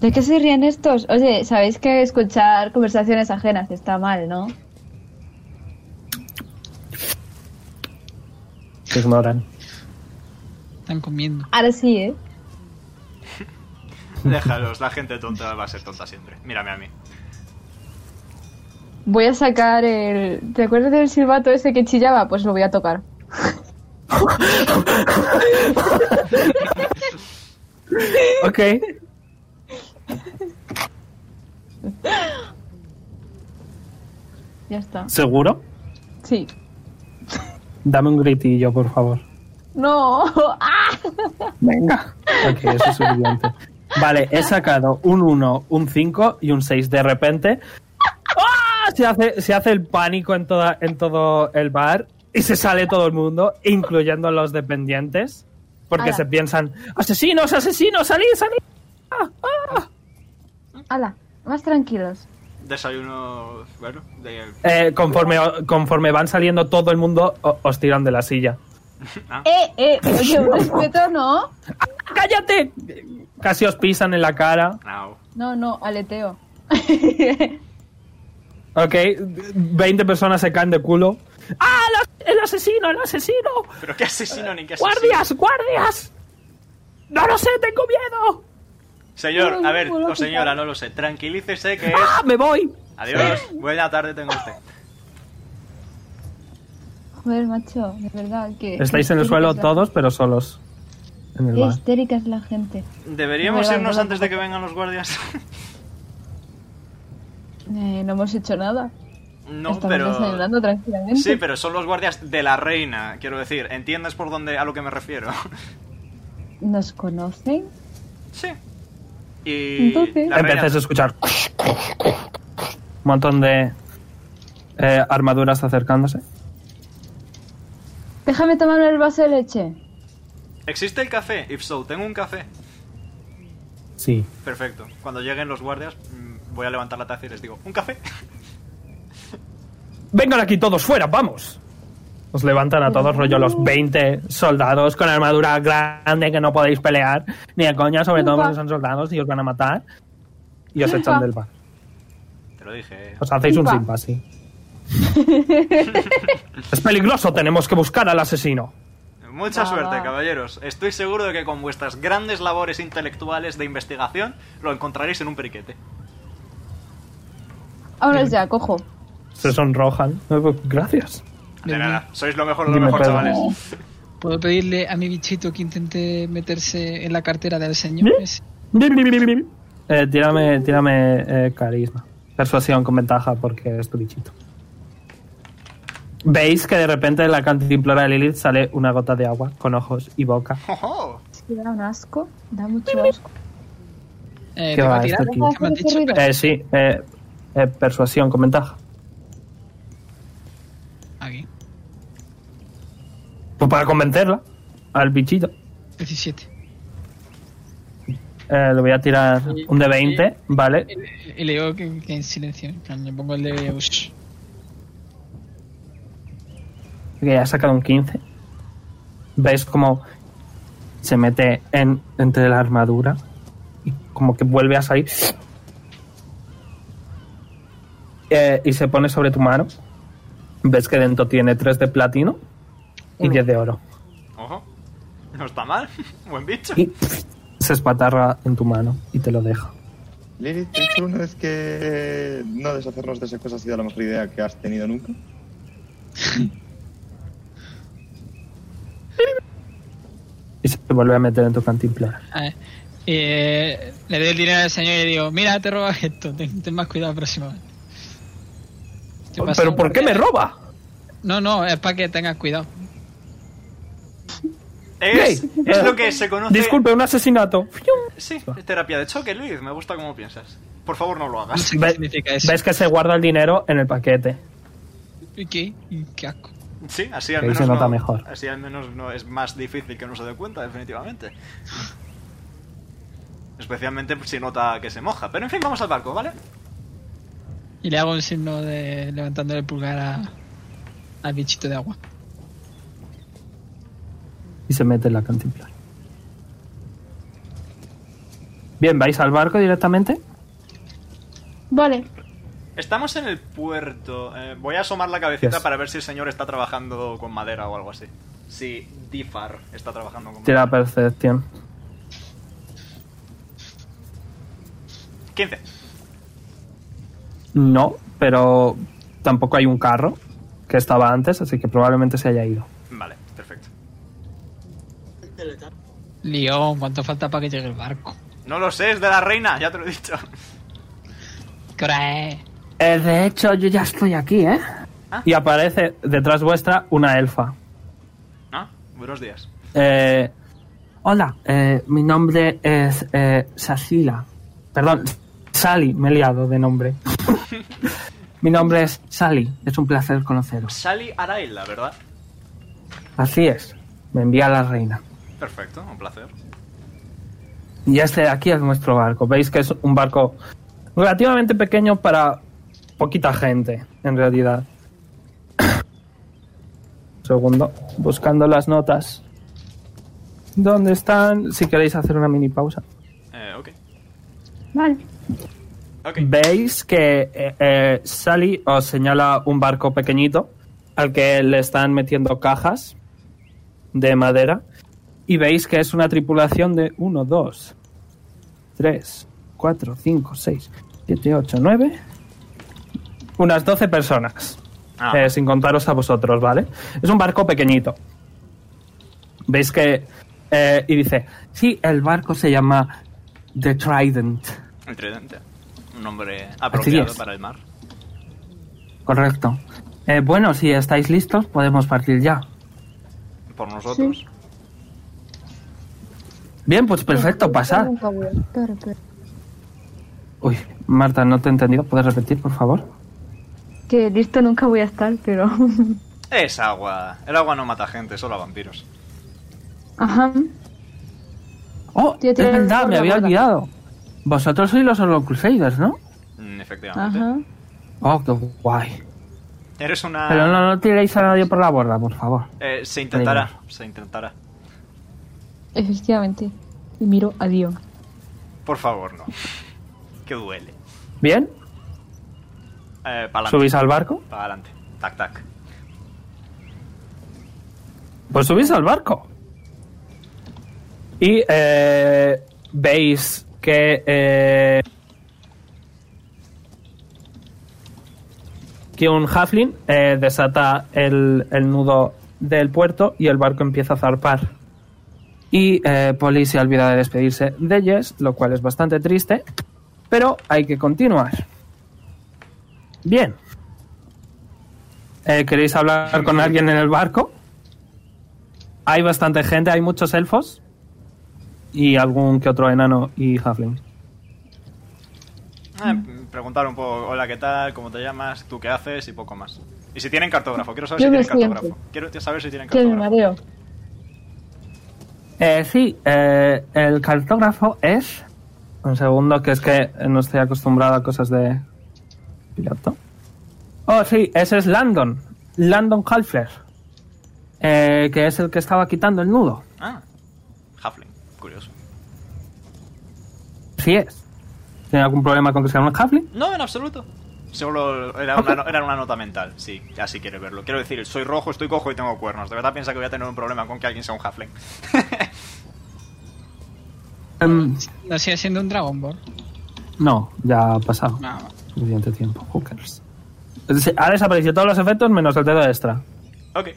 S5: ¿De qué se ríen estos? Oye, sabéis que escuchar conversaciones ajenas está mal, ¿no?
S2: Te ignoran.
S1: Están comiendo.
S5: Ahora sí, ¿eh?
S3: Déjalos, la gente tonta va a ser tonta siempre. Mírame a mí.
S5: Voy a sacar el. ¿Te acuerdas del silbato ese que chillaba? Pues lo voy a tocar.
S2: Ok.
S5: Ya está.
S2: ¿Seguro?
S5: Sí.
S2: Dame un gritillo, por favor.
S5: No. ¡Ah!
S2: Venga. Ok, eso es suficiente. Vale, he sacado un 1, un 5 y un 6. De repente. ¡ah! Se hace, se hace el pánico en, toda, en todo el bar y se sale todo el mundo, incluyendo los dependientes, porque
S5: Ala.
S2: se piensan: ¡Asesinos, asesinos! ¡Salid, salid! ¡Ah, ah!
S5: Hala, más tranquilos.
S3: Desayuno. Bueno, de.
S2: Eh, conforme, conforme van saliendo todo el mundo, o- os tiran de la silla.
S5: Eh, eh, oye, un respeto, ¿no?
S2: ¡Cállate! Casi os pisan en la cara.
S3: Now.
S5: No, no, aleteo.
S2: Ok, 20 personas se caen de culo. ¡Ah! el as- ¡El asesino! ¡El asesino!
S3: Pero qué asesino ni qué asesino.
S2: ¡Guardias! ¡Guardias! ¡No lo sé! ¡Tengo miedo!
S3: Señor, a ver,
S5: No, no, no,
S3: o señora, no lo sé. Tranquilícese que es.
S2: ¡Ah! ¡Me voy!
S3: Adiós. Buena tarde tengo usted.
S5: Joder, macho, de verdad que.
S2: Estáis en el
S5: histérica
S2: suelo
S5: es la-
S2: todos, pero solos. En el
S5: Qué
S2: bar.
S5: histérica es la gente.
S3: Deberíamos
S5: Verdad,
S3: irnos
S5: verdad.
S3: antes de que vengan los guardias.
S5: Eh, no hemos hecho nada.
S3: No,
S5: Estamos
S3: pero.
S5: desayunando tranquilamente.
S3: Sí, pero son los guardias de la reina, quiero decir. ¿Entiendes por dónde a lo que me refiero?
S5: ¿Nos conocen?
S3: Sí. Y.
S5: Entonces-
S3: la reina-
S2: Empezáis a escuchar un montón de eh, armaduras acercándose.
S5: Déjame tomarme el vaso de leche.
S3: ¿Existe el café? If so, tengo un café.
S2: Sí.
S3: Perfecto. Cuando lleguen los guardias, mm, voy a levantar la taza y les digo, ¿un café?
S2: Vengan aquí todos fuera, vamos. Os levantan a todos, rollo los 20 soldados con armadura grande que no podéis pelear, ni de coña, sobre todo
S5: Ufa.
S2: porque son soldados y os van a matar. Y os
S5: Ufa.
S2: echan del bar.
S3: Te lo dije. eh.
S2: Os hacéis un
S5: Ufa.
S2: simpa, sí. es peligroso, tenemos que buscar al asesino.
S3: Mucha
S5: Va,
S3: suerte,
S5: va.
S3: caballeros. Estoy seguro de que con vuestras grandes labores intelectuales de investigación lo encontraréis en un periquete.
S5: Ahora ya, cojo.
S2: Se sonrojan. pues, Gracias.
S3: De
S1: Bien,
S3: nada, sois lo mejor, lo
S2: Dime,
S3: mejor,
S2: Pedro.
S3: chavales.
S1: ¿Puedo pedirle a mi bichito que intente meterse en la cartera del señor?
S2: ¿Eh?
S1: ese?
S2: Eh, tírame tírame eh, carisma. Persuasión con ventaja porque es tu bichito. Veis que de repente de la cantimplora de Lilith sale una gota de agua con ojos y boca.
S3: ¡Ojo!
S5: Es que da un asco, da mucho asco.
S1: Eh,
S2: ¿Qué
S1: ¿tengo
S2: va
S1: que tirar?
S2: esto aquí?
S1: ¿Qué me han dicho?
S2: Eh, sí, eh, eh, persuasión con ventaja.
S1: Aquí,
S2: Pues para convencerla al bichito.
S1: 17.
S2: Eh, le voy a tirar un de 20, ¿vale?
S1: Y le digo que, que en silencio. en plan, Le pongo el de. "Ush".
S2: que ha sacado un 15. Veis como se mete en, entre la armadura y como que vuelve a salir. Eh, y se pone sobre tu mano. Ves que dentro tiene 3 de platino y 10 de oro.
S3: ¡Ojo! No está mal. Buen bicho.
S2: Y se espatarra en tu mano y te lo deja.
S4: Lilith, ¿te he dicho una vez que no deshacernos de esa cosa ha sido la mejor idea que has tenido nunca?
S2: Y se vuelve a meter en tu cantimplora.
S1: A ver, eh, le doy el dinero al señor y le digo: Mira, te robas esto. Ten, ten más cuidado la próxima vez". ¿Te pasa?
S2: ¿Pero por qué me roba?
S1: No, no, es para que tengas cuidado.
S3: Es,
S2: Hey,
S3: es
S2: eh,
S3: lo que se conoce.
S2: Disculpe, un asesinato.
S3: Sí, terapia de choque, Luis. Me gusta cómo piensas. Por favor, no lo
S1: No
S3: hagas.
S1: sé qué
S2: Ve-
S1: significa eso.
S2: Ves que se guarda el dinero en el paquete.
S1: ¿Y qué? Y qué asco.
S3: Sí, así al
S2: Ahí
S3: menos.
S2: se nota
S3: no-
S2: mejor.
S3: Así al menos no es más difícil que no se dé cuenta, definitivamente. Especialmente si nota que se moja. Pero en fin, vamos al barco, ¿vale?
S1: Y le hago un signo de levantando el pulgar a- al bichito de agua.
S2: y se mete en la cantimplora. Bien, ¿vais al barco directamente?
S5: Vale,
S3: Estamos en el puerto. Eh, voy a asomar la cabecita
S2: Yes.
S3: para ver si el señor está trabajando con madera o algo así. Si Difar está trabajando con
S2: Tira
S3: madera.
S2: percepción.
S3: 15.
S2: No, pero tampoco hay un carro que estaba antes, así que probablemente se haya ido.
S3: Vale, perfecto.
S1: León, "Oh, ¿cuánto falta para que llegue el barco?
S3: No lo sé, es de la reina, ya te lo he dicho.
S1: ¿Qué hora es?
S7: Eh, de hecho, yo ya estoy aquí, ¿eh?
S2: Y aparece detrás vuestra una elfa.
S3: Ah, buenos días.
S2: Eh, Hola, eh, mi nombre es eh, Sacila. Perdón, Sally, me he liado de nombre. mi nombre es Sally, es un placer conoceros.
S3: Sally Araila, ¿verdad?
S2: Así es, me envía la reina.
S3: Perfecto, un placer.
S2: Y este de aquí es nuestro barco. Veis que es un barco relativamente pequeño para poquita gente, en realidad. Segundo, buscando las notas. ¿Dónde están? Si queréis hacer una mini pausa.
S3: Eh, ok.
S5: Vale.
S3: Ok.
S2: Veis que eh, eh, Sally os señala un barco pequeñito al que le están metiendo cajas de madera y veis que es una tripulación de 1, 2, 3, 4, 5, 6, 7, 8, 9, unas 12 personas.
S3: Ah,
S2: Eh, sin contaros a vosotros, ¿vale? Es un barco pequeñito. Veis que... eh, y dice, sí, el barco se llama The Trident,
S3: el tridente. Un nombre apropiado
S2: es.
S3: para el mar.
S2: correcto. Eh, bueno, si estáis listos, podemos partir ya.
S3: Por nosotros.
S2: Bien, pues perfecto, pasad.
S5: Nunca voy a- Claro, claro.
S2: Uy, Marta, no te he entendido. ¿Puedes repetir, por favor?
S5: Que listo nunca voy a estar, pero...
S3: Es agua. El agua no mata gente, solo a vampiros.
S5: Ajá.
S2: Oh,
S5: Tío,
S2: es
S5: tiene
S2: verdad,
S5: una
S2: me había
S5: gorda.
S2: olvidado. Vosotros sois los Solo Crusaders, ¿no?
S3: Mm, efectivamente.
S5: Ajá.
S2: Oh, qué guay.
S3: Eres una.
S2: Pero no, no tiréis a nadie por la borda, por favor.
S3: Eh, se intentará. Se intentará.
S5: Efectivamente. Y miro a Dion.
S3: Por favor, no. Que duele.
S2: Bien,
S3: Eh, para adelante.
S2: subís al barco.
S3: Para adelante. Tac, tac.
S2: Pues subís al barco. Y eh, veis que... eh, que un halfling eh, desata el, el nudo del puerto y el barco empieza a zarpar. Y eh, Polly se olvida de despedirse de Jess, lo cual es bastante triste, pero hay que continuar. Bien. Eh, ¿Queréis hablar con alguien en el barco? Hay bastante gente, hay muchos elfos y algún que otro enano y halfling.
S3: Eh,
S5: Mm.
S3: preguntar un poco, hola, ¿qué tal? ¿Cómo te llamas? ¿Tú qué haces? Y poco más. Y si tienen cartógrafo, quiero saber
S5: Yo
S3: si
S5: me
S3: tienen
S5: siento.
S3: cartógrafo. Quiero saber si tienen
S5: Que me
S3: cartógrafo.
S5: mareo.
S2: Eh, sí, eh, el cartógrafo es. Un segundo, que es que no estoy acostumbrado a cosas de. Piloto. Oh, sí, ese es Landon. Landon Halfler. Eh, que es el que estaba quitando el nudo.
S3: Ah, Halfling, curioso.
S2: Sí es. ¿Tiene algún problema con que sea un halfling?
S3: No, en absoluto. Solo era una, no- era una nota mental, sí, así quiere verlo. Quiero decir, soy rojo, estoy cojo y tengo cuernos. De verdad piensa que voy a tener un problema con que alguien sea un halfling.
S2: Em,
S1: No sigue siendo un Dragon Ball.
S2: no, ya ha pasado.
S1: No.
S2: Suficiente tiempo. Who cares? Se- Ha desaparecido todos los efectos menos el dedo extra.
S3: Ok.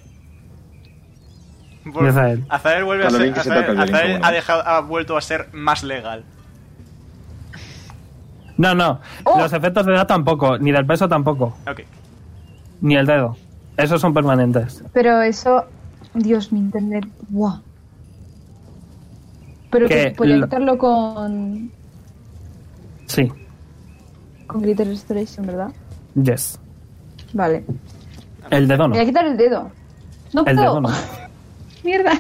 S2: Y Azael.
S3: Azael vuelve a
S4: Con lo
S3: ser.
S4: bien que se
S3: Azael-
S4: toca el violín,
S3: Azael
S4: cómo no.
S3: ha, dejado, ha vuelto a ser más legal.
S2: No, no. Los efectos de edad tampoco, ni del peso tampoco,
S3: Ok.
S2: ni el dedo. Esos son permanentes.
S5: Pero eso... Dios, mi internet. ¡Guau! Pero
S2: Que
S5: que podía
S2: lo-
S5: quitarlo con...
S2: Sí,
S5: Con Glitter Restoration, ¿verdad?
S2: yes.
S5: Vale.
S2: El dedo no.
S5: Voy a quitar el dedo. No
S2: El
S5: puedo.
S2: dedo no.
S5: Mierda.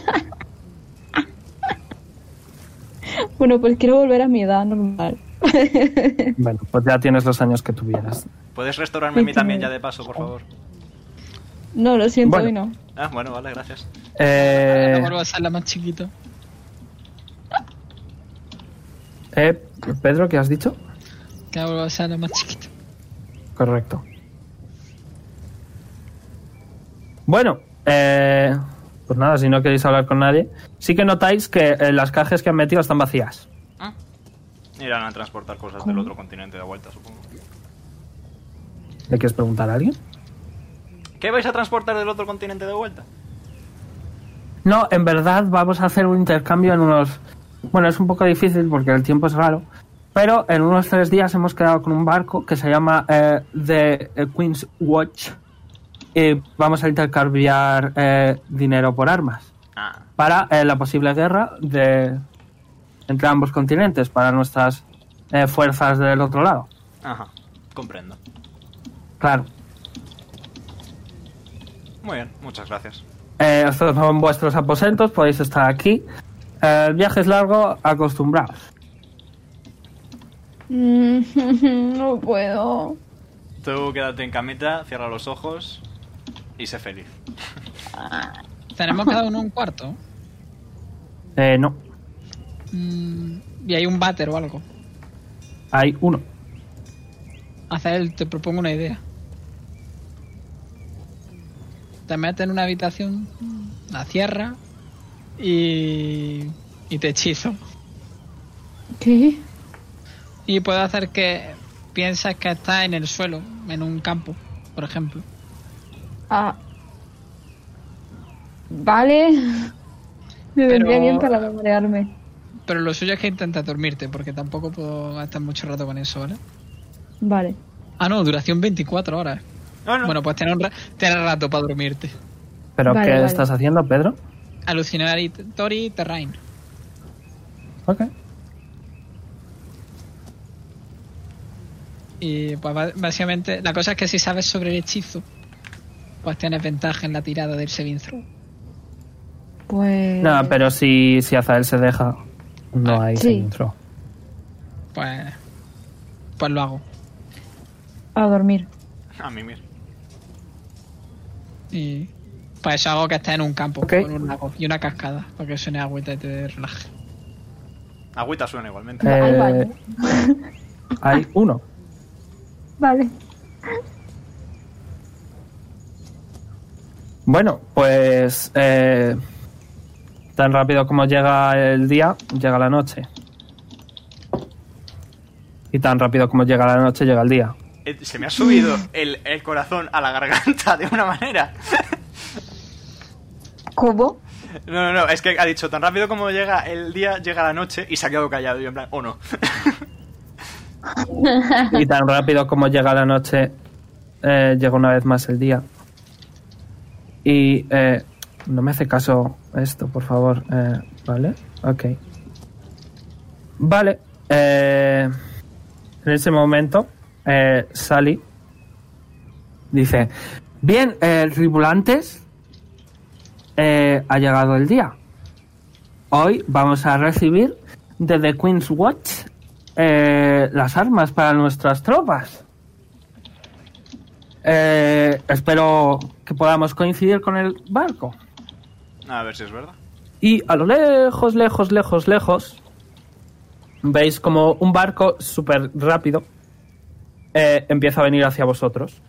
S5: bueno, pues quiero volver a mi edad normal.
S2: Bueno, pues ya tienes los años que tuvieras.
S3: ¿Puedes restaurarme a mí también ya de paso, por favor?
S5: No, lo siento,
S2: Bueno.
S5: hoy no.
S3: Ah, bueno, vale, gracias.
S2: Eh,
S1: Ahora vuelvo a ser la más chiquito.
S2: eh, Pedro, ¿qué has dicho?
S1: Que ahora vuelvo a ser la más chiquito.
S2: Correcto. Bueno, eh, pues nada, si no queréis hablar con nadie, sí que notáis que eh, las cajas que han metido están vacías.
S3: Irán a transportar cosas del otro continente de vuelta, supongo.
S2: ¿Le quieres preguntar a alguien?
S3: ¿Qué vais a transportar del otro continente de vuelta?
S2: No, en verdad vamos a hacer un intercambio en unos... Bueno, es un poco difícil porque el tiempo es raro, pero en unos tres días hemos quedado con un barco que se llama eh, The eh, Queen's Watch y vamos a intercambiar eh, dinero por armas.
S3: Ah,
S2: para eh, la posible guerra de entre ambos continentes, para nuestras eh, fuerzas del otro lado.
S3: ajá. Comprendo.
S2: Claro.
S3: Muy bien, muchas gracias.
S2: Eh, estos son vuestros aposentos, podéis estar aquí. Eh, el viaje es largo, acostumbrados.
S5: Mm, no puedo.
S3: Tú quédate en camita, cierra los ojos y sé feliz.
S1: Tenemos cada uno un cuarto.
S2: Eh, no,
S1: Mm, y hay un váter o algo.
S2: hay uno.
S1: Azael, te propongo una idea. Te metes en una habitación, la cierra y, y te hechizo.
S5: ¿Qué?
S1: Y puedo hacer que piensas que estás en el suelo, en un campo, por ejemplo.
S5: Ah. Vale. Me
S1: Pero-
S5: vendría bien para marearme.
S1: Pero lo suyo es que intentes dormirte, porque tampoco puedo gastar mucho rato con eso, ¿vale?
S5: Vale.
S1: Ah, no, duración 24 horas.
S3: No, no.
S1: Bueno, pues tener, un ra- tener rato para dormirte.
S2: ¿Pero
S5: Vale,
S2: qué
S5: vale.
S2: estás haciendo, Pedro?
S1: Alucinar y Tori y Terrain.
S2: Ok.
S1: Y pues ba- básicamente, la cosa es que si sabes sobre el hechizo, pues tienes ventaja en la tirada del saving throw.
S5: Pues.
S2: No, pero si, si Azael se deja, no hay
S5: sí.
S2: saving throw.
S1: Pues, pues lo hago.
S5: A dormir.
S3: A mimir.
S1: Y pues eso hago que estés en un campo,
S2: Ok.
S1: con un lago y una cascada, para que suene agüita y te relaje.
S3: Agüita suena igualmente.
S2: Eh,
S5: Al baño.
S2: hay uno.
S5: Vale.
S2: Bueno, pues eh, tan rápido como llega el día, llega la noche. Y tan rápido como llega la noche, llega el día.
S3: Eh, Se me ha subido el, el corazón a la garganta de una manera.
S5: ¿Cómo?
S3: No, no, no, es que ha dicho tan rápido como llega el día, llega la noche y se ha quedado callado. Y yo en plan, oh no.
S2: Y tan rápido como llega la noche, eh, llega una vez más el día. Y eh, no me hace caso esto, por favor. eh, ¿Vale? Ok. Vale. eh, en ese momento, eh, Sally dice, bien, eh, tripulantes, eh, ha llegado el día. Hoy vamos a recibir de The Queen's Watch eh, las armas para nuestras tropas. Eh, espero que podamos coincidir con el barco.
S3: A ver si es verdad.
S2: Y a lo lejos, lejos, lejos, lejos, veis como un barco súper rápido eh, empieza a venir hacia vosotros.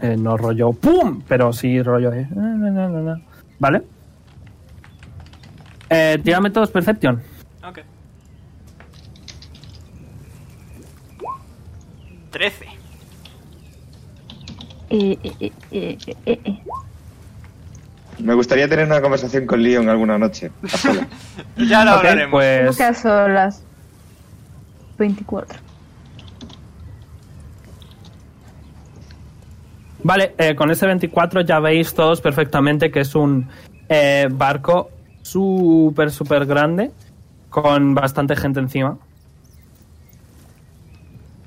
S2: Eh, no rollo ¡pum! Pero sí rollo de... eh, "Na, na, na, na, na". ¿Vale? Eh, tírame todos Perception.
S3: Ok. 13.
S5: Eh, eh, eh, eh, eh, eh, eh.
S4: Me gustaría tener una conversación con Leon alguna noche. a solas.
S3: Ya lo
S2: Ok,
S3: hablaremos.
S5: ¿Cómo
S2: pues...
S5: que son las 24?
S2: Vale, eh, con ese 24 ya veis todos perfectamente que es un eh, barco súper, súper grande, con bastante gente encima.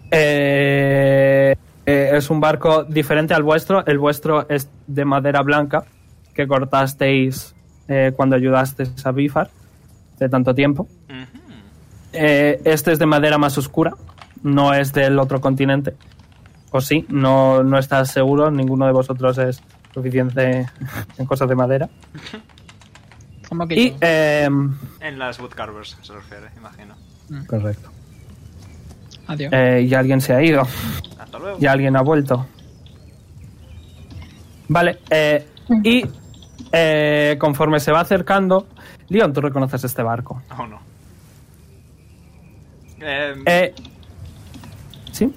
S2: Eh, eh, es un barco diferente al vuestro. El vuestro es de madera blanca que cortasteis eh, cuando ayudasteis a Bifar de tanto tiempo.
S3: Ujú.
S2: Eh, este es de madera más oscura, no es del otro continente. O sí, no, no estás seguro, ninguno de vosotros es suficiente en cosas de madera.
S1: Como que
S2: Y,
S1: yo?
S2: em,
S3: En las Woodcarvers se refiere, imagino.
S2: correcto.
S1: Adiós.
S2: Eh, y alguien se ha ido,
S3: Hasta luego.
S2: y alguien ha vuelto. Vale, eh, y eh, conforme se va acercando, Leon, tú reconoces este barco.
S3: Oh no. Eh,
S2: Eh, ¿Sí?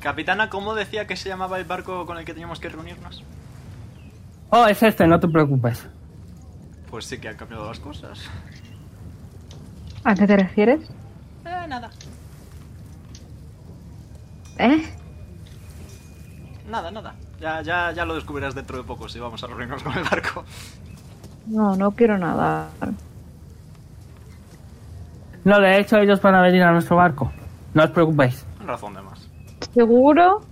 S3: Capitana, ¿cómo decía que se llamaba el barco con el que teníamos que reunirnos?
S2: Oh, es este, no te preocupes.
S3: Pues sí que han cambiado las cosas.
S5: ¿A qué te refieres?
S1: Eh, nada,
S5: ¿Eh?
S3: Nada, nada. Ya, ya, ya lo descubrirás dentro de poco si vamos a reunirnos con el barco.
S5: No, no quiero nadar.
S2: No, de hecho, ellos van a venir a nuestro barco. No os preocupéis.
S3: Razón de más.
S5: ¿Seguro?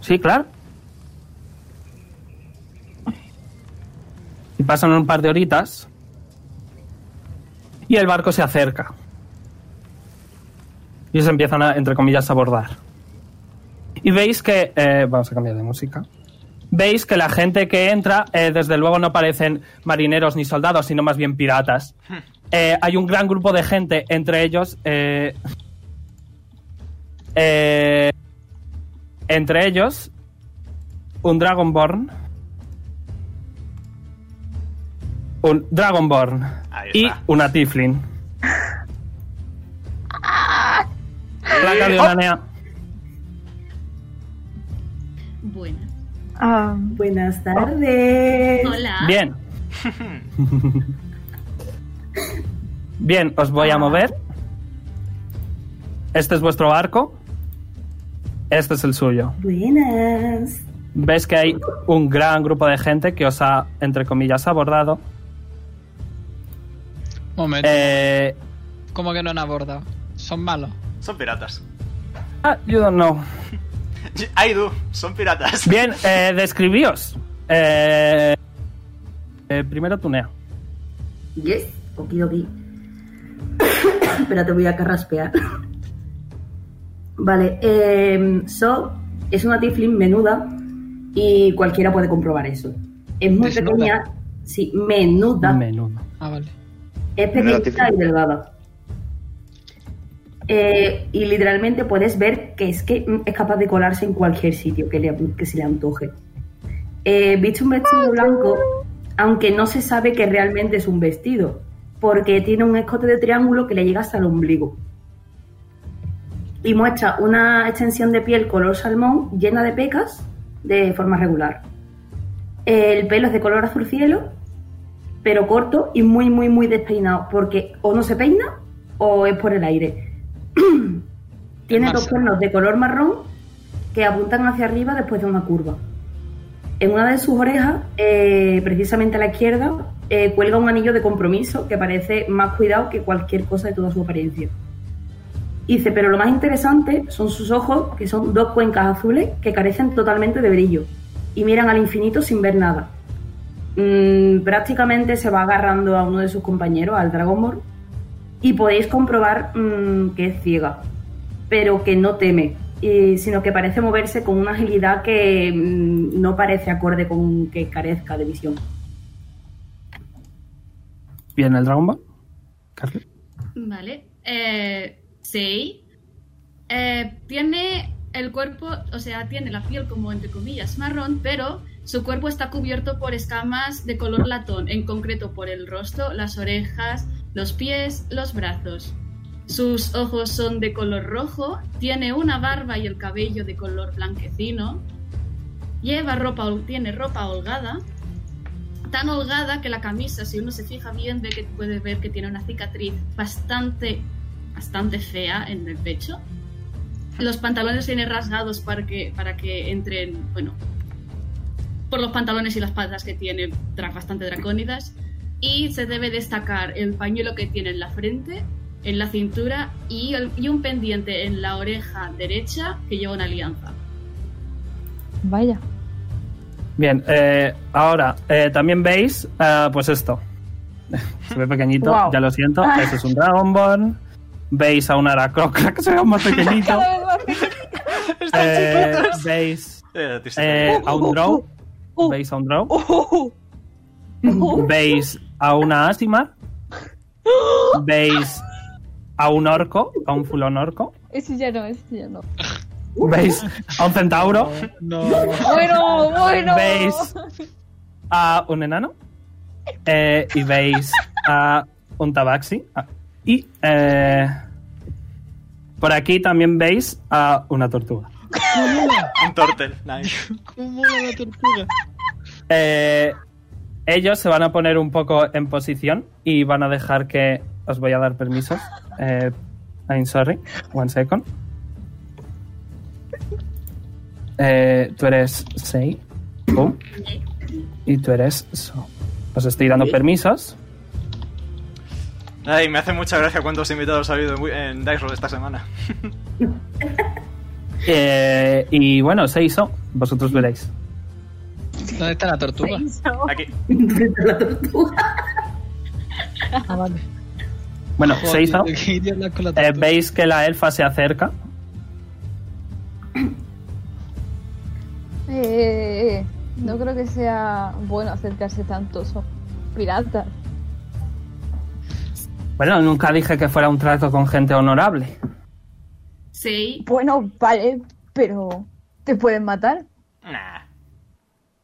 S2: Sí, claro. Y pasan un par de horitas. Y el barco se acerca. Y se empiezan a, entre comillas, a abordar. Y veis que. eh, vamos a cambiar de música. Veis que la gente que entra, eh, desde luego, no parecen marineros ni soldados, sino más bien piratas.
S3: Hmm.
S2: Eh, hay un gran grupo de gente, entre ellos. eh, eh, entre ellos, un Dragonborn. Un Dragonborn.
S3: Ahí
S2: Y
S3: está.
S2: una Tiflin. Placa de
S3: Oh.
S2: Onanea.
S9: Buenas.
S5: Ah,
S10: Buenas tardes.
S9: Hola.
S2: Bien. Bien, os voy a mover. Este es vuestro barco. Este es el suyo.
S10: Buenas.
S2: Ves que hay un gran grupo de gente que os ha, entre comillas, abordado.
S1: Momento.
S2: Eh,
S1: ¿Cómo que no han abordado? Son malos.
S3: Son piratas.
S2: ah, you don't know.
S3: I do, son piratas.
S2: Bien, eh, describíos. Eh, eh, primero Tunea.
S10: Yes. Okidoki. Espérate, voy a carraspear. Vale. eh, so es una tiflin menuda y cualquiera puede comprobar eso. Es muy
S1: Desnuda.
S10: pequeña. Sí, menuda.
S2: Menudo.
S1: Ah, vale.
S10: Es
S4: Menuda
S10: pequeñita y
S4: tiflin.
S10: delgada. Eh, y literalmente puedes ver que es que mm, es capaz de colarse en cualquier sitio que, le, que se le antoje. Eh, viste un vestido blanco, aunque no se sabe que realmente es un vestido, porque tiene un escote de triángulo que le llega hasta el ombligo. Y muestra una extensión de piel color salmón llena de pecas de forma regular. El pelo es de color azul cielo pero corto y muy, muy, muy despeinado, porque o no se peina o es por el aire. Tiene dos
S1: Marcel.
S10: cuernos de color marrón que apuntan hacia arriba después de una curva. En una de sus orejas, eh, precisamente a la izquierda, eh, cuelga un anillo de compromiso que parece más cuidado que cualquier cosa de toda su apariencia. Y Dice, pero lo más interesante son sus ojos, que son dos cuencas azules que carecen totalmente de brillo y miran al infinito sin ver nada. Mm, prácticamente se va agarrando a uno de sus compañeros, al Dragonborn, y podéis comprobar mm, que es ciega, pero que no teme, y- sino que parece moverse con una agilidad que mm, no parece acorde con que carezca de visión.
S2: Bien, el Dragon Ball. Carly.
S9: Vale. Eh, sí. Eh, tiene el cuerpo, o sea, tiene la piel como entre comillas marrón, pero su cuerpo está cubierto por escamas de color latón, en concreto por el rostro, las orejas, los pies, los brazos. Sus ojos son de color rojo, tiene una barba y el cabello de color blanquecino. Lleva ropa, hol- tiene ropa holgada, tan holgada que la camisa, si uno se fija bien, ve que puede ver que tiene una cicatriz bastante, bastante fea en el pecho. Los pantalones tiene rasgados para que, para que entren, bueno, por los pantalones y las patas que tiene dra- bastante dracónidas. Y se debe destacar el pañuelo que tiene en la frente, en la cintura y, el- y un pendiente en la oreja derecha que lleva una alianza.
S5: vaya.
S2: Bien, eh, ahora eh, también veis, eh, pues esto. Se ve pequeñito,
S10: Wow.
S2: ya lo siento. Eso es un Dragonborn. Veis a un Aracrocra que se ve aún más pequeñito.
S5: Cada vez más pequeño.
S2: Eh, veis
S3: Eh, triste.
S2: eh, a un Drow. Veis a un Drow. Veis a una Asimar. Veis a un orco, a un fulón orco.
S5: Ese ya no, ese ya no.
S2: Veis a un centauro.
S1: No.
S5: Bueno, bueno.
S2: Veis a un enano. eh, y veis a un tabaxi. ah, Y eh, por aquí también veis a una tortuga.
S3: Un turtle. Nice.
S1: ¿Cómo mola la tortuga?
S2: Eh, ellos se van a poner un poco en posición y van a dejar que os voy a dar permisos. Eh, I'm sorry, one second. Eh, tú eres Sei, boom, y tú eres So. Os estoy dando permisos.
S3: Ay, me hace mucha gracia cuántos invitados ha habido en Wi- en Dice Roll esta semana.
S2: Eh, y bueno, se hizo. Vosotros veréis.
S1: ¿Dónde está la tortuga?
S3: Aquí.
S1: Ah, vale.
S2: Bueno,
S1: Joder,
S2: se hizo.
S1: yo quería hablar con la
S2: Eh,
S1: tortuga.
S2: Veis que la elfa se acerca.
S5: Eh, eh, eh, eh. No creo que sea bueno acercarse tanto. Son piratas.
S2: Bueno, nunca dije que fuera un trato con gente honorable.
S9: Sei,
S5: Bueno, vale, pero te pueden matar.
S3: Nah.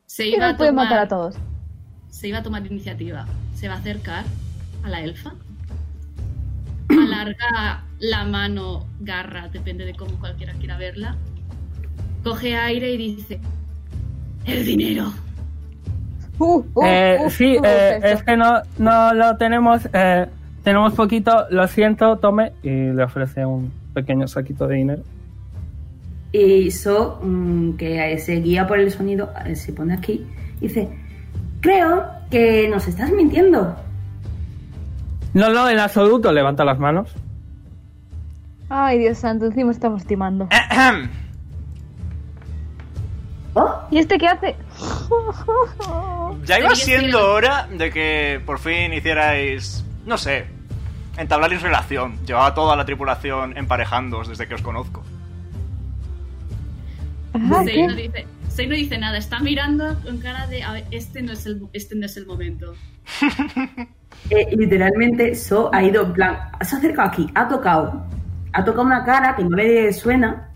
S9: se
S5: Y
S9: iba
S5: nos
S9: a
S5: pueden matar a
S9: tomar,
S5: todos.
S9: se iba a tomar iniciativa. Se va a acercar a la elfa. Alarga la mano, garra, depende de cómo cualquiera quiera verla. Coge aire y dice: El dinero.
S5: Uh, uh,
S2: Eh,
S5: uh,
S2: sí,
S5: uh,
S2: eh,
S5: eso.
S2: es que no, no lo tenemos. eh, tenemos poquito, lo siento, tome. Y le ofrece un pequeño saquito de dinero.
S10: Y So, mm, que se guía por el sonido, eh, se pone aquí y dice, creo que nos estás mintiendo.
S2: No, no, en absoluto. Levanta las manos.
S5: Ay, Dios santo, encima estamos timando.
S2: Eh.
S10: Oh,
S5: ¿Y este qué hace?
S3: Ya
S9: Pero
S3: iba
S9: yo estoy-
S3: siendo hora de que por fin hicierais, no sé, entablaréis relación. Llevaba toda la tripulación emparejándoos desde que os conozco.
S5: Ajá,
S9: Sei
S5: Ah, ¿qué?
S9: no, dice, Sei no dice nada, está mirando con cara de: "A ver, este, no es el, este no es el momento.
S10: Eh, literalmente, So ha ido, en plan, se ha acercado aquí, ha tocado, ha tocado una cara que no le suena,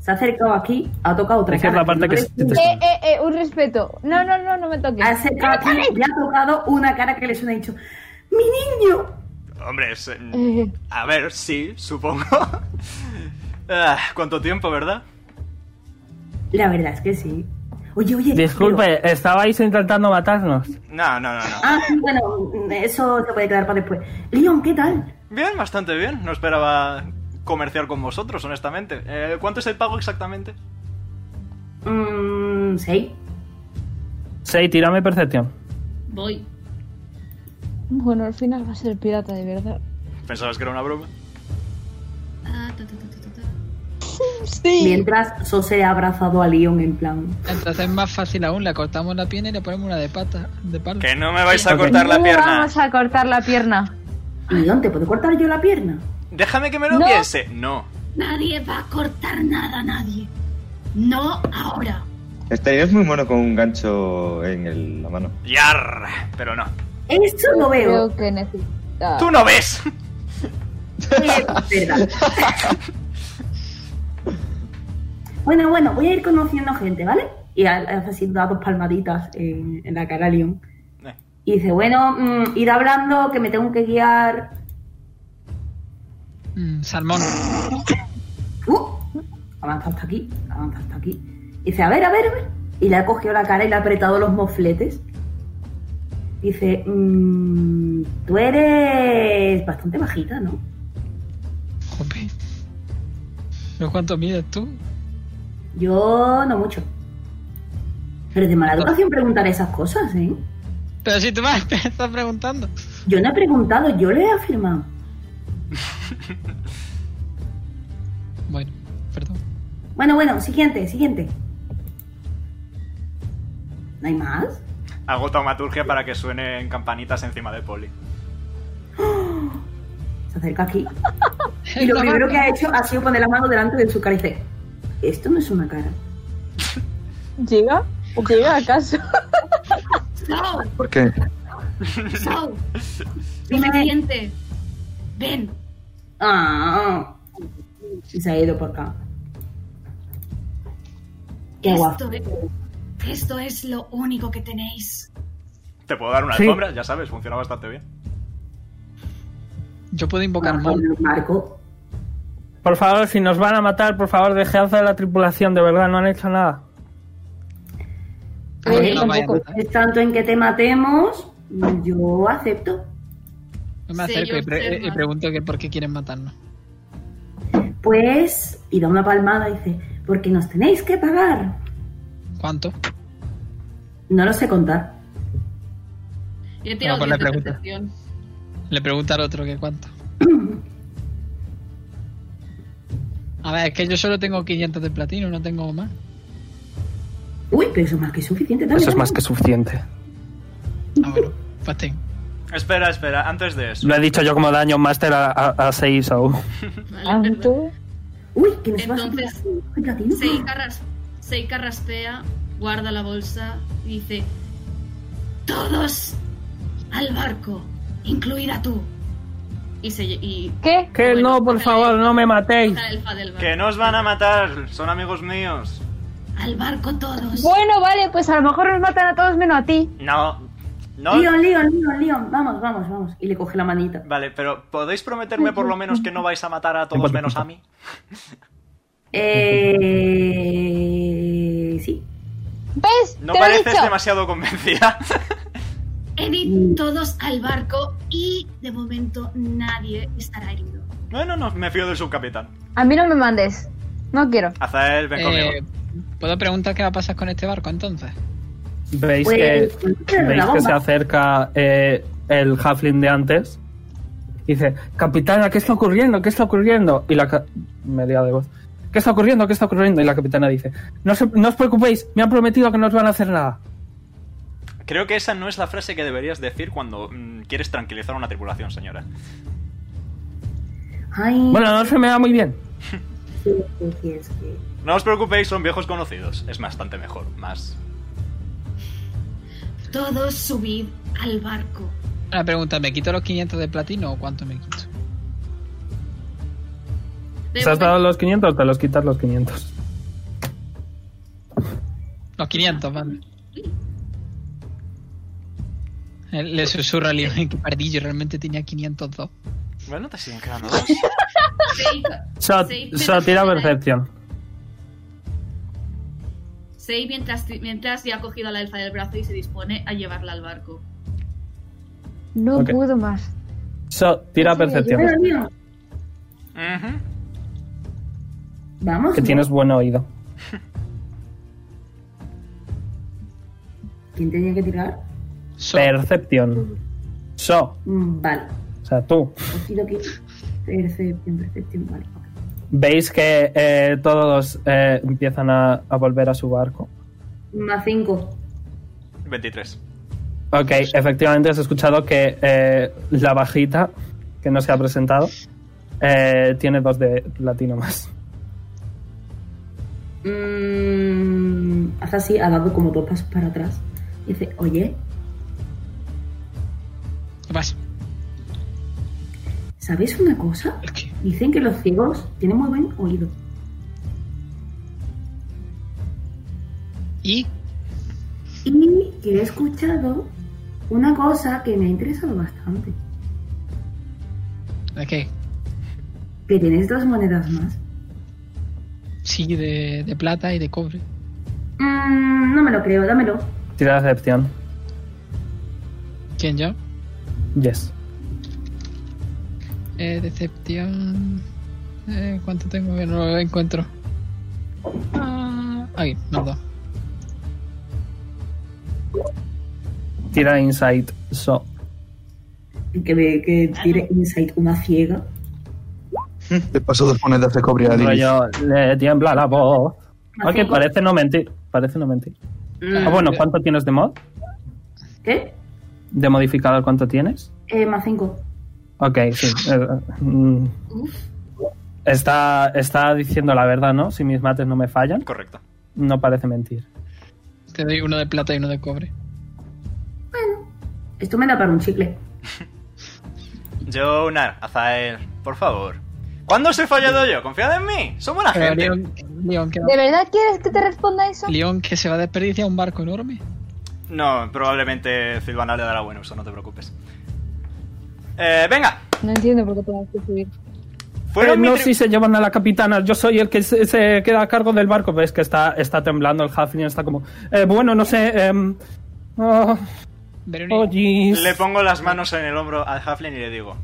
S10: se ha acercado aquí, ha tocado otra
S2: Esa es
S10: cara.
S2: la parte
S10: no
S2: que
S10: le
S2: se- te-
S10: suena.
S5: Eh, eh, eh, un respeto. No, no, no, no me toques.
S9: Ah,
S10: Ha acercado aquí y ha tocado una cara que le suena y ha dicho, ¡Mi niño!
S3: Hombre, es-
S5: Eh,
S3: a ver, sí, supongo. Ah, ¿Cuánto tiempo, verdad?
S10: La verdad es que sí. Oye, oye.
S2: Disculpe, estabais intentando matarnos.
S3: No, no, no, no.
S10: Ah, bueno, eso se puede quedar para después. Leon, ¿qué tal?
S3: Bien, bastante bien. No esperaba comerciar con vosotros, honestamente. Eh, ¿Cuánto es el pago exactamente?
S10: Mmm, sí.
S2: Sí, tírame percepción.
S9: Voy.
S5: bueno, al final va a ser pirata, de verdad.
S3: ¿Pensabas que era una broma?
S9: Ah, ta, ta, ta, ta, ta, ta.
S5: Sí.
S10: Mientras Sose ha abrazado a Leon en plan.
S1: Entonces es más fácil aún, le cortamos la pierna y le ponemos una de pata, de palo.
S3: Que no me vais a
S2: Ok.
S3: cortar la
S5: No
S3: pierna.
S5: Vamos a cortar la pierna.
S10: Leon, ¿te puedo cortar yo la pierna?
S3: Déjame que me lo
S5: No.
S3: piense. No.
S9: Nadie va a cortar nada a nadie. No ahora.
S4: Estarías Este muy mono con un gancho en el- la mano.
S3: Yar, pero no.
S10: Eso lo veo.
S5: Creo que necesita.
S3: Tú no ves.
S10: Es verdad. bueno, bueno, voy a ir conociendo gente, ¿vale? Y ha- hace así da dos palmaditas en, en la cara a Leon.
S3: Eh,
S10: Y dice, bueno, mm, ir hablando, que me tengo que guiar.
S1: Mm, salmón.
S10: ¡Uh! Avanza hasta aquí, avanza hasta aquí. Dice, a ver, a ver, a ver. Y le ha cogido la cara y le ha apretado los mofletes. Dice, "Mm, tú eres bastante bajita, ¿no?
S1: Jope. ¿Pero cuánto mides tú?
S10: Yo no mucho. Pero es de mala educación preguntar esas cosas, ¿eh?
S1: Pero si tú me estás preguntando.
S10: Yo no he preguntado, yo le he afirmado.
S1: Bueno, perdón.
S10: Bueno, bueno, siguiente, siguiente. ¿No hay más?
S3: Hago taumaturgia para que suenen campanitas encima de Poli.
S10: Se acerca aquí. Y lo primero que ha hecho ha sido poner la mano delante de su cara y dice, esto no es una cara.
S5: ¿Llega? ¿Llega acaso?
S9: So,
S8: ¿Por qué?
S9: so.
S10: Dime.
S9: Suficiente. Ven.
S10: Ah. Y se ha ido por acá. Qué guapo.
S9: Esto, esto es lo único que tenéis.
S3: Te puedo dar una
S2: Sí.
S3: alfombra, ya sabes, funciona bastante bien.
S1: Yo puedo invocar
S10: Marco,
S1: mon.
S10: Marco.
S2: Por favor, si nos van a matar, por favor, dejad a la tripulación. De verdad, no han hecho nada.
S1: A ver,
S10: Eh,
S1: no vaya a
S10: tampoco.
S1: matar.
S10: Es tanto en que te matemos, yo acepto.
S1: Yo me
S9: Sí,
S1: acerco
S9: yo
S1: y, pre-
S9: observo.
S1: y pregunto que por qué quieren matarnos.
S10: Pues, y da una palmada y dice, porque nos tenéis que pagar.
S1: ¿Cuánto?
S10: No lo sé contar.
S9: Yo he tirado
S1: Bueno, pues le
S9: 10 de
S1: pregunto.
S9: percepción.
S1: Le pregunta al otro que cuánto. A ver, es que yo solo tengo 500 de platino, no tengo más.
S10: Uy, pero eso es más que suficiente. Dale,
S2: Eso es
S10: dale.
S2: más que suficiente.
S1: Pues ten.
S3: Espera, espera, antes de eso.
S2: Lo he dicho yo como daño master a- a 6 o...
S9: Vale, perdón.
S10: Uy, que nos vas a
S9: Entonces, Seika, ras- Seika raspea, guarda la bolsa y dice: Todos al barco, incluida tú. Y se. lle- Y
S5: ¿Qué?
S2: Que Eh, no, por favor, no me matéis.
S9: la elfa del barco.
S3: Que no os van a matar, son amigos míos.
S9: Al barco todos.
S5: Bueno, vale, pues a lo mejor nos matan a todos menos a ti.
S3: No. No.
S10: Leon, Leon, Leon, Leon, vamos, vamos, vamos. Y le coge la manita.
S3: Vale, pero ¿podéis prometerme por lo menos que no vais a matar a todos menos a mí?
S10: Eh... Sí.
S5: ¿Ves?
S3: No
S5: Te lo he
S3: pareces
S5: dicho.
S3: demasiado convencida.
S9: Edith, todos al barco y de momento nadie estará herido.
S3: Bueno, no, me fío del subcapitán.
S5: A mí no me mandes. No quiero.
S3: Azael, ven
S1: Eh,
S3: conmigo.
S1: ¿Puedo preguntar qué va a pasar con este barco entonces?
S2: Veis que,
S10: Pues, tira la
S2: veis que
S10: bomba.
S2: se acerca eh, el halfling de antes. Y dice, capitana, ¿qué está ocurriendo? ¿Qué está ocurriendo? Y la... ca- Me he liado de voz. ¿Qué está ocurriendo? ¿Qué está ocurriendo? Y la capitana dice, no, se- no os preocupéis, me han prometido que no os van a hacer nada.
S3: Creo que esa no es la frase que deberías decir cuando mm, quieres tranquilizar a una tripulación, señora.
S9: Mm.
S10: Ay,
S2: Bueno, no se me da muy bien.
S10: sí, sí, sí, es que...
S3: No os preocupéis, son viejos conocidos. Es bastante mejor, más.
S9: Todos subid al barco.
S1: Una pregunta, ¿me quito los 500 de platino o cuánto me quito?
S9: De
S2: ¿Se has
S9: momento-
S2: dado los 500? Te los quitas los 500.
S1: Los 500, vale. Eh, Le susurra a Leon que pardillo, realmente tenía 502.
S3: Bueno, te siguen quedando dos.
S9: Seika-
S2: Shot,
S9: Sí.
S2: shot, tira percepción.
S9: Sei mientras, mientras ya ha cogido a la elfa del brazo y se dispone a llevarla al barco.
S5: No
S2: Ok.
S5: puedo más.
S2: Shot, tira percepción.
S10: Leon, Leon.
S3: Ujú.
S10: Vamos.
S2: Que
S10: ¿no?
S2: tienes buen oído.
S10: ¿Quién tenía que tirar?
S1: So-
S2: Percepción. Shot.
S10: Mm, Vale.
S2: O sea, tú.
S10: Ojido que... Percepción, percepción, vale. ok.
S2: Veis que eh, todos eh, empiezan a, a volver a su barco.
S10: Más 5.
S3: 23.
S2: Ok, efectivamente has escuchado que eh, la bajita, que no se ha presentado, eh, tiene dos de platino más.
S10: Mm, hace así, ha dado como dos pasos para atrás. Y dice, oye,
S1: ¿Qué pasa?
S10: ¿sabéis una cosa?
S1: Es que-
S10: Dicen que los ciegos tienen muy buen oído.
S1: ¿Y?
S10: Y que he escuchado una cosa que me ha interesado bastante.
S1: ¿De qué?
S10: Que tienes dos monedas más.
S1: Sí, de, de plata y de cobre.
S10: Mm, no me lo creo, dámelo.
S2: Tira decepción.
S1: ¿Quién yo?
S2: Yes.
S1: Eh, decepción. Eh, ¿Cuánto tengo que no lo encuentro? Ah, ahí, más dos.
S2: Tira insight. So.
S10: Que, me, que tire Insight una ciega.
S8: Le paso dos monedas de cobre a Lilith.
S2: Rollo, le tiembla la voz.
S10: Más
S2: Ok,
S10: cinco.
S2: parece no mentir. Parece no mentir.
S10: Mm,
S2: Ah, bueno, ¿cuánto tienes de mod?
S10: ¿Qué?
S2: ¿De modificador cuánto tienes?
S10: Eh, más 5.
S2: Ok, sí. eh, mm.
S9: Uf,
S2: Está, está diciendo la verdad, ¿no? Si mis mates no me fallan,
S3: Correcto.
S2: no parece mentir.
S1: Te doy uno de plata y uno de cobre.
S10: Esto me da para un chicle.
S3: Jonar, Azael, por favor. ¿Cuándo os he fallado yo? Confiad en mí. Soy buena
S1: Pero
S3: gente.
S1: Leon, Leon, que va-
S5: ¿De verdad quieres que te responda eso?
S1: Leon, que se va a desperdiciar un barco enorme.
S3: No, probablemente Silvana le dará buen uso, no te preocupes. Eh, venga.
S5: No entiendo por qué tengo que subir.
S2: Pero
S3: Fueron mi
S2: no
S3: tri-
S2: si se llevan a la capitana, yo soy el que se, se queda a cargo del barco. Ves que está, está temblando el Halfling, está como... eh, bueno, no sé... em, ah,
S1: Veroni-
S2: oh, jeez.
S3: Le pongo las manos en el hombro al Halfling y le digo: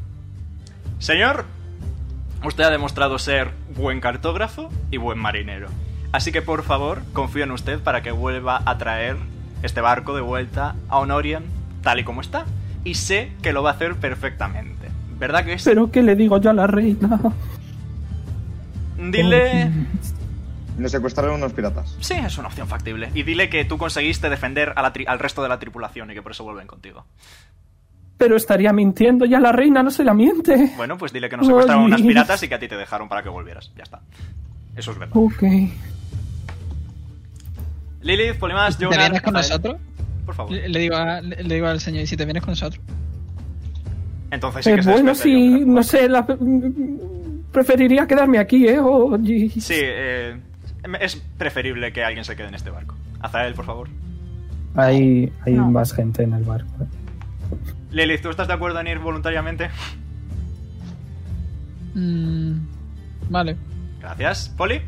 S3: Señor, usted ha demostrado ser buen cartógrafo y buen marinero. Así que por favor, confío en usted para que vuelva a traer este barco de vuelta a Honorian tal y como está. y sé que lo va a hacer perfectamente. ¿Verdad que sí?
S2: Pero ¿qué le digo yo a la reina?
S3: Dile...
S4: Nos secuestraron unos piratas.
S3: Sí, es una opción factible. Y dile que tú conseguiste defender a la tri- al resto de la tripulación y que por eso vuelven contigo.
S2: Pero estaría mintiendo ya la reina, no se la miente.
S3: Bueno, pues dile que nos secuestraron
S2: Ay.
S3: unas piratas y que a ti te dejaron para que volvieras. Ya está. Eso es verdad.
S2: Ok.
S3: Lilith, Polimas,
S1: ¿Te
S3: yo...
S1: vienes con nosotros?
S3: Por favor.
S1: Le, le digo a- le, le digo al señor, ¿y si te vienes con nosotros?
S3: Entonces sí
S2: Eh,
S3: que se
S2: bueno,
S3: despierta
S2: sí,
S3: Johan.
S2: no sé, la- mm, preferiría quedarme aquí, ¿eh? O- y-
S3: Sí, eh, es preferible que alguien se quede en este barco. Azael, por favor.
S2: Hay, hay más gente en el barco. eh.
S3: Lilith, ¿tú estás de acuerdo en ir voluntariamente?
S1: Mm, vale.
S3: Gracias. ¿Poli?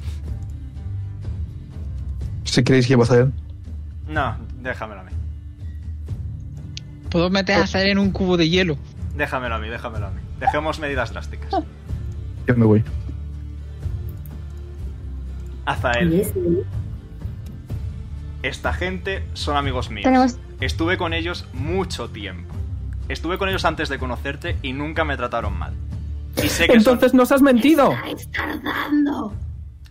S8: Si queréis que vas a ver.
S3: No, déjamelo a mí.
S1: Puedo meter a hacer en un cubo de hielo.
S3: Déjamelo a mí, déjamelo a mí. Dejemos medidas drásticas.
S8: Yo me voy.
S3: Azael, esta gente son amigos míos.
S5: Tenemos-
S3: Estuve con ellos mucho tiempo. Estuve con ellos antes de conocerte y nunca me trataron mal. Y sé que son-
S2: Entonces nos has mentido.
S9: tardando.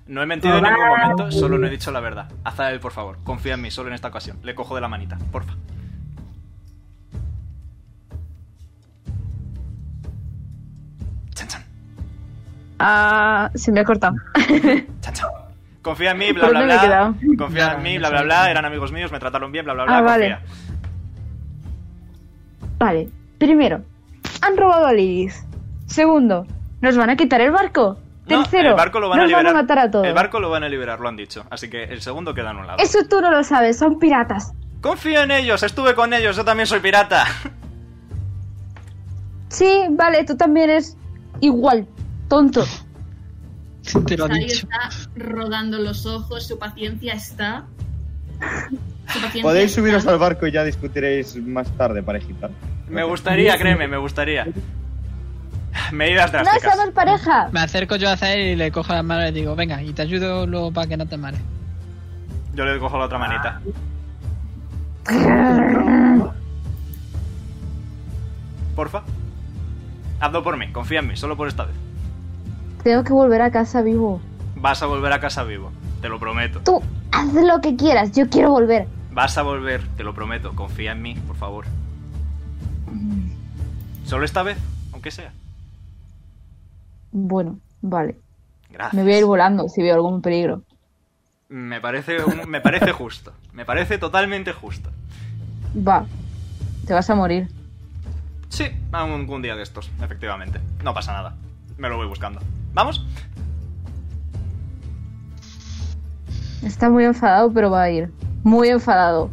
S3: no he mentido en ningún momento, solo no he dicho la verdad. Azael, por favor, confía en mí, solo en esta ocasión. Le cojo de la manita, porfa. Chan, chan,
S11: Ah, se me ha cortado.
S3: chan, chan. Confía en mí,
S11: ¿Por
S3: bla, bla,
S11: dónde me he
S3: bla.
S11: quedado?
S3: Confía en mí, bla, bla, bla. Eran amigos míos, me trataron bien, bla, bla, bla.
S11: Ah, vale.
S3: confía.
S11: Vale, primero, han robado a Lilith. Segundo, nos van a quitar el barco.
S3: No,
S11: Tercero,
S3: el barco lo van
S11: nos
S3: a liberar.
S11: van a matar a todos.
S3: El barco lo van a liberar, lo han dicho. Así que el segundo queda en un lado.
S11: Eso tú no lo sabes, son piratas.
S3: Confío en ellos, estuve con ellos, yo también soy pirata.
S11: Sí, vale, tú también eres igual, tonto.
S1: Te lo ha
S9: Sai
S1: dicho.
S9: está rodando los ojos, su paciencia está. Su paciencia
S4: Podéis
S9: está-
S4: subiros al barco y ya discutiréis más tarde, parejita.
S3: Me gustaría, créeme, me gustaría. Medidas
S11: No
S3: drásticas.
S11: somos pareja.
S1: Me acerco yo a hacer y le cojo las manos y le digo, venga, y te ayudo luego para que no te mares.
S3: Yo le cojo la otra manita. Porfa. Hazlo por mí, confía en mí, solo por esta vez.
S11: Tengo que volver a casa vivo.
S3: Vas a volver a casa vivo, te lo prometo.
S11: Tú haz lo que quieras, yo quiero volver.
S3: Vas a volver, te lo prometo. Confía en mí, por favor. Solo esta vez, aunque sea.
S11: Bueno, vale.
S3: Gracias.
S11: Me voy a ir volando si veo algún peligro.
S3: Me parece, un- me parece justo. Me parece totalmente justo.
S11: Va, te vas a morir.
S3: Sí, algún día de estos, efectivamente. No pasa nada. Me lo voy buscando. ¿Vamos?
S11: Está muy enfadado, pero va a ir. Muy enfadado.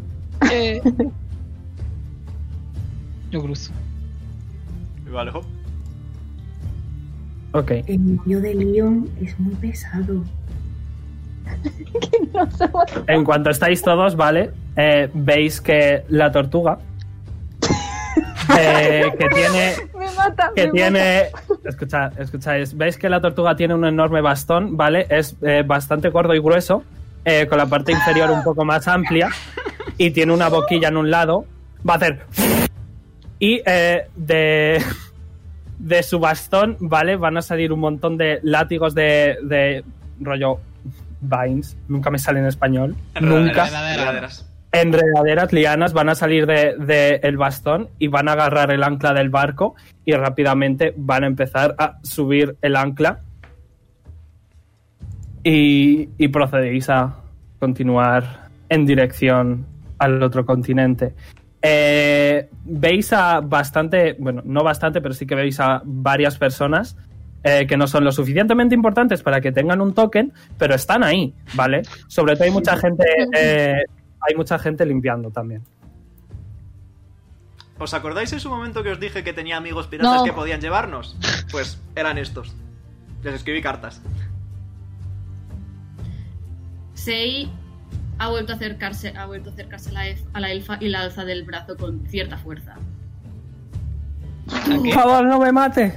S1: Eh. Yo cruzo.
S3: Vale, hop.
S2: Ok.
S10: El novio de Leon es muy pesado.
S2: En cuanto estáis todos, ¿vale? Eh, Veis que la tortuga. eh, que tiene.
S11: Me mata,
S2: Que
S11: me
S2: tiene. Escucha, escucháis. Veis que la tortuga tiene un enorme bastón, ¿vale? Es eh, bastante gordo y grueso, eh, con la parte inferior un poco más amplia, y tiene una boquilla en un lado. Va a hacer. Y eh, de. De su bastón, ¿vale? Van a salir un montón de látigos de. de rollo. Vines. Nunca me sale en español. Nunca enredaderas, lianas, van a salir del de, el bastón y van a agarrar el ancla del barco y rápidamente van a empezar a subir el ancla y, y procedéis a continuar en dirección al otro continente. Eh, veis a bastante, bueno, no bastante, pero sí que veis a varias personas eh, que no son lo suficientemente importantes para que tengan un token, pero están ahí, ¿vale? Sobre todo hay mucha gente, eh, hay mucha gente limpiando también.
S3: ¿Os acordáis en su momento que os dije que tenía amigos piratas
S11: No.
S3: que podían llevarnos? Pues eran estos. Les escribí cartas.
S9: Sei ha vuelto a acercarse, ha vuelto a, acercarse a, la, ef- a la elfa y la alza del brazo con cierta fuerza.
S2: Por favor, no me mate.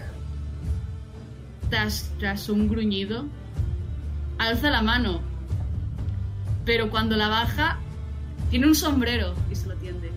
S9: Tras, tras un gruñido, alza la mano, pero cuando la baja, tiene un sombrero y se lo tiende.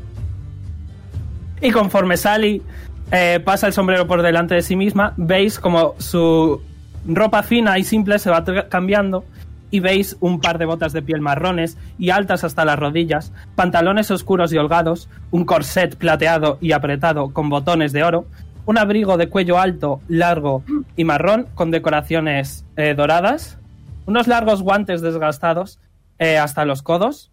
S2: Y conforme Sally eh, pasa el sombrero por delante de sí misma, veis como su ropa fina y simple se va tra- cambiando y veis un par de botas de piel marrones y altas hasta las rodillas, pantalones oscuros y holgados, un corset plateado y apretado con botones de oro, un abrigo de cuello alto, largo y marrón con decoraciones eh, doradas, unos largos guantes desgastados eh, hasta los codos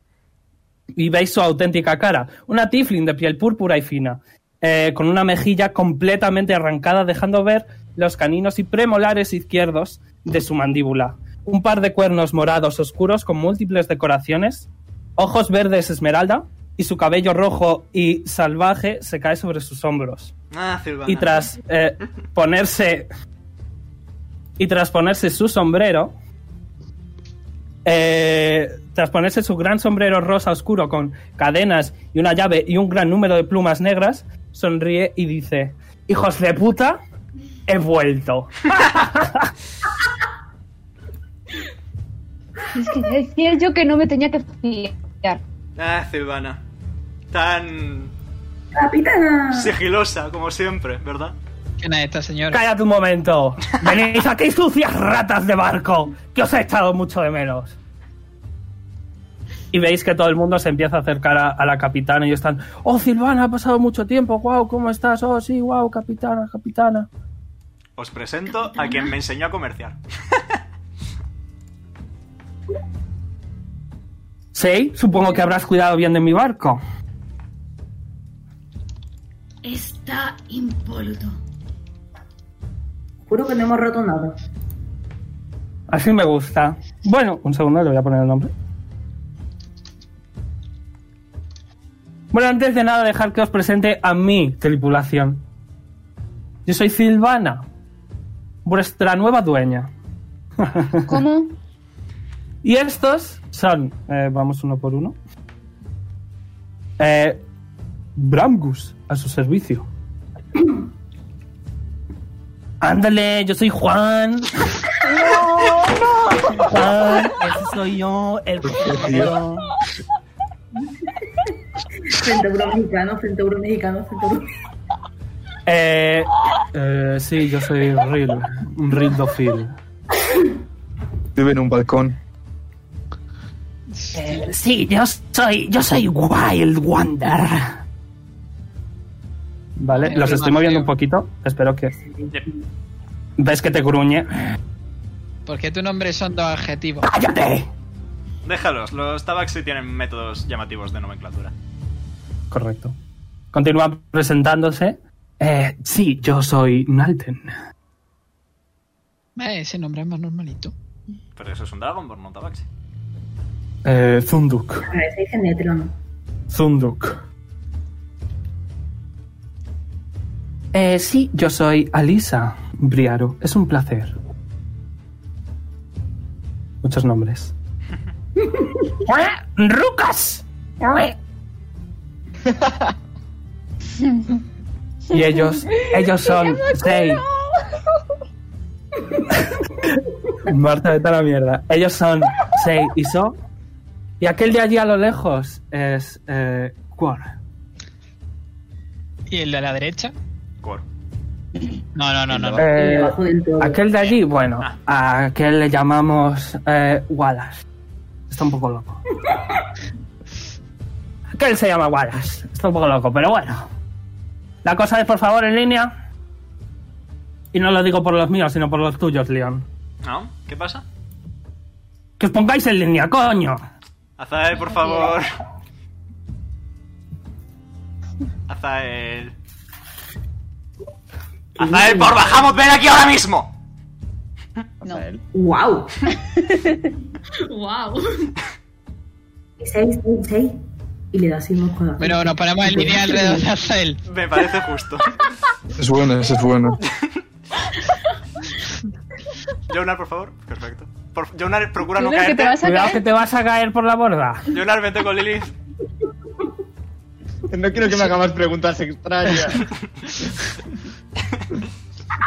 S2: y veis su auténtica cara, una tiflin de piel púrpura y fina, eh, con una mejilla completamente arrancada dejando ver los caninos y premolares izquierdos de su mandíbula, un par de cuernos morados oscuros con múltiples decoraciones, ojos verdes esmeralda y su cabello rojo y salvaje se cae sobre sus hombros.
S3: Ah, Silvana.
S2: Y tras eh, ponerse. Y tras ponerse su sombrero. eh, tras ponerse su gran sombrero rosa oscuro con cadenas y una llave y un gran número de plumas negras, sonríe y dice: Hijos de puta, he vuelto.
S11: Es que decía yo que no me tenía que fiar.
S3: Ah, Silvana. Tan
S10: Capitana.
S3: sigilosa como siempre, ¿verdad?
S1: ¿Quién es esta señora?
S2: Cállate un momento. Venís aquí, sucias ratas de barco, que os he echado mucho de menos. Y veis que todo el mundo se empieza a acercar a, a la capitana y están, oh Silvana, ha pasado mucho tiempo, wow, ¿cómo estás? Oh, sí, wow, capitana, capitana.
S3: Os presento a quien me enseñó a comerciar.
S2: Sí, supongo que habrás cuidado bien de mi barco.
S9: Está impoluto.
S10: Juro que no hemos roto nada.
S2: Así me gusta. Bueno, un segundo, le voy a poner el nombre. Bueno, antes de nada, dejar que os presente a mi tripulación. Yo soy Silvana, vuestra nueva dueña.
S11: ¿Cómo?
S2: Y estos son, eh, vamos uno por uno, eh, Bramgus, a su servicio. Ándale, yo soy Juan. Juan, ese soy yo, el primero.
S10: Centauro mexicano, centauro mexicano, centauro mexicano.
S2: Eh, eh, sí, yo soy Rill, un Rildofil.
S8: Vive en un balcón.
S7: Eh, sí, yo soy, yo soy Wild Wonder.
S2: Vale, los estoy moviendo un poquito, espero que... ¿Ves que te gruñe?
S1: ¿Por qué tu nombre son dos adjetivos?
S2: ¡Cállate!
S3: Déjalos, los Tabaxi tienen métodos llamativos de nomenclatura.
S2: Correcto. Continúa presentándose. Eh, sí, yo soy Nalten.
S1: Eh, ese nombre es más normalito.
S3: Pero eso es un Dragonborn, no Tabaxi.
S2: Eh, Zunduk.
S10: A ver, se dice Netrón.
S2: Zunduk. Eh, sí, yo soy Alisa Briaro. Es un placer. Muchos nombres.
S7: ¡Rucas!
S2: Y ellos, ellos son Sei. Marta, vete a la mierda. Ellos son Sei y So. Y aquel de allí a lo lejos es eh, Quor.
S1: ¿Y el de la derecha?
S3: Cor.
S1: No, no, no, no. no.
S2: Eh,
S10: Debajo del todo.
S2: aquel de allí, bueno, a aquel le llamamos eh, Wallace. Está un poco loco. Aquel se llama Wallace. Está un poco loco, pero bueno. La cosa es, por favor, en línea. Y no lo digo por los míos, sino por los tuyos, Leon.
S3: ¿No? ¿Qué pasa?
S2: Que os pongáis en línea, coño.
S3: Azael, por favor. Azael. Azael, por bajamos, ven aquí ahora mismo.
S4: Azael.
S10: ¡Wow!
S9: ¡Wow!
S10: Seis, seis, seis. Y le da así unos codazos.
S1: Bueno, nos ponemos en línea alrededor de Azael.
S3: Me parece justo.
S8: Es bueno, ese es bueno.
S3: Jonar, por favor. Perfecto. Por- Jonar, procura no
S11: Yo creo que te
S3: caerte.
S11: vas a
S2: Cuidado que
S11: caer.
S2: te vas a caer por la borda.
S3: Jonar, vete con Lilith.
S12: No quiero que me haga más preguntas extrañas.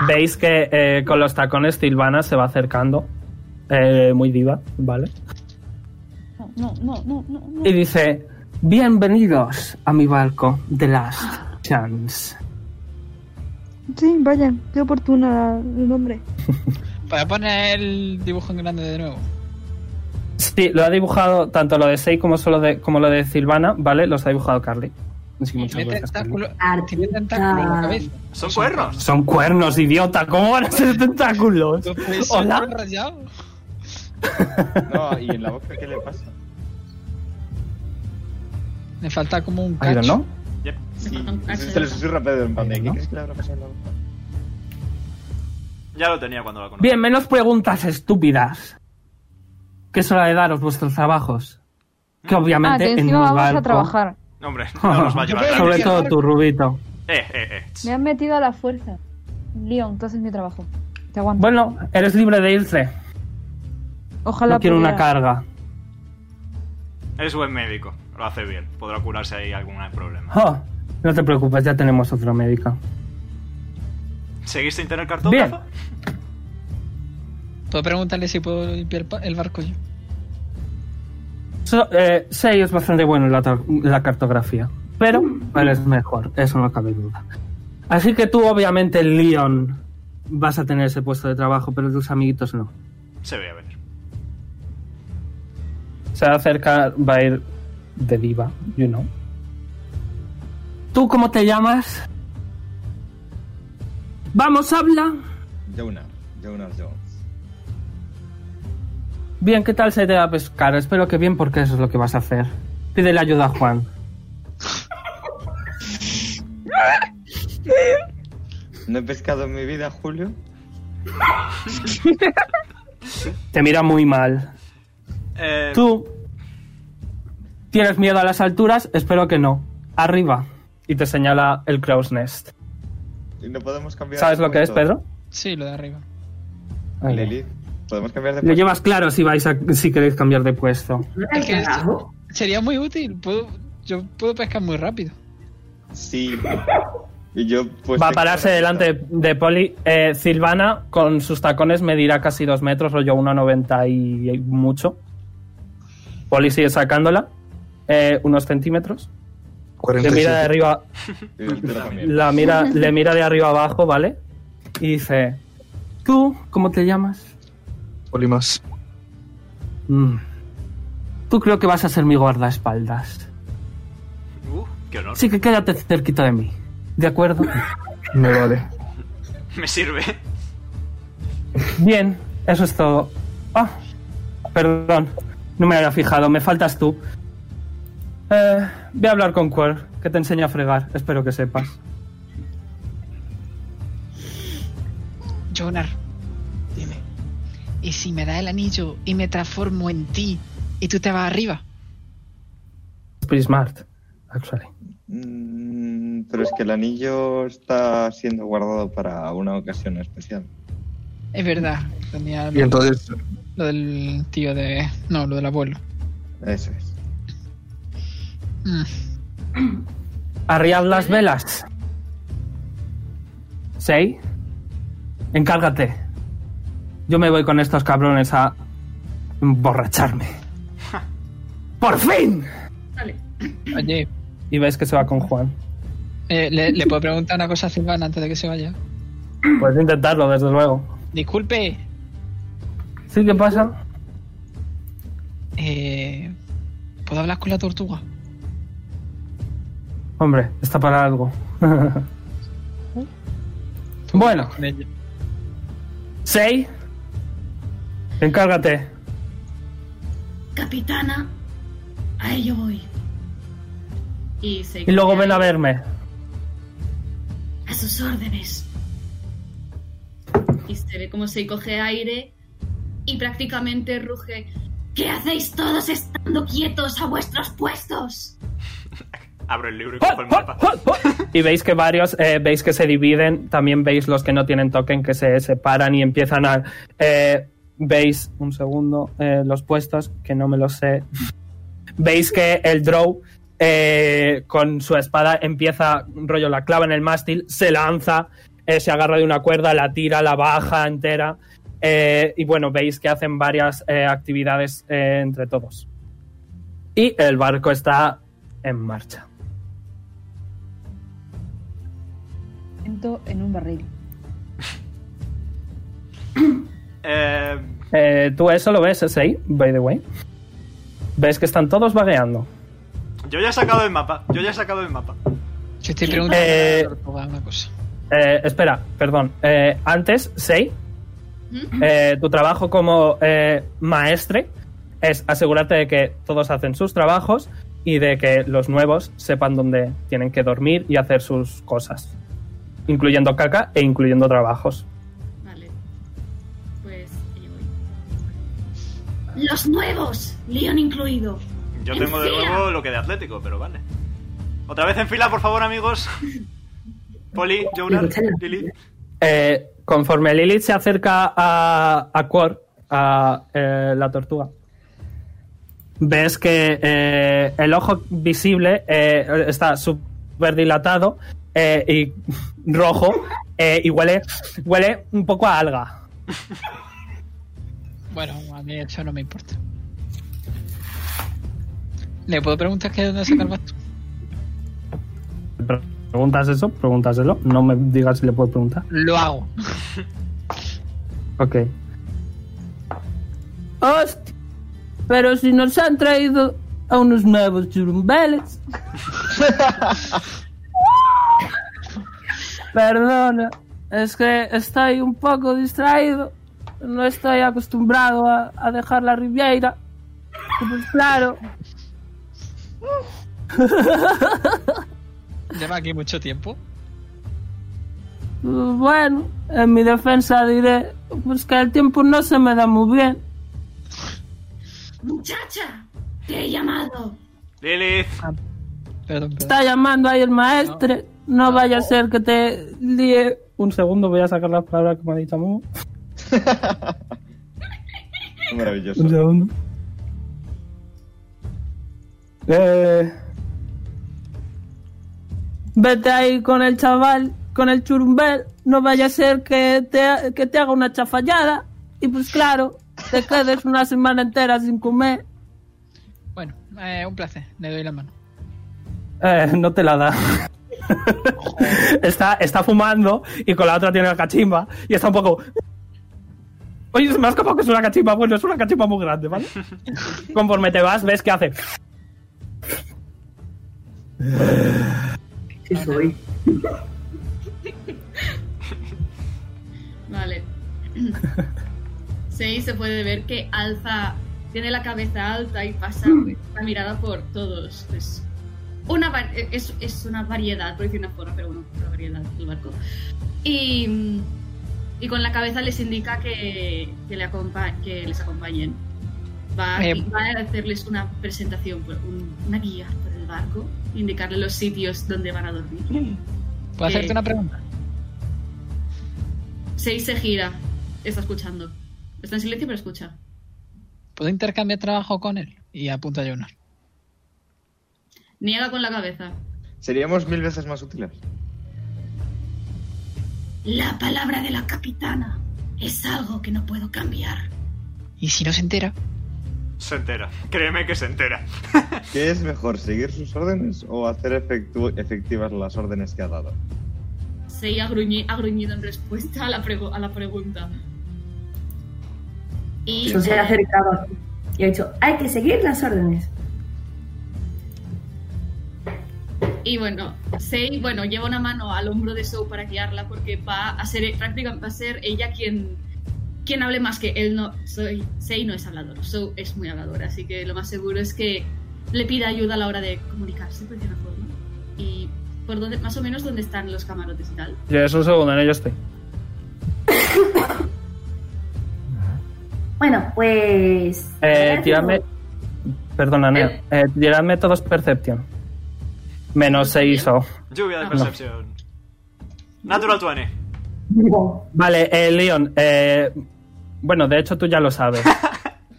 S2: Veis que eh, con los tacones Silvana se va acercando. eh, muy diva, ¿vale?
S11: No, no, no, no, no.
S2: Y dice, bienvenidos a mi barco de Last chance.
S5: Sí, vaya, qué oportuna el nombre.
S1: Para poner el dibujo en grande de nuevo.
S2: Sí, lo ha dibujado tanto lo de Sei como, solo de, como lo de Silvana, ¿vale? Los ha dibujado Carly. Así que muchas
S1: Tiene
S2: gracias, Carly.
S1: tentáculo- tiene tentáculo en la cabeza.
S3: Son cuernos.
S2: Son cuernos, idiota. ¿Cómo van a ser tentáculos? Hola.
S1: rayado?
S12: No, ¿y en la boca qué le pasa?
S1: Me falta como un
S2: I don't
S1: cacho.
S2: know.
S12: Sí, se le susurra a Pedro en plan de, ¿qué crees que le habrá pasado en la boca?
S3: Ya lo tenía cuando lo conocí.
S2: Bien, menos preguntas estúpidas. Que es hora de daros vuestros trabajos. Que
S11: Ah,
S2: obviamente
S11: que
S2: en mi
S11: encima vamos
S2: barco-
S11: a trabajar.
S3: Hombre, Mm. no nos va a llevar la
S2: Sobre
S3: mierda.
S2: todo tu rubito.
S3: Eh, eh, eh.
S11: Me han metido a la fuerza. Leon, entonces mi trabajo. Te aguanto.
S2: Bueno, eres libre de irse.
S11: Ojalá
S2: no quiero una
S11: pudiera.
S2: carga.
S3: Es buen médico. Lo hace bien. Podrá curarse ahí algún problema.
S2: Oh, no te preocupes, ya tenemos otro médico.
S3: ¿Seguís sin tener cartógrafo?
S1: Puedo preguntarle si puedo limpiar el pa- el barco yo.
S2: So, eh, Sei es bastante bueno en la, tar- la cartografía, pero él es mejor, eso no cabe duda. Así que tú, obviamente, Leon, vas a tener ese puesto de trabajo, pero tus amiguitos no.
S3: Se ve a venir.
S2: Se va a acercar, va a ir de diva, you know. ¿Tú cómo te llamas? Vamos, habla.
S4: Jonah, Jonah Jones.
S2: Bien, ¿qué tal se te va a pescar? Espero que bien, porque eso es lo que vas a hacer. Pídele ayuda a Juan.
S4: No he pescado en mi vida, Julio.
S2: Te mira muy mal.
S3: Eh,
S2: Tú tienes miedo a las alturas, espero que no. Arriba. Y te señala el Crow's Nest.
S4: Y no podemos cambiar.
S2: ¿Sabes
S4: de
S2: lo que es,
S4: puesto.
S2: Pedro?
S1: Sí, lo de arriba.
S2: Ahí.
S4: Lilith, podemos cambiar de
S2: Lo
S4: puesto.
S2: llevas claro si vais a, si queréis cambiar de puesto.
S1: Es que se- sería muy útil. Puedo, yo puedo pescar muy rápido.
S4: Sí. Y yo, pues.
S2: Va a pararse delante de, de Poli. Eh, Silvana, con sus tacones, medirá casi dos metros, rollo 1,90 y mucho. Poli sigue sacándola. eh, unos centímetros. Le
S8: 47.
S2: mira de arriba,
S4: Y de altura también.
S2: la mira, le mira de arriba abajo, ¿vale? Y dice: ¿Tú cómo te llamas?
S8: Polimas.
S2: Mm. Tú creo que vas a ser mi guardaespaldas.
S3: uh, qué honor.
S2: Así que quédate cerquita de mí. ¿De acuerdo?
S8: Me vale.
S3: Me sirve.
S2: Bien, eso es todo. Ah, perdón. No me había fijado, me faltas tú. Eh, voy a hablar con Quer, que te enseña a fregar. Espero que sepas.
S1: Jonar, dime. ¿Y si me da el anillo y me transformo en ti y tú te vas arriba?
S2: Es pretty smart, actually.
S4: Mm, pero es que el anillo está siendo guardado para una ocasión especial.
S1: Es verdad. Tenía
S8: Y
S1: lo,
S8: entonces, eh,
S1: lo del tío de. No, lo del abuelo.
S4: Eso es.
S1: Mm.
S2: Arriad las velas. ¿Sei? Encárgate. Yo me voy con estos cabrones a emborracharme. ¡Por fin!
S1: Oye,
S2: Y ves que se va con Juan.
S1: eh, ¿le, le puedo preguntar una cosa a Silvana antes de que se vaya?
S2: Puedes Pues intentarlo, desde luego.
S1: Disculpe,
S2: ¿Sí? ¿Qué pasa?
S1: eh, ¿puedo hablar con la tortuga?
S2: Hombre, está para algo. bueno,
S1: Con ella.
S2: Sei. Encárgate.
S9: Capitana, a ello voy. Y, se
S2: Y luego ven a verme.
S9: A sus órdenes. Y se ve como se coge aire y prácticamente ruge. ¿Qué hacéis todos estando quietos a vuestros puestos?
S3: Abro el libro
S2: ¡Ah!
S3: y cojo el mapa.
S2: Y veis que varios, eh, veis que se dividen, también veis los que no tienen token que se separan y empiezan a... eh, veis, un segundo, eh, los puestos, que no me los sé. Veis que el Drow eh, con su espada empieza, rollo, la clava en el mástil, se lanza, eh, se agarra de una cuerda, la tira, la baja entera. eh, y bueno, veis que hacen varias eh, actividades eh, entre todos. Y el barco está en marcha.
S13: apunto en un barril.
S3: Eh,
S2: Eh, Tú eso lo ves, ese ahí, by the way. Ves que están todos vagueando.
S3: yo ya he sacado el mapa. Yo ya he sacado el mapa.
S1: Yo estoy preguntando
S2: Eh,
S1: una cosa.
S2: Eh, espera, perdón. Eh, antes, Sei, eh, tu trabajo como eh, maestre es asegurarte de que todos hacen sus trabajos y de que los nuevos sepan dónde tienen que dormir y hacer sus cosas. Incluyendo caca e incluyendo trabajos.
S5: Vale. Pues ahí voy. ¡Los nuevos! Leon incluido.
S3: Yo
S5: En
S3: tengo de
S5: fila.
S3: nuevo lo que de Atlético, pero vale. Otra vez en fila, por favor, amigos. Poli, Jonar, Lili.
S2: Eh, conforme Lilith se acerca a, a Quor, a eh, la tortuga, ves que eh, el ojo visible eh, está súper dilatado eh, y rojo eh, y huele, huele un poco a alga.
S1: Bueno, a mí eso no me importa. ¿Le puedo preguntar que de dónde saca el gasto?
S2: ¿Preguntas eso? Pregúntaselo. No me digas si le puedo preguntar.
S1: Lo hago.
S2: Ok.
S9: Hostia, pero si nos han traído a unos nuevos churumbeles. Perdona, es que estoy un poco distraído. No estoy acostumbrado a, a dejar la Riviera. Y Pues claro.
S1: Lleva aquí mucho tiempo.
S9: pues Bueno, en mi defensa diré pues que el tiempo no se me da muy bien.
S5: ¡Muchacha! ¡Te he llamado!
S3: Lilith.
S1: Perdón,
S9: Está llamando ahí el maestre. No, vaya a ser que te líe.
S2: Un segundo, voy a sacar las palabras que me ha dicho Momo.
S4: Maravilloso.
S2: Un segundo. Eh,
S9: Vete ahí con el chaval, con el churumbel. No vaya a ser que te, que te haga una chafallada. Y pues claro, te quedes una semana entera sin comer.
S1: Bueno, eh, un placer. Le doy la mano.
S2: Eh, no te la da. está, está fumando y con la otra tiene la cachimba y está un poco. Oye, se me ha escapado que es una cachimba. Bueno, es una cachimba muy grande, ¿vale? Conforme te vas, ves que hace.
S10: Sí, soy.
S5: Vale. Sí, se puede ver que alza, tiene la cabeza alta y pasa la mirada por todos. Es una, va- es, es una variedad, por decir una forma, pero bueno, una variedad del barco. Y, mm, y con la cabeza les indica que, que, le acompa- que les acompañen. Va,
S1: Eh,
S5: va a hacerles una presentación, por- un- una guía por el barco, indicarle los sitios donde van a dormir.
S1: ¿Puedo hacerte
S5: Eh,
S1: una pregunta?
S5: Seis se gira, está escuchando. Está en silencio, pero escucha.
S1: ¿Puedo intercambiar trabajo con él? Y apunta a Jonar.
S5: Niega con la cabeza.
S4: Seríamos mil veces más útiles.
S5: La palabra de la capitana es algo que no puedo cambiar.
S1: ¿Y si no se entera?
S3: Se entera. Créeme que se entera.
S4: ¿Qué es mejor, seguir sus órdenes o hacer efectu- efectivas las órdenes que ha dado?
S5: Sei ha, gruñi- ha gruñido en respuesta a la, prego- a la pregunta. Y
S10: Entonces se ha acercado y ha dicho, hay que seguir las órdenes.
S5: Y bueno, Sei, bueno, lleva una mano al hombro de Sou para guiarla porque va a ser prácticamente va a ser ella quien quien hable más que él no soy Sei no es hablador, Sou es muy hablador, así que lo más seguro es que le pida ayuda a la hora de comunicarse por decirlo de alguna forma. Y por dónde más o menos dónde están los camarotes y tal.
S2: Ya es un segundo, en ello estoy.
S10: Bueno, pues...
S2: Eh, tiradme. Perdona, Nea. Eh, tiradme todos Perception. Menos oh. 6 o.
S3: Lluvia
S7: Ah.
S3: de
S2: No.
S3: percepción. Natural 20.
S2: Vale, eh, Leon, eh, bueno, de hecho tú ya lo sabes.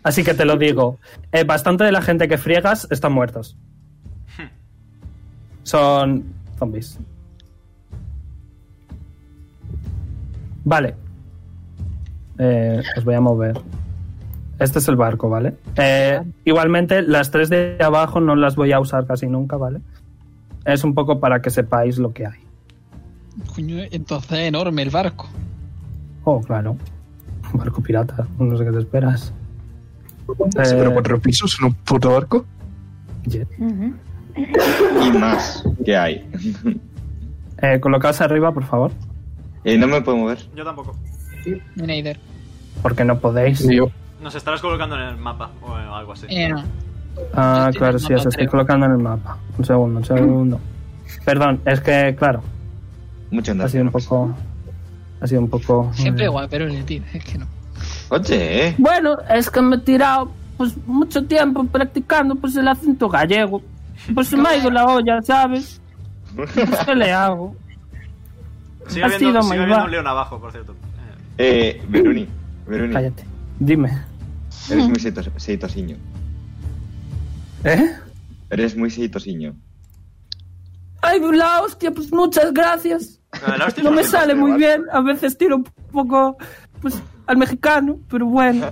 S2: Así que te lo digo. Eh, bastante de la gente que friegas están muertos. Son zombies. Vale. Eh, os voy a mover. Este es el barco, ¿vale? Eh, igualmente, las tres de abajo no las voy a usar casi nunca, ¿vale? Es un poco para que sepáis lo que hay.
S1: Coño, entonces es enorme el barco.
S2: Oh, claro. Un barco pirata, no sé qué te esperas.
S8: Sí, pero cuatro pisos en un puto barco.
S2: Yeah.
S4: Y más, ¿qué hay?
S2: Eh, colocaos arriba, por favor.
S4: Eh, no me puedo mover.
S3: Yo tampoco.
S1: Neider.
S2: Porque no podéis.
S3: Nos estarás colocando en el mapa o algo así.
S1: Eh, no.
S2: Ah, claro, sí, os estoy colocando en el mapa. Un segundo, un segundo. Perdón, es que, claro.
S4: Mucho
S2: Ha sido un poco. Ha sido un poco. eh.
S1: Siempre igual, pero le tira, es que no.
S4: Oye, ¿eh?
S7: Bueno, es que me he tirado pues mucho tiempo practicando pues el acento gallego. Pues se me ha ido la olla, ¿sabes? Pues, ¿Qué le hago?
S3: Sigue
S7: Ha
S3: habiendo,
S7: sido
S3: sigue
S7: muy
S3: habiendo
S7: mal.
S3: un león abajo, por cierto.
S4: Eh, Veruni, Veruni.
S2: Cállate. Dime.
S4: Eres muy seitos- seitosiño.
S2: ¿Eh?
S4: Eres muy seitosiño.
S7: Ay, la hostia, pues muchas gracias.
S4: Lo de la hostia
S7: No
S4: es
S7: me
S4: una cosa,
S7: sale muy
S4: vale.
S7: bien, a veces tiro un poco pues al mexicano, pero bueno,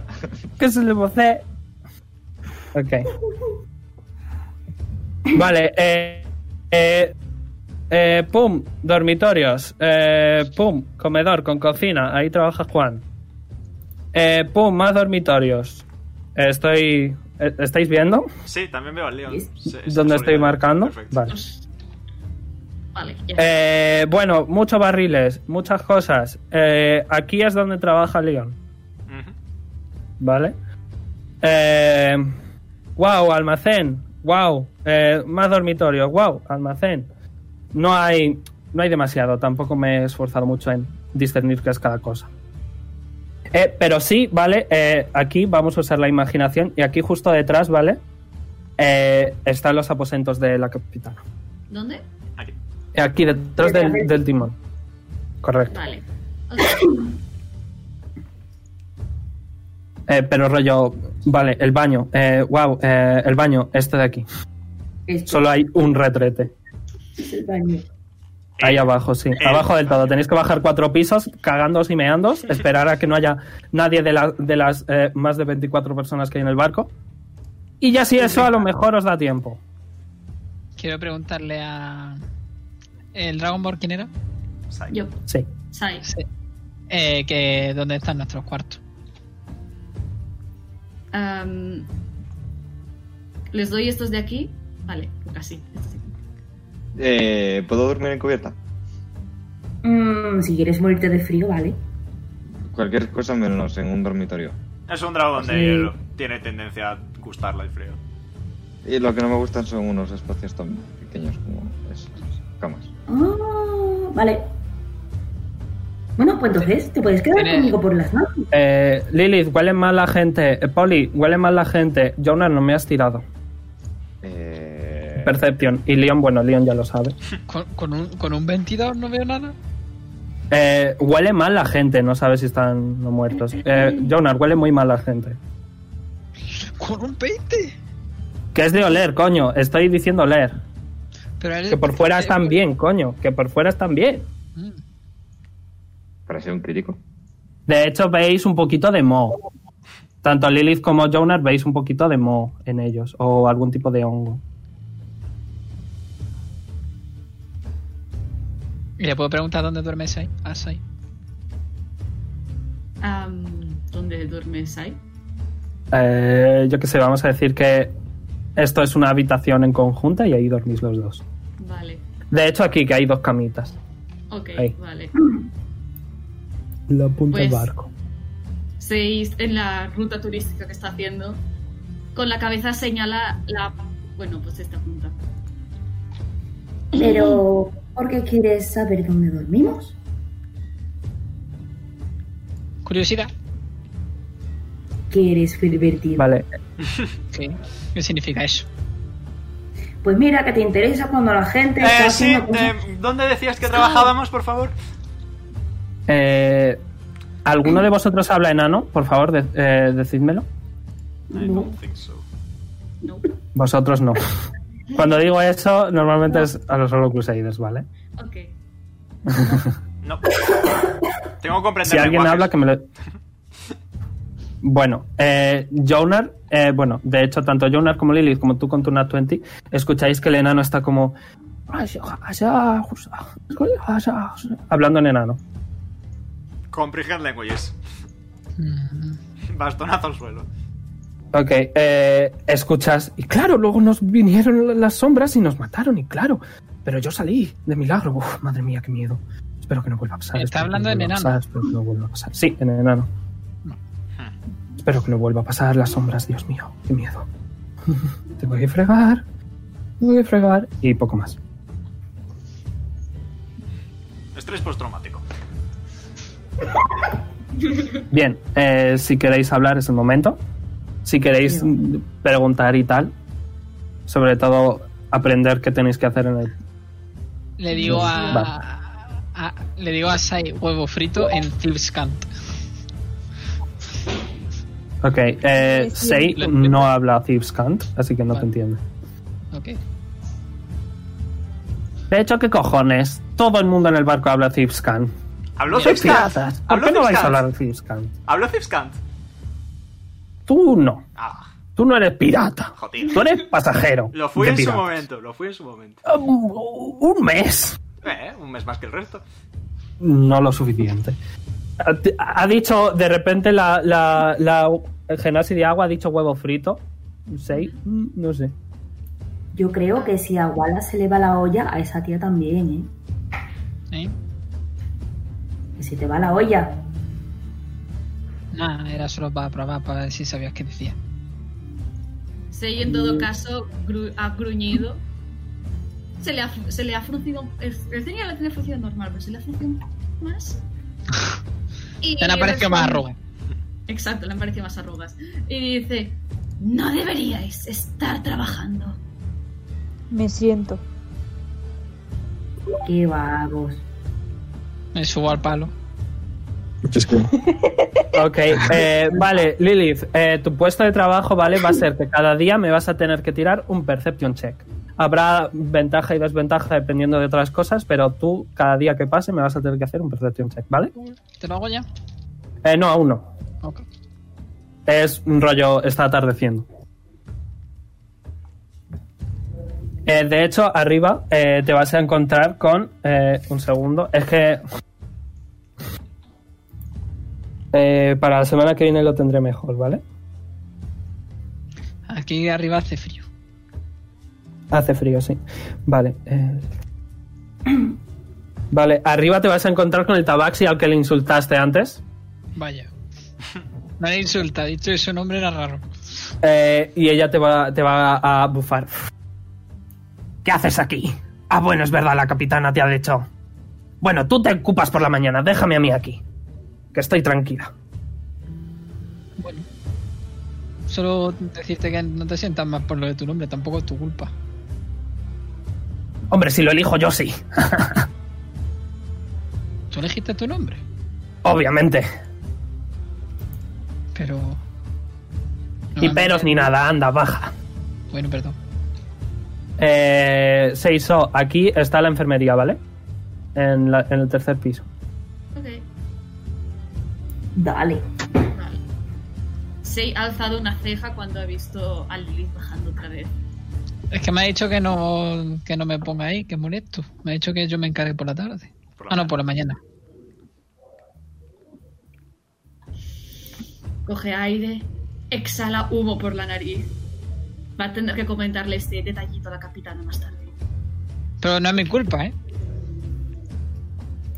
S7: que se le va a hacer?
S2: Ok. Vale, eh, eh, eh, pum, dormitorios, eh, pum, comedor con cocina, ahí trabaja Juan. Eh, pum, más dormitorios. Eh, Estoy, eh, ¿estáis viendo?
S3: Sí, también veo al león. Sí, sí,
S2: ¿Dónde estoy
S3: solidario.
S2: marcando?
S3: Perfecto.
S2: Vale.
S9: Vale, ya.
S2: Eh, bueno, muchos barriles, muchas cosas. Eh, aquí es donde trabaja Leon.
S3: Ujú.
S2: ¿Vale? Eh, wow, almacén. Wow, eh, más dormitorio. Wow, almacén. No hay, no hay demasiado. Tampoco me he esforzado mucho en discernir qué es cada cosa. Eh, pero sí, ¿vale? Eh, aquí vamos a usar la imaginación. Y aquí justo detrás, ¿vale? Eh, están los aposentos de la capitana.
S9: ¿Dónde?
S3: Aquí.
S2: Eh, Aquí detrás del, del timón. Correcto.
S9: Vale.
S2: Eh, pero rollo, vale, el baño. Eh, wow, eh, el baño, este de aquí. Solo hay un retrete.
S10: Es el baño.
S2: Ahí abajo, sí. Abajo del todo. Tenéis que bajar cuatro pisos, cagándos y meandos, esperar a que no haya nadie de, la- de las eh, más de 24 personas que hay en el barco. Y ya si eso a lo mejor os da tiempo.
S1: Quiero preguntarle a. ¿El Dragon Ball quién era?
S9: Yo.
S2: Sí.
S9: Sai.
S1: Eh, que dónde están nuestros cuartos.
S9: Am, ¿Les doy estos de aquí? Vale, casi.
S4: Eh, ¿Puedo dormir en cubierta?
S10: Mm, si quieres morirte de frío, vale.
S4: Cualquier cosa menos en un dormitorio.
S3: Es un dragón de
S10: Sí.
S3: hielo. Tiene tendencia a gustarle el frío.
S4: Y lo que no me gustan son unos espacios tan pequeños como esas camas.
S10: Ah, vale. Bueno, pues entonces te puedes quedar
S2: Tiene-
S10: conmigo por las noches.
S2: Eh, Lilith, huele mal la gente. Eh, Polly, huele mal la gente. Jonas, no me has tirado.
S4: Eh,
S2: Percepción. Y Leon, bueno, Leon ya lo sabe.
S1: Con, con un, con un 22 no veo nada.
S2: Eh, huele mal la gente, no sabes si están no muertos. Eh, Jonas, huele muy mal la gente.
S1: Con un 20.
S2: Que es de oler, coño. Estoy diciendo oler.
S1: Pero él-
S2: Que por fuera están bien, coño. Que por fuera están bien.
S4: Para ser un crítico.
S2: De hecho, veis un poquito de moho. Tanto Lilith como Jonas veis un poquito de moho en ellos. O algún tipo de hongo.
S1: ¿Y le puedo preguntar dónde duerme Sai? A Sai.
S9: Am, ¿Dónde duerme Sai?
S2: Eh, yo qué sé, vamos a decir que esto es una habitación en conjunta y ahí dormís los dos.
S9: Vale.
S2: De hecho, aquí que hay dos camitas.
S9: Ok,
S2: Ahí.
S9: vale.
S2: La punta
S9: del Pues-
S2: barco.
S9: Seis en la ruta turística que está haciendo. Con la cabeza señala la. Bueno, pues esta punta.
S10: Pero, ¿por qué quieres saber dónde dormimos?
S1: Curiosidad.
S10: ¿Quieres pervertir?
S2: Vale.
S1: ¿Qué? ¿Qué significa eso?
S10: Pues mira, que te interesa cuando la gente. está
S3: Eh, sí,
S10: haciendo cosas- Ah.
S3: eh, ¿dónde decías que trabajábamos, por favor?
S2: Eh, ¿Alguno de vosotros habla enano? Por favor, de- eh, decídmelo.
S3: I don't think so.
S2: Vosotros no. Cuando digo eso, normalmente es a los solo Crusaders, ¿vale?
S9: Ok.
S3: No. Tengo que comprender
S2: Si alguien
S3: lenguajes.
S2: habla, que me lo... Bueno, eh, Jonar, eh, bueno, de hecho, tanto Jonar como Lilith, como tú con tu Nat 20, escucháis que el enano está como... Hablando en enano.
S3: Comprehend languages.
S10: Mm-hmm.
S3: Bastonazo al suelo.
S2: Ok, eh, escuchas. Y claro, luego nos vinieron las sombras y nos mataron, y claro. Pero yo salí de milagro. Uf, madre mía, qué miedo. Espero que no vuelva a pasar.
S1: Está
S2: espero que
S1: hablando
S2: no
S1: en
S2: vuelva a
S1: enano.
S2: pasar, espero que no vuelva a pasar. Sí, en enano.
S1: Hmm.
S2: Espero que no vuelva a pasar las sombras, Dios mío, qué miedo. Tengo que fregar, tengo que fregar y poco más.
S3: Estrés postraumático.
S2: Bien, eh, si queréis hablar es el momento. Si queréis mm, preguntar y tal. Sobre todo aprender qué tenéis que hacer en el...
S1: Le digo
S2: Vale.
S1: a, a- Le digo a Sai huevo frito en Thieves Cant.
S2: Ok, eh,
S1: Sí, sí.
S2: Sei no habla Thieves Cant, así que no te entiende.
S1: Ok.
S2: De hecho, ¿qué cojones? Todo el mundo en el barco habla Thieves Cant.
S3: ¿Habló
S2: ¿Qué
S3: Zipscant?
S2: piensas? ¿Por
S3: ¿Habló
S2: qué no vais a
S3: Zipscant?
S2: hablar Thieves Cant?
S3: ¿Habló Zipscant?
S2: Tú no.
S3: Ah,
S2: Tú no eres pirata.
S3: Joder.
S2: Tú eres pasajero.
S3: lo fui
S2: de
S3: en su
S2: pirata.
S3: momento, lo fui en su momento.
S2: Un mes.
S3: Eh, un mes más que el resto.
S2: No lo suficiente. Ha- Ha dicho, de repente, la, la, la genasi de agua ha dicho huevo frito. ¿Sei? Mm, No sé.
S10: Yo creo que si a Wallace se le va la olla, a esa tía también, ¿eh?
S1: ¿Eh?
S10: Que si te va la olla.
S1: Nada, era solo para probar, para ver si sabías qué decía.
S9: Sei en todo caso gru- ha gruñido. Se le ha, fu- se le ha fruncido. es- El señor la tiene fruncido normal, pero se le ha fruncido un poco más. Y
S1: Te han aparecido más
S9: responde-
S1: arrugas.
S9: Exacto, le han parecido más arrugas. Y dice: No deberíais estar trabajando.
S5: Me siento.
S10: Qué vagos.
S1: Me subo al palo.
S2: Ok, eh, vale, Lilith, eh, tu puesto de trabajo, ¿vale? Va a ser que cada día me vas a tener que tirar un perception check. Habrá ventaja y desventaja dependiendo de otras cosas, pero tú, cada día que pase, me vas a tener que hacer un perception check, ¿vale?
S1: ¿Te lo hago ya?
S2: Eh, no, aún no.
S1: Ok.
S2: Es un rollo, está atardeciendo. Eh, de hecho, arriba eh, te vas a encontrar con. eh, un segundo. Es que. Eh, para la semana que viene lo tendré mejor, ¿vale?
S1: Aquí arriba hace frío.
S2: Hace frío, sí. Vale. eh. Vale, arriba te vas a encontrar con el tabaxi al que le insultaste antes.
S1: Vaya. No le insulta, dicho eso, nombre era raro.
S2: Eh, y ella te va, te va a bufar. ¿Qué haces aquí? Ah, bueno, es verdad, la capitana te ha dicho. Bueno, tú te ocupas por la mañana, déjame a mí aquí. Que estoy tranquila.
S1: Bueno. Solo decirte que no te sientas más por lo de tu nombre, tampoco es tu culpa.
S2: Hombre, si lo elijo yo sí,
S1: Tú elegiste tu nombre,
S2: obviamente.
S1: pero.
S2: Ni peros ni nada, anda, baja.
S1: Bueno, perdón.
S2: Eh, Seiso, aquí está la enfermería, ¿vale? En, la- en el tercer piso.
S9: Ok.
S10: Dale.
S9: Sei ha alzado una ceja cuando ha visto a Lilith bajando otra vez.
S1: Es que me ha dicho que no, que no me ponga ahí, que es molesto. Me ha dicho que yo me encargue por la tarde. ah, no, por la mañana.
S9: Coge aire, exhala humo por la nariz. Va a tener que comentarle este detallito a la capitana más tarde.
S1: Pero no es mi culpa, ¿eh?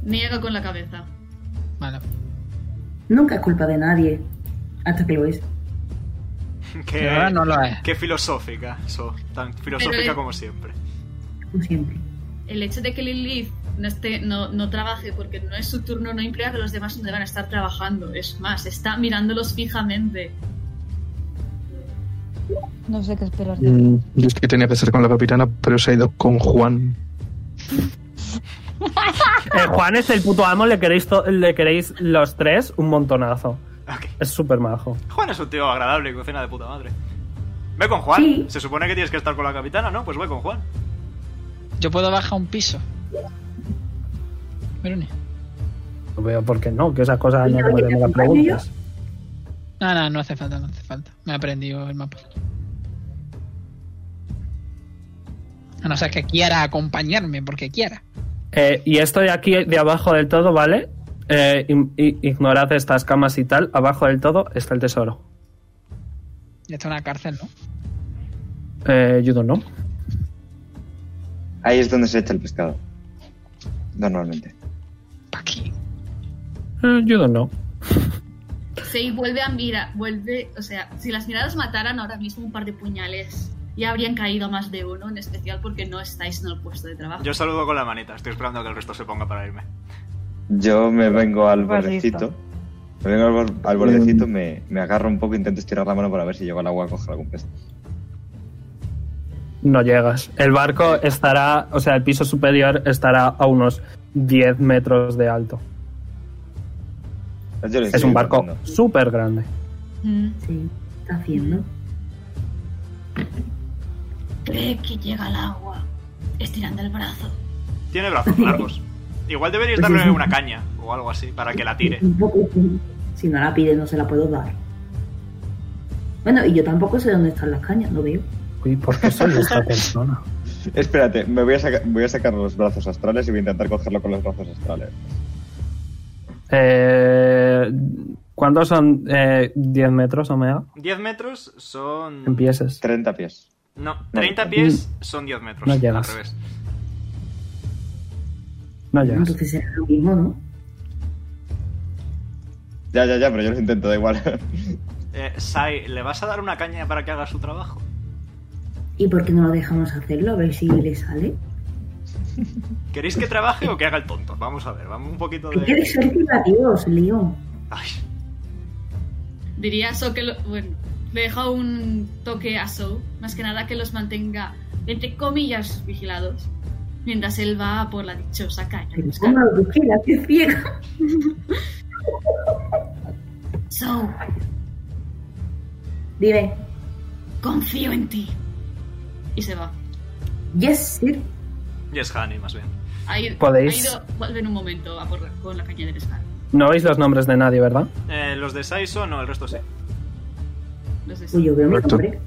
S9: Niega con la cabeza.
S1: Vale.
S10: Nunca es culpa de nadie. Hasta que lo es.
S1: Eh.
S3: Qué,
S10: No, no lo
S3: qué filosófica, so, tan filosófica
S9: Pero, eh,
S3: como siempre.
S10: Como siempre.
S9: El hecho de que Lilith no, esté, no, no trabaje porque no es su turno no implica que los demás no deban estar trabajando. Es más, está mirándolos fijamente.
S5: No sé qué esperar.
S8: Mm, yo es que tenía que estar con la capitana, pero se ha ido con Juan.
S2: Eh, Juan es el puto amo, le queréis, to- le queréis los tres un montonazo. Es súper majo.
S3: Juan es un tío agradable y cocina de puta madre. Ve con Juan. Se supone que tienes que estar con la capitana, ¿no? Pues ve con Juan.
S1: Yo puedo bajar un piso. Verone.
S2: No veo por qué no, que esas cosas no
S1: Mira,
S2: me
S1: oye,
S2: las
S1: ¿te
S2: preguntas.
S1: No, no, no hace falta, no hace falta. Me he aprendido el mapa. A no ser que quiera acompañarme porque quiera.
S2: Eh, y esto de aquí, de abajo del todo, ¿vale? Eh, im- i- ignorad estas camas y tal. Abajo del todo está el tesoro.
S1: Ya está en una cárcel, ¿no?
S2: Eh, you don't know.
S4: Ahí es donde se echa el pescado. Normalmente.
S2: Eh, you don't know.
S5: Sei vuelve a mirar, vuelve, o sea, si las miradas mataran ahora mismo un par de puñales, ya habrían caído a más de uno, en especial porque no estáis en el puesto de trabajo.
S3: Yo saludo con la manita, estoy esperando a que el resto se ponga para irme.
S4: Yo me vengo al
S3: Pues
S4: bordecito.
S3: listo.
S4: Me vengo al, bor- al
S2: Mm.
S4: bordecito, me, me agarro un poco, intento estirar la mano para ver si llego al agua a coger algún pez.
S2: No llegas. El barco estará, o sea, el piso superior estará a unos 10 metros de alto.
S4: Yo le
S2: Es
S4: estoy
S2: un barco
S4: contando.
S2: súper grande.
S10: Sí, está haciendo.
S5: Cree que llega al agua, estirando el brazo.
S3: Tiene brazos largos. Igual deberíais darle una caña o algo así para que la tire.
S10: Un poco, Si no la pide, no se la puedo dar. Bueno, y yo tampoco sé dónde están las cañas, no veo.
S2: Uy, ¿por qué soy esta persona?
S4: Espérate, me voy a, saca- voy a sacar los brazos astrales y voy a intentar cogerlo con los brazos astrales.
S2: Eh, ¿Cuántos son eh, 10 metros, Omega?
S3: 10 metros son...
S2: Empieces.
S4: 30 pies.
S3: No, 30 pies son 10 metros.
S2: No llegas.
S3: Al revés.
S2: No llegas.
S10: Entonces es lo mismo, ¿no?
S4: Ya, ya, ya, pero yo los intento, da igual.
S3: Eh, Sai, ¿le vas a dar una caña para que haga su trabajo?
S10: ¿Y por qué no lo dejamos hacerlo? A ver si le sale.
S3: ¿Queréis que trabaje o que haga el tonto? Vamos a ver, vamos un poquito
S10: Que quede
S3: de...
S10: cerca de Dios, León.
S5: Diría So que lo- bueno, le deja un toque a So, más que nada que los mantenga, entre comillas, vigilados, mientras él va por la dichosa caña.
S10: Pero ¿cómo lo vigila? ¡Qué ciega!
S5: So,
S10: Dime,
S5: confío en ti. Y se va.
S10: yes, sir.
S3: Yes, Honey, más bien.
S5: Ha ido,
S2: Podéis-
S5: ha ido- vuelve en un momento a por la, con la caña de pescar.
S2: No veis los nombres de nadie, ¿verdad?
S3: Eh, los de Sai son, no, el resto sí.
S5: Los de-
S10: Uy, yo veo mi
S2: Correcto.
S10: nombre.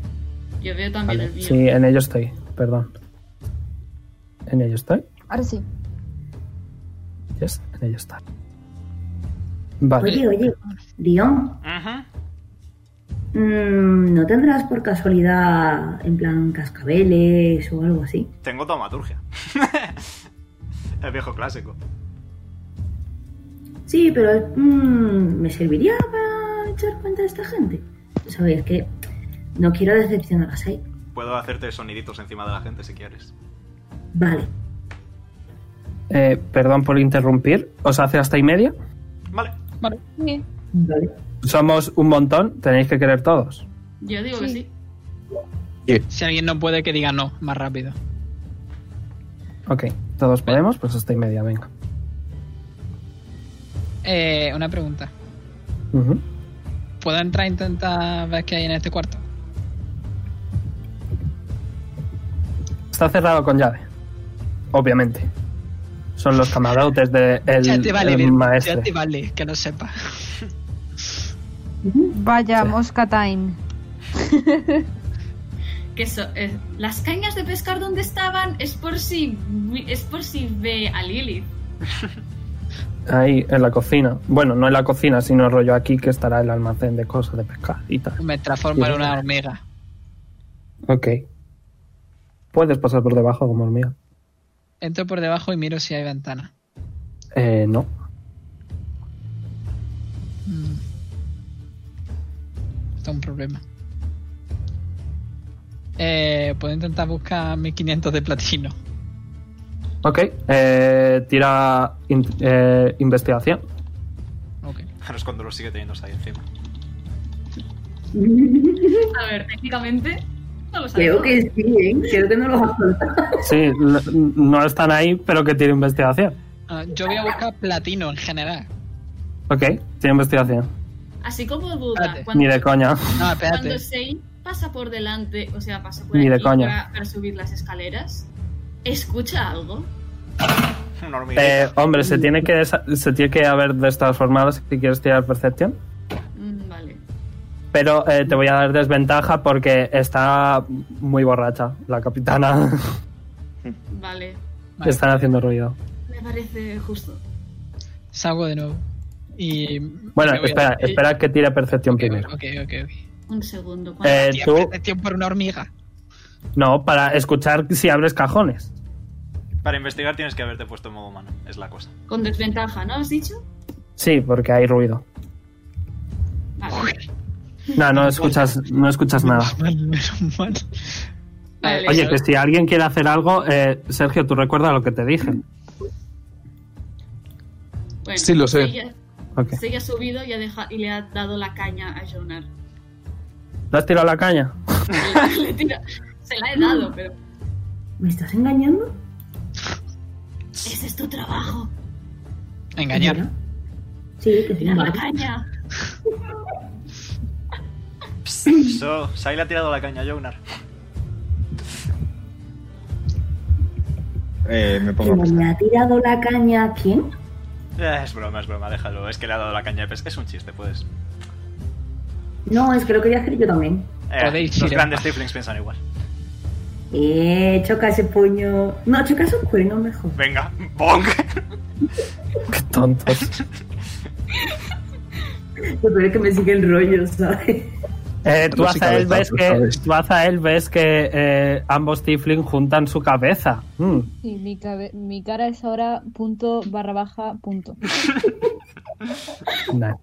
S5: Yo veo también el mío.
S2: Sí, en ello estoy, perdón. En ello estoy.
S14: Ahora sí.
S2: Yes, en ello está. Vale.
S10: Oye, oye, León,
S3: Ajá.
S10: mm, ¿no tendrás por casualidad en plan cascabeles o algo así?
S3: Tengo taumaturgia. el viejo clásico.
S10: Sí, pero mm, me serviría para echar cuenta de esta gente. Sabes es que no quiero ¿eh? decepcionar a Sai.
S3: Puedo hacerte soniditos encima de la gente si quieres.
S10: Vale.
S2: Eh, perdón por interrumpir. ¿Os hace hasta y media?
S3: Vale.
S1: Vale.
S10: Vale.
S2: Somos un montón, tenéis que querer todos.
S5: Yo digo que sí.
S1: Si alguien no puede, que diga no, más rápido.
S2: Ok, todos podemos, pues hasta y media, venga.
S1: Eh, una pregunta.
S2: Ujú.
S1: ¿Puedo entrar e intentar ver qué hay en este cuarto?
S2: Está cerrado con llave. Obviamente. Son los camarotes del
S1: ya te vale, Bel-
S2: maestro.
S1: ya te vale, que no sepa.
S14: Vaya, mosca time.
S5: Que so- eh, las cañas de pescar donde estaban es por si es por si ve a Lily.
S2: Ahí, en la cocina. Bueno, no en la cocina, sino rollo aquí que estará el almacén de cosas de pescar y tal.
S1: Me transformo en una hormiga.
S2: Ok. Puedes pasar por debajo como hormiga.
S1: Entro por debajo y miro si hay ventana.
S2: Eh, no.
S1: Mm. Esto es un problema. Eh, Puedo intentar buscar 1500 de platino.
S2: Ok. eh, tira in- eh, investigación.
S3: Ahora es cuando lo sigue teniendo Sai encima.
S5: A ver, técnicamente no lo sabemos.
S10: Creo que sí, ¿eh? Creo que no los has soltado.
S2: Sí, l- no están ahí, pero que tiene investigación.
S1: Ah, yo voy a buscar platino en general.
S2: Ok, tiene investigación.
S5: Así como duda, cuando,
S2: Ni de coña.
S1: No,
S5: cuando Sei pasa por delante, o sea, pasa por
S2: Ni de
S5: aquí
S2: coña.
S5: Para, para subir las escaleras, escucha algo.
S3: Una hormiga.
S2: Eh, hombre, se tiene que desa- se tiene que haber destransformado si quieres tirar Perception.
S5: Mm, vale.
S2: Pero eh, te voy a dar desventaja porque está muy borracha la capitana.
S9: Vale,
S2: Están haciendo ruido.
S9: me parece justo.
S1: Salgo de nuevo. Y.
S2: Bueno,
S1: me voy a-
S2: espera, espera que tire percepción primero.
S1: Ok, ok, ok.
S9: Un segundo.
S2: Eh,
S1: Tía,
S2: tú-
S1: percepción por una hormiga.
S2: No, para escuchar si abres cajones.
S3: Para investigar tienes que haberte puesto en modo humano, es la cosa.
S9: Con desventaja, ¿no has dicho?
S2: Sí, porque hay ruido.
S9: Vale.
S2: No, no escuchas, no escuchas nada.
S9: Vale.
S2: eh, Oye, que si alguien quiere hacer algo, eh, Sergio, tú recuerda lo que te dije.
S9: Bueno,
S2: Sí, lo sé.
S9: Seiya-
S2: Ok.
S9: Seiya ha subido y, ha deja- y le ha dado la caña a Jonar.
S2: ¿Lo has tirado a la caña?
S9: Le tira- Se la he dado, pero
S10: ¿Me estás engañando?
S9: ese es tu trabajo.
S1: Engañar.
S10: Sí, que sí.
S9: Tirar la
S10: vale.
S9: caña.
S3: So, Sai le ha tirado la caña a Jonar.
S4: Eh, me pongo a
S10: Como me
S4: pensar.
S10: ha tirado la caña a quién?
S3: Eh, es broma, es broma, déjalo. Es que le ha dado la caña de pez. Es un chiste, pues. puedes.
S10: No, es que lo quería hacer yo también.
S3: Eh,
S1: Podéis
S3: los
S1: ir en
S3: grandes
S1: paz.
S3: tieflings piensan igual.
S10: Eh, choca ese puño. No, choca esos cuernos mejor.
S3: Venga, bonk.
S2: Qué tontos.
S10: Lo peor es que me sigue el rollo, ¿sabes?
S2: Eh, tú,
S10: No
S2: a
S10: soy
S2: Zael ves
S10: cabezazo,
S2: que,
S10: ¿sabes?
S2: tú, Azael, ves que eh, ambos Tiflin juntan su cabeza. Mm.
S15: Sí, mi, cabe- mi cara es ahora punto barra baja punto.
S2: Nah.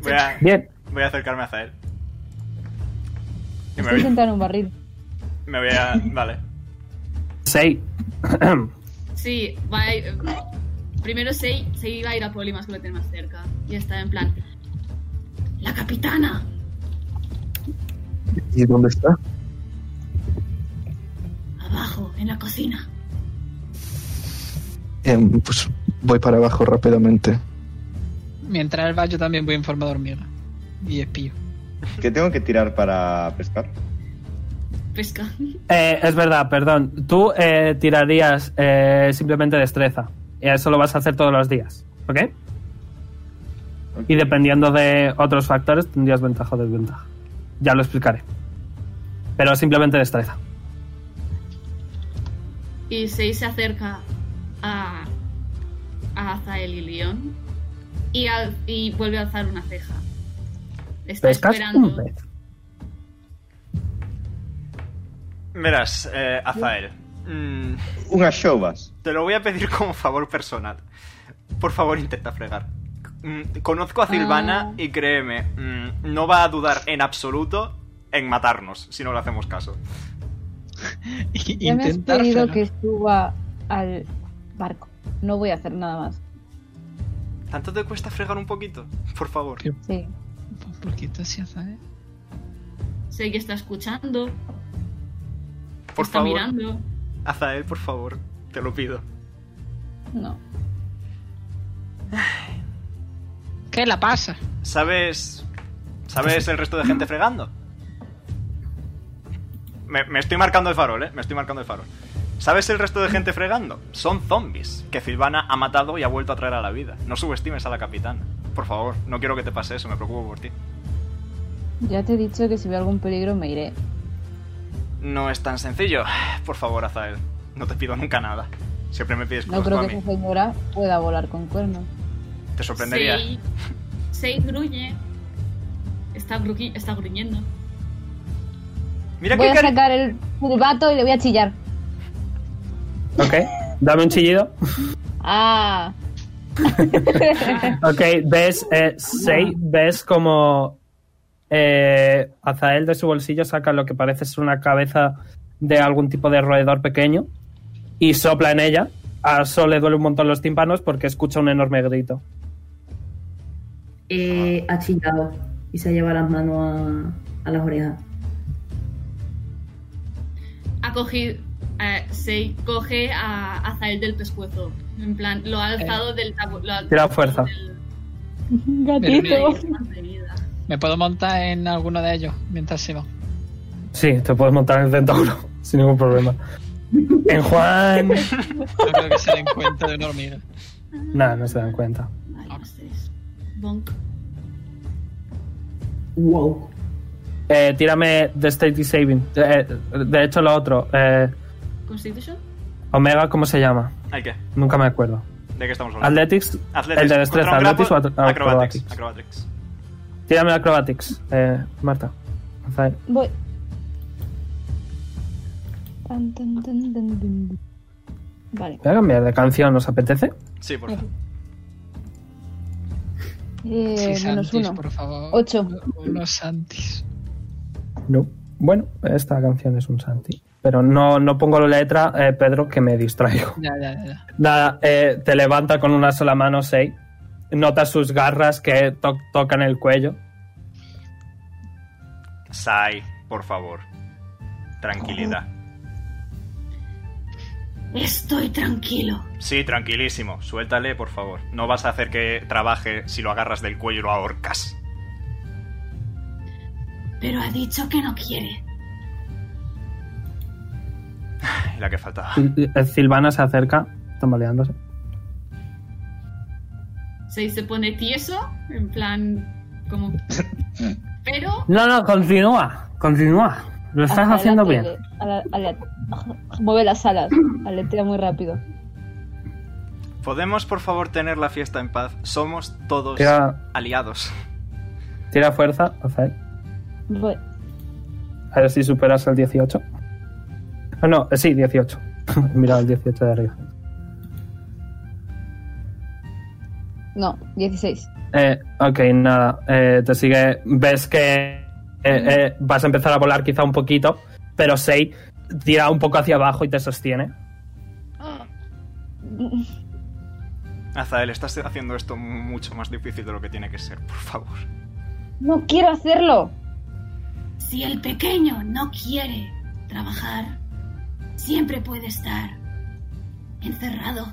S3: Voy a,
S2: Bien.
S3: voy a acercarme a Zael. Y me
S15: Estoy
S3: voy,
S15: sentada en un barril.
S3: me voy a. Vale.
S2: Sei.
S9: Sí, va a ir- Primero Sei, Sei va a ir a Poli más que lo tiene más cerca. Y está en plan. ¡La capitana!
S8: ¿Y dónde está?
S9: Abajo, en la cocina.
S8: Em, pues voy para abajo rápidamente.
S1: Mientras él va, yo también voy en forma de hormiga. Y espío.
S4: ¿Qué tengo que tirar para pescar?
S9: Pesca.
S2: Eh, es verdad, perdón. Tú eh, tirarías eh, simplemente destreza. Y eso lo vas a hacer todos los días. ¿Ok? Y dependiendo de otros factores, tendrías ventaja o desventaja. Ya lo explicaré. Pero simplemente destreza.
S9: Y Sei se acerca a. a Azael y León. Y, al- y vuelve a alzar una ceja. Está
S2: Pescas
S9: esperando.
S2: un pez.
S3: Verás, eh, Azael. mm,
S4: Unas showbas.
S3: te lo voy a pedir como favor personal. Por favor, intenta fregar. Mm, Conozco a Silvana y créeme, mm, no va a dudar en absoluto en matarnos si no le hacemos caso.
S15: Ya me has pedido
S3: fregar.
S15: que suba al barco. No voy a hacer nada más.
S3: ¿Tanto te cuesta fregar un poquito? Por favor.
S15: Sí.
S1: ¿Por qué tú así, Azael?
S9: Sei que está escuchando.
S3: Por
S9: está
S3: favor.
S9: mirando.
S3: Azael, por favor, te lo pido.
S15: No.
S1: ¿Qué la pasa?
S3: ¿Sabes. ¿Sabes el resto de gente fregando? Me, me estoy marcando el farol, eh. Me estoy marcando el farol. ¿Sabes el resto de gente fregando? Son zombies que Silvana ha matado y ha vuelto a traer a la vida. No subestimes a la capitana. Por favor, no quiero que te pase eso, me preocupo por ti.
S15: Ya te he dicho que si veo algún peligro me iré.
S3: No es tan sencillo. Por favor, Azael, no te pido nunca nada. Siempre me pides
S15: No
S3: cosas
S15: creo
S3: tú
S15: que
S3: a mí.
S15: esa señora pueda volar con cuernos.
S3: Te sorprendería.
S9: Sei, Sei gruñe. Está, gruqui- está gruñendo.
S3: Mira
S15: voy a sacar el silbato y le voy a chillar.
S2: Ok, dame un chillido.
S15: Ah.
S2: Ok, ves, eh, Sei, ves como eh, Azael de su bolsillo saca lo que parece ser una cabeza de algún tipo de roedor pequeño y sopla en ella. A Sol le duele un montón los tímpanos porque escucha un enorme grito.
S10: Eh, ha chillado y se ha llevado las manos a, a las orejas.
S9: ha cogido. eh, Sei coge a Azael del pescuezo. En plan, lo ha
S15: Eh.
S9: alzado del tabo- lo ha-
S2: Tira fuerza.
S1: Pero
S9: Gatito.
S1: ¿Me puedo montar en alguno de ellos mientras se va?
S2: Sí, te puedes montar en el centauro sin ningún problema. En Juan.
S1: No creo que se den cuenta de una hormiga.
S2: Nada, no se dan cuenta.
S9: Vale, más tres. Bonk.
S10: Wow.
S2: Eh, tírame de State Saving. Eh, de hecho, lo otro. eh,
S9: ¿Constitution?
S2: Omega, ¿cómo se llama?
S3: ¿El qué?
S2: Nunca me acuerdo.
S3: ¿De qué estamos hablando?
S2: Athletics.
S3: Athletics.
S2: El de destreza.
S3: Contra un
S2: Athletics o
S3: grapple,
S2: atro- acrobatics.
S3: acrobatics. Acrobatics.
S2: Tírame Acrobatics, eh, Marta. Rafael.
S15: Voy. Tan, tan, tan, tan, tan, tan. Vale.
S2: Voy a cambiar de canción, ¿os apetece?
S3: Sí, por
S15: favor. Eh,
S1: Sí,
S15: menos
S1: Santis,
S15: uno.
S1: por favor.
S15: Ocho.
S1: Los Santis.
S2: No. Bueno, esta canción es un Santi. Pero no, no pongo la letra, eh, Pedro, que me distraigo.
S1: Ya, ya, ya.
S2: Nada, eh, te levanta con una sola mano, Sei. Notas sus garras que to- tocan el cuello.
S3: Sai, por favor. Tranquilidad.
S9: Estoy tranquilo.
S3: Sí, tranquilísimo. Suéltale, por favor. No vas a hacer que trabaje si lo agarras del cuello y lo ahorcas.
S9: Pero ha dicho que no quiere.
S3: Y la que faltaba.
S2: Sil- eh, Silvana se acerca, tambaleándose.
S9: Sei se pone tieso, en plan, como... Pero
S2: No, no, continúa, continúa. Lo estás
S15: Adelante,
S2: haciendo bien.
S15: ale- ale- ale- mueve las alas. Aletea muy rápido.
S3: ¿Podemos, por favor, tener la fiesta en paz? Somos todos
S2: Tira-
S3: aliados.
S2: Tira fuerza, Rafael.
S15: Voy.
S2: A ver si superas el 18. Ah, no, eh, sí, 18. Mira el 18 de arriba.
S15: No, 16.
S2: Eh, ok, nada. eh, te sigue. Ves que eh, eh, vas a empezar a volar quizá un poquito, pero Sei tira un poco hacia abajo y te sostiene.
S3: Azael, estás haciendo esto mucho más difícil de lo que tiene que ser, por favor.
S15: No quiero hacerlo.
S9: si el pequeño no quiere trabajar, siempre puede estar encerrado.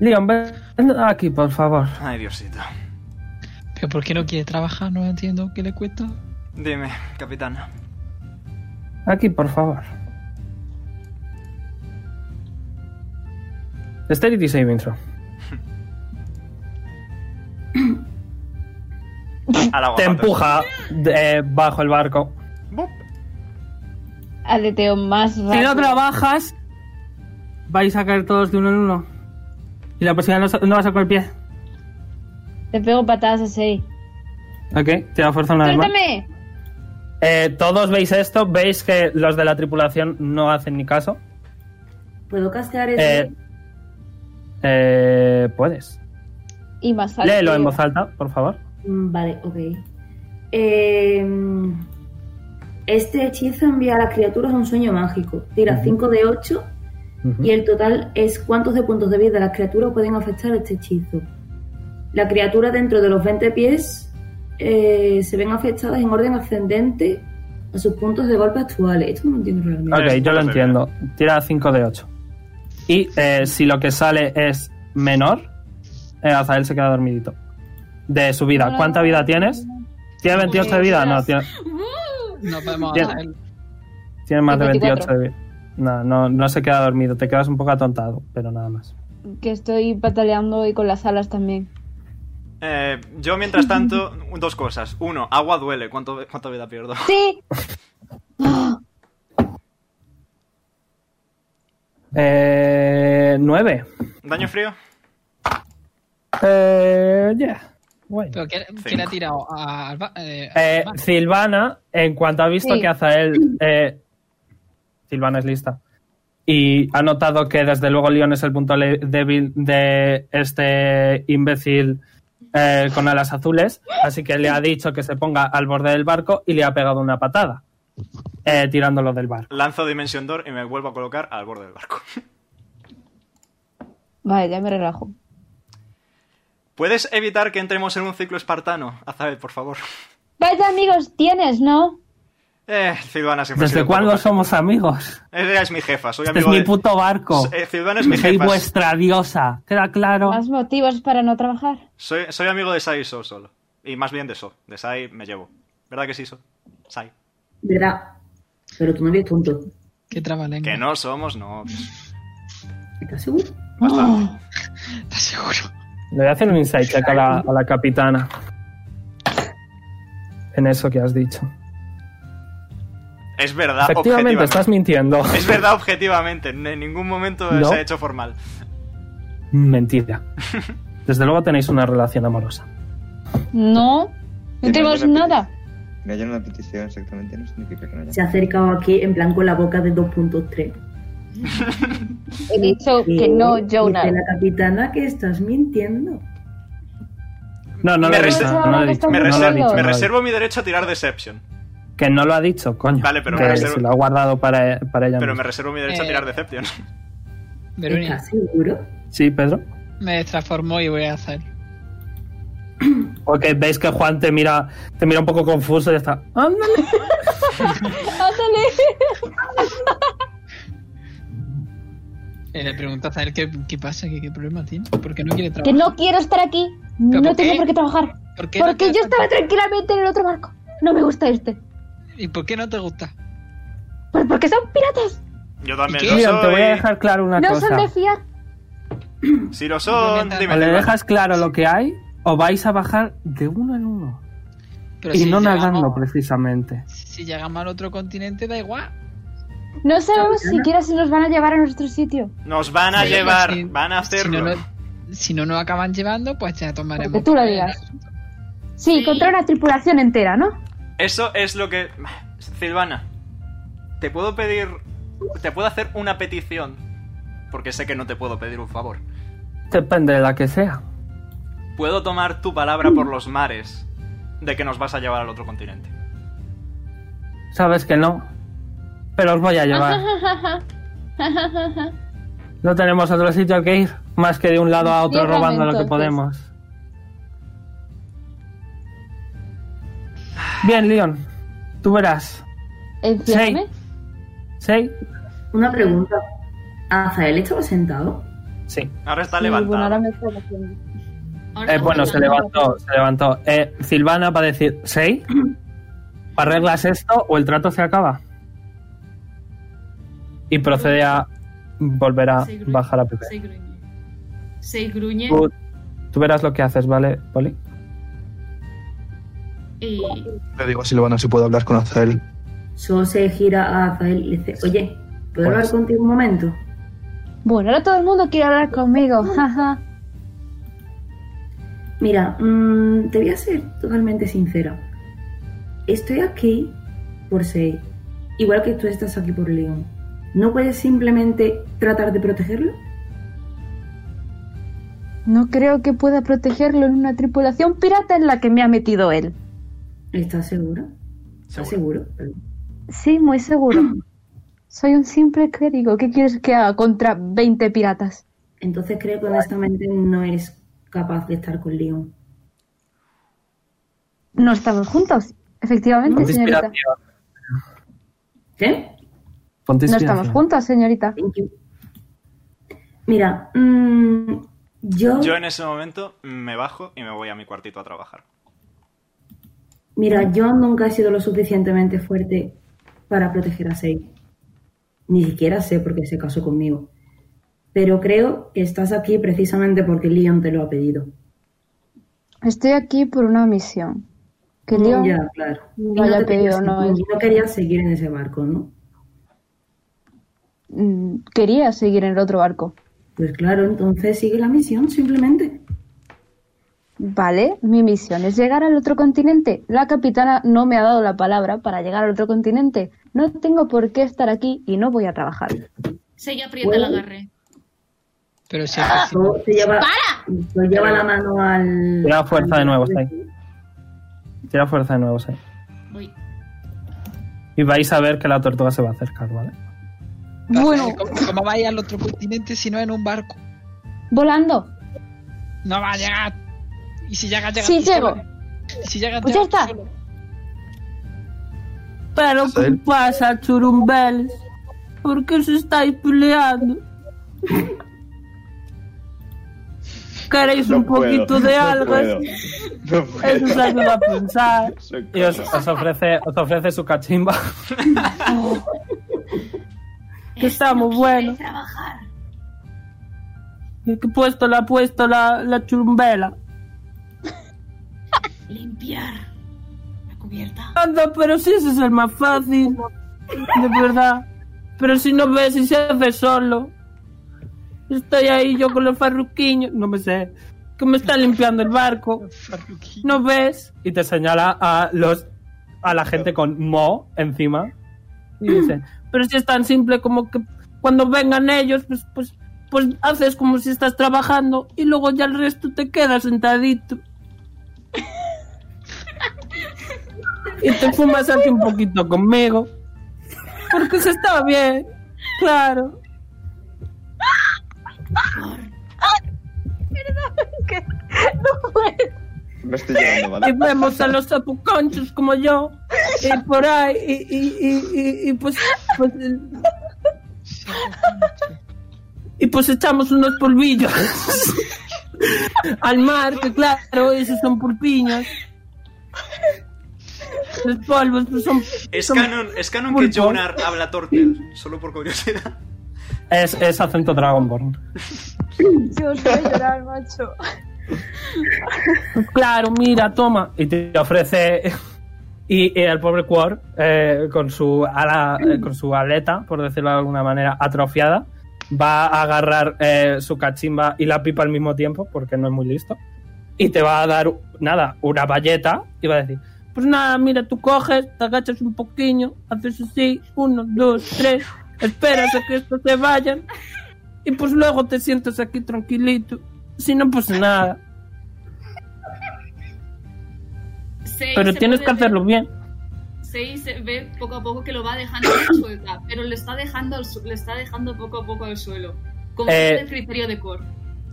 S2: Leon, ven aquí, por favor.
S3: Ay, Diosito.
S1: ¿Pero por qué no quiere trabajar? No entiendo qué le cuesta.
S3: Dime, capitana.
S2: Aquí, por favor. Dexterity saving throw. Te empuja eh, bajo el barco.
S15: Aleteo Ah, más rápido.
S7: Si no trabajas, vais a caer todos de uno en uno. Y la posibilidad no, sa- no va a sacar el pie.
S15: Te pego patadas así.
S2: Ok, tira fuerza una vez más.
S15: ¡Suéltame!
S2: Eh, Todos veis esto, veis que los de la tripulación no hacen ni caso.
S10: ¿Puedo castear eso?
S2: Eh, eh, puedes.
S15: Y más alto.
S2: Léelo en voz alta, por favor.
S10: Mm, Vale, ok. Eh, este hechizo envía a las criaturas a un sueño mágico. Tira 5 de 8 y el total es cuántos de puntos de vida de las criaturas pueden afectar este hechizo. La criatura dentro de los 20 pies eh, se ven afectadas en orden ascendente a sus puntos de golpe actuales. Esto no lo entiendo realmente.
S2: Ok, yo lo entiendo. Tira 5 de 8. Y eh, si lo que sale es menor, eh, Azael se queda dormidito. De su
S5: Ah.
S2: vida. ¿Cuánta vida tienes? ¿Tienes 28 de vida? No, tiene,
S1: No podemos
S2: Bien.
S1: hacer.
S2: tiene más de 28
S15: 24.
S2: de vida. No, no, no se queda dormido. Te quedas un poco atontado, pero nada más.
S15: Que estoy pataleando y con las alas también.
S3: Eh, yo, mientras tanto, dos cosas. Uno, agua duele. ¿Cuánto, ¿Cuánta vida pierdo?
S15: ¡Sí!
S2: Eh, 9.
S3: ¿Daño frío?
S2: Eh, yeah.
S1: ¿Pero qué, qué le ha tirado? ¿A Alba? Eh,
S2: Eh, Silvana, en cuanto ha visto
S1: Sí.
S2: que Azael. eh, Silvana es lista. Y ha notado que desde luego Leon es el punto le- débil de este imbécil eh, con alas azules. Así que le ha dicho que se ponga al borde del barco y le ha pegado una patada. eh, tirándolo del barco.
S3: Lanzo Dimension Door y me vuelvo a colocar al borde del barco.
S15: Vale, ya me relajo.
S3: ¿Puedes evitar que entremos en un ciclo espartano, Azael, por favor?
S15: Vaya amigos tienes, ¿no?
S3: Eh, Silvana siempre ha sido
S2: ¿Desde
S3: un poco
S2: cuándo
S3: más-
S2: somos amigos?
S3: Ella es mi jefa, soy
S2: Este es
S3: amigo
S2: mi
S3: de-
S2: puto barco.
S3: Eh, Silvana es mi
S2: Soy
S3: jefa.
S2: vuestra diosa. ¿Queda claro?
S15: Más motivos para no trabajar.
S3: Soy, soy amigo de Sai y So solo. Y más bien de So. De Sai me llevo. ¿Verdad que sí, So? Sai.
S10: ¿Verdad? Pero tú no eres tonto.
S1: ¿Qué trabalenguas?
S3: Que no somos novios.
S10: ¿Estás seguro?
S2: Le voy a hacer un insight check a la, a la capitana. en eso que has dicho.
S3: Es
S2: Efectivamente,
S3: verdad, Ah, objetivamente.
S2: estás mintiendo.
S3: Es verdad, objetivamente. En ningún momento
S2: No.
S3: se ha hecho formal.
S2: Mentira. Desde luego tenéis una relación amorosa.
S16: No, no
S4: Tiene
S16: tenemos
S4: alguna
S16: nada.
S4: Me hallan una petición exactamente, no significa que no haya.
S10: Se ha acercado aquí en plan con la boca de 2.3.
S5: He dicho que no, Jonah.
S10: Dice la capitana que estás mintiendo.
S2: No, no lo
S3: me
S2: he dicho.
S3: rese-
S2: No lo he dicho.
S3: me
S2: no lo he
S3: reservo,
S2: dicho,
S3: me
S2: no lo he dicho.
S3: reservo mi derecho a tirar Deception.
S2: Que no lo ha dicho, coño.
S3: Vale, pero
S2: Que
S3: me reservo-
S2: se lo ha guardado para, para ella.
S3: Pero
S2: misma.
S3: me reservo mi derecho a tirar Deception.
S1: Verónica,
S10: seguro?
S2: Sí, Pedro.
S1: me transformo y voy a hacer.
S2: Ok, veis que Juan te mira, te mira un poco confuso y está. ¡Ándale!
S16: ¡Ándale!
S1: Eh, le preguntas a él qué, qué pasa, qué, qué problema tiene. ¿Por qué no quiere
S5: Que
S1: trabajar?
S5: no quiero estar aquí.
S1: ¿Pero
S5: No
S1: por
S5: tengo
S1: qué?
S5: por qué trabajar.
S1: ¿Por qué no
S5: Porque
S1: te-
S5: yo estaba tranquilamente en el otro barco. No me gusta este.
S1: ¿Y por qué no te gusta?
S5: Pues porque son piratas.
S3: Yo también
S2: ¿Y
S3: lo
S2: qué? Mira,
S3: soy.
S2: te voy a dejar claro una
S5: no
S2: cosa.
S5: son de fiar.
S3: Si lo son,
S2: O
S3: dime.
S2: le
S3: dime.
S2: dejas claro lo que hay, o vais a bajar de uno en uno.
S1: Pero
S2: y
S1: si
S2: no
S1: llegamos-
S2: nadando, precisamente.
S1: Si llegamos al otro continente, da igual.
S5: No sabemos siquiera si nos van a llevar a nuestro sitio.
S3: Nos van a
S1: Sí,
S3: llevar,
S1: sí.
S3: van a hacerlo.
S1: no- Si no nos acaban llevando, pues ya tomaremos.
S5: Que tú lo digas. Sí, contra una tripulación entera, ¿no?
S3: Eso es lo que. Silvana, te puedo pedir. Te puedo hacer una petición. Porque sé que no te puedo pedir un favor.
S2: Depende de la que sea.
S3: Puedo tomar tu palabra por los mares de que nos vas a llevar al otro continente.
S2: Sabes que no. Pero os voy a llevar. No tenemos otro sitio que ir, más que de un lado a otro
S16: Ciérrame,
S2: robando lo que
S16: entonces.
S2: podemos. Bien, Leon, tú verás.
S10: Enciérrame.
S2: ¿Sí?
S10: Una pregunta. ¿Azael estaba sentado?
S2: Sí.
S3: Ahora está
S10: ahora
S3: levantado.
S2: Eh, bueno, se levantó, se levantó. Eh, Silvana va a decir, ¿sí? ¿Arreglas esto o el trato se acaba? Y procede a volver a
S17: Sí, gruñe.
S2: bajar a Pepe.
S17: Se gruñe. Se gruñe
S2: Tú, tú verás lo que haces, ¿vale, Poli?
S17: y
S8: Le digo a Silvana si puedo hablar con Azael.
S10: Solo se gira a Azael y le dice, oye, ¿puedo hablar contigo un momento?
S5: Bueno, ahora todo el mundo quiere hablar conmigo. jaja.
S10: Mira, mm, te voy a ser totalmente sincera. Estoy aquí por Sei, igual que tú estás aquí por Leon. ¿No puedes simplemente tratar de protegerlo?
S5: No creo que pueda protegerlo en una tripulación pirata en la que me ha metido él.
S10: ¿Estás seguro? ¿Estás seguro?
S5: Sí, muy seguro. Soy un simple clérigo. ¿Qué quieres que haga contra 20 piratas?
S10: Entonces creo que honestamente no eres capaz de estar con Leon.
S5: No estamos juntos, efectivamente, señorita.
S10: ¿Qué?
S2: Ponte
S5: No estamos juntos, señorita.
S10: Mira, mm, yo...
S3: Yo en ese momento me bajo y me voy a mi cuartito a trabajar.
S10: Mira, yo nunca he sido lo suficientemente fuerte para proteger a Sei. Ni siquiera sé por qué se casó conmigo. Pero creo que estás aquí precisamente porque Leon te lo ha pedido.
S5: Estoy aquí por una misión. Que Leon
S10: Ya, claro.
S5: me
S10: Y
S5: lo haya
S10: te
S5: pedido,
S10: querías-
S5: no es-
S10: y no querías seguir en ese barco, ¿no?
S5: Mm, Quería seguir en el otro barco.
S10: Pues claro, entonces sigue la misión simplemente.
S5: Vale, mi misión es llegar al otro continente. La capitana no me ha dado la palabra para llegar al otro continente. No tengo por qué estar aquí y no voy a trabajar.
S17: se aprieta el agarre.
S1: Pero si
S10: O te lleva, o lleva la mano al...
S2: Tira fuerza de nuevo, Sei. Tira fuerza de nuevo, Sei.
S17: Uy.
S2: Y vais a ver que la tortuga se va a acercar, ¿vale?
S1: Bueno. ¿Cómo, cómo vais al otro continente si no en un barco?
S5: Volando.
S1: No va a llegar. Y si llega, llega.
S5: Sí,
S1: tú
S5: llego.
S1: solo. Y si llega,
S5: Pues ya
S1: llega tú
S5: está.
S1: solo.
S9: Pero ¿qué
S1: Azael.
S9: pasa, churumbeles? ¿Por qué os estáis peleando? ¿Queréis un poquito de algas? Eso os ayuda a pensar.
S2: Y os, os ofrece, os ofrece su cachimba.
S9: Que está muy bueno. Que he puesto la ha puesto la, la churumbela.
S17: Limpiar. La
S10: cubierta.
S9: Anda, pero si ese es el más fácil. De verdad. Pero si no ves y se hace solo. Estoy ahí yo con los farruquiños. No me sé. Que me está limpiando el barco. ¿No ves? Y te señala a los a la gente con mo encima. Y dice, pero si es tan simple como que cuando vengan ellos, pues, pues, pues haces como si estás trabajando y luego ya el resto te queda sentadito. y te fumas aquí un poquito conmigo. Porque se está bien, claro.
S18: Perdón, que no puedo.
S4: Me estoy llorando,
S9: Y
S4: ¿vale?
S9: vemos a los sapuconchos como yo, y por ahí, y, y, y, y, y pues, pues. eh, Y pues echamos unos polvillos al mar, que claro, esos son pulpiños. Los polvos pues son.
S3: Es
S9: son-
S3: canon, es canon que
S9: Pulpo.
S3: Jonar habla Tortel, solo por curiosidad.
S2: Es, es acento Dragonborn.
S18: Yo os voy a llorar, macho.
S9: Claro, mira, toma.
S2: Y te ofrece. Y, y el pobre Quor, eh, con, su ala, eh, con su aleta, por decirlo de alguna manera, atrofiada, va a agarrar eh, su cachimba y la pipa al mismo tiempo, porque no es muy listo. Y te va a dar, nada, una valleta y va a decir:
S9: Pues nada, mira, tú coges, te agachas un poquillo, haces así, uno, dos, tres, esperas a que estos se vayan y pues luego te sientas aquí tranquilito. Si no, pues nada.
S10: Sei
S9: Pero
S10: se
S9: tienes
S10: puede
S9: que hacerlo bien.
S10: ver- Sei se ve poco a poco que lo va dejando suelta, pero lo está dejando, al su- lo está dejando poco a poco al suelo. Con
S2: Eh,
S10: el criterio de Cor.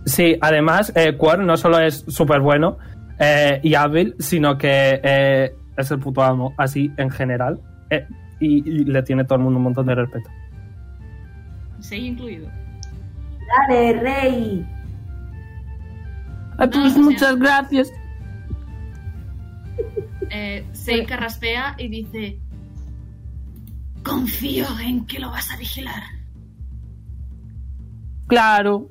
S2: Sí, además, eh, Quor no solo es súper bueno eh, y hábil, sino que eh, es el puto amo, así en general. eh, y, y le tiene todo el mundo un montón de respeto.
S10: Sei incluido.
S19: Dale, rey.
S9: Ay, pues muchas gracias.
S10: Eh, Sei carraspea y dice: Confío en que lo vas a vigilar.
S9: Claro.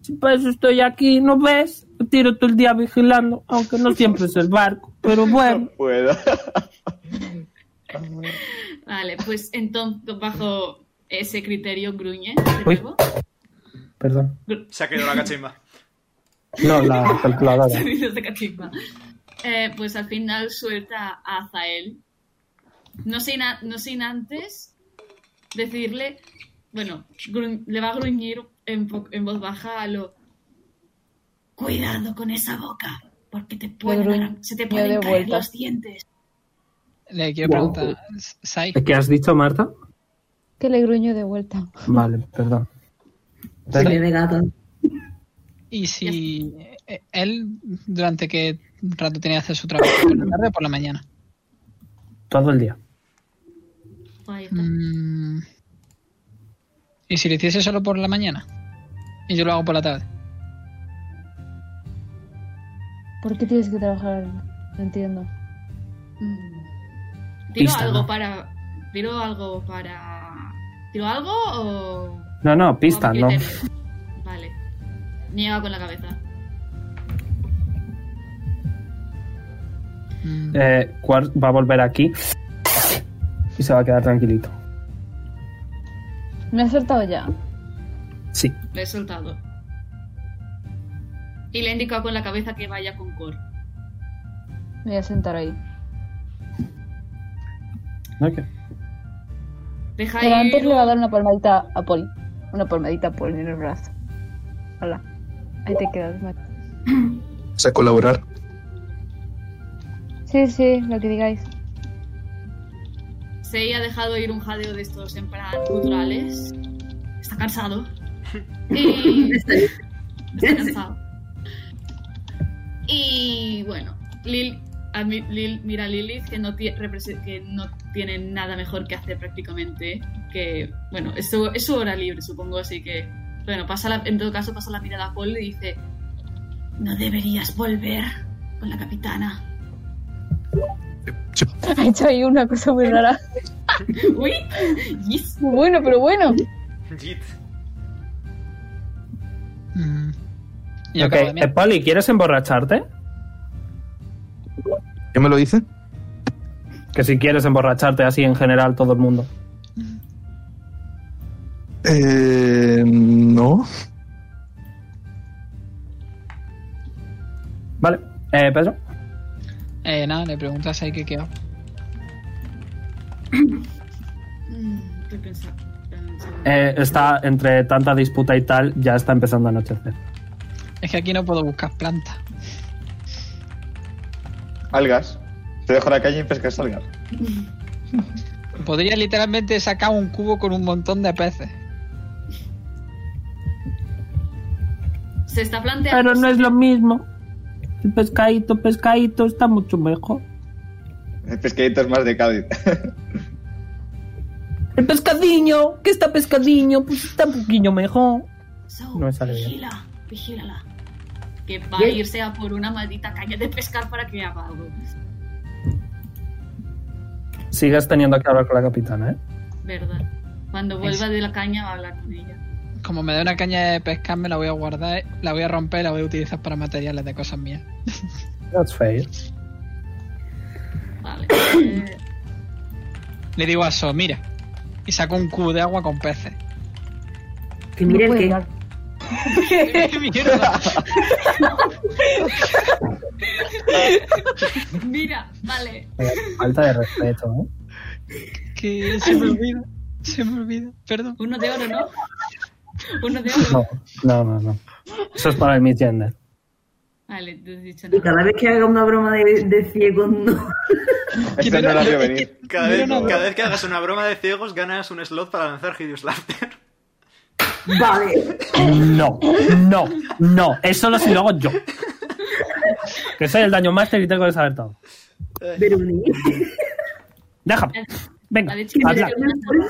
S9: Si por eso estoy aquí, ¿no ves? Tiro todo el día vigilando, aunque no siempre es el barco. Pero bueno.
S4: Puedo.
S10: Vale, pues entonces bajo ese criterio gruñe.
S2: Uy. Perdón.
S3: Se ha caído la cachimba.
S2: No, la calculadora.
S10: Sonidos de cachimba. este Eh, pues al final suelta a Zael. No sin, a- no sin antes decirle, bueno, gru- le va a gruñir en, po- en voz baja a lo... Cuidado con esa boca, porque te pueden
S5: gruñ-
S10: arran- se te
S5: me
S10: pueden
S5: doy
S10: caer
S5: vueltas.
S10: los dientes.
S1: Le quiero
S2: Wow.
S1: preguntar, Sai,
S2: ¿Qué has dicho, Marta?
S5: Que le gruño de vuelta.
S2: Vale, perdón.
S19: Se bebe gato.
S1: ¿y si eh, él durante qué rato tiene que hacer su trabajo? ¿Por la tarde o por la mañana?
S2: Todo el día.
S1: Mm. ¿Y si lo hiciese solo por la mañana? Y yo lo hago por la tarde.
S5: ¿Por qué tienes que trabajar? No entiendo.
S10: Tiro
S2: Pista,
S10: algo
S2: ¿no?
S10: para... Tiro algo para... ¿Tiro algo o...?
S2: No, no, pista, no.
S10: Vale. Niega con la cabeza.
S2: Eh, Quar va a volver aquí y se va a quedar tranquilito.
S5: Me ha soltado ya.
S2: Sí.
S10: Le he soltado. Y le he indicado con la cabeza que vaya con Cor.
S5: Me voy a sentar ahí.
S10: Deja
S5: Pero antes
S10: ir.
S5: le va a dar una palmadita a Paul. Una palmadita a Paul en el brazo. Hola. Ahí te quedas, macho.
S8: O sea, colaborar.
S5: Sí, sí, lo que digáis.
S10: Se ha dejado ir un jadeo de estos en plan culturales. Está cansado. Y. Está cansado. Y bueno, Lil, a mi- Lil- mira a Lilith que no, tie- represe- que no tiene nada mejor que hacer prácticamente. Que, bueno, es su, es su hora libre, supongo, así que. Bueno, pasa la- en todo caso pasa la mirada a Paul y dice: No deberías volver con la capitana.
S5: Ha hecho ahí una cosa muy rara.
S10: Uy,
S5: Bueno, pero bueno.
S3: Jit.
S1: Y
S2: Ok, eh, Polly, ¿quieres emborracharte?
S8: ¿Qué me lo dice?
S2: Que si quieres emborracharte así en general todo el mundo.
S8: Eh, no.
S2: Vale, eh, Pedro.
S1: Eh, nada, le preguntas ahí que qué va.
S5: Mm, ¿Qué pensar?
S2: Eh, está entre tanta disputa y tal, ya está empezando a anochecer.
S1: Es que aquí no puedo buscar plantas.
S4: Algas. Te dejo en la calle y pescas algas.
S1: Podría literalmente sacar un cubo con un montón de peces.
S5: Se está planteando.
S9: Pero no es lo mismo. El pescadito, pescadito está mucho mejor.
S4: El pescadito es más de Cádiz.
S9: El pescadillo, que está pescadillo, pues está un poquillo mejor.
S5: So,
S2: No me sale bien.
S5: vigila, vigílala. Que va a irse a por una maldita calle de pescar para que haga algo.
S2: Sigues teniendo que hablar con la capitana, ¿eh?
S5: ¿Verdad? Cuando vuelva de la caña va a hablar con ella.
S1: Como me dé una caña de pescar, me la voy a guardar, la voy a romper y la voy a utilizar para materiales de cosas mías.
S2: That's fair.
S5: Vale. eh,
S1: Le digo a eso, mira. Y saco un cubo de agua con peces.
S10: Que mire el que.
S1: Mierda.
S5: mira, vale.
S2: Eh, Falta de respeto, ¿eh?
S1: Que se me olvida. Se me olvida. Perdón.
S5: Uno de oro, ¿no? Uno de oro.
S2: No, no, no. no. Eso es para el misgender.
S5: Vale, no has dicho
S10: Y
S5: nada.
S10: cada vez que haga una broma de, de ciego, no.
S4: Este no la veo venir.
S3: Cada vez,
S1: Mira, no,
S3: cada vez que hagas una broma de ciegos, ganas un slot para lanzar Hideous Laughter.
S10: Vale.
S2: No, no, no. Eso lo si lo hago yo. Que soy el daño master y tengo que saber todo.
S10: Veronique.
S2: Déjame. Venga,
S5: Eh, Ha dicho que
S2: habla.
S5: mire que una-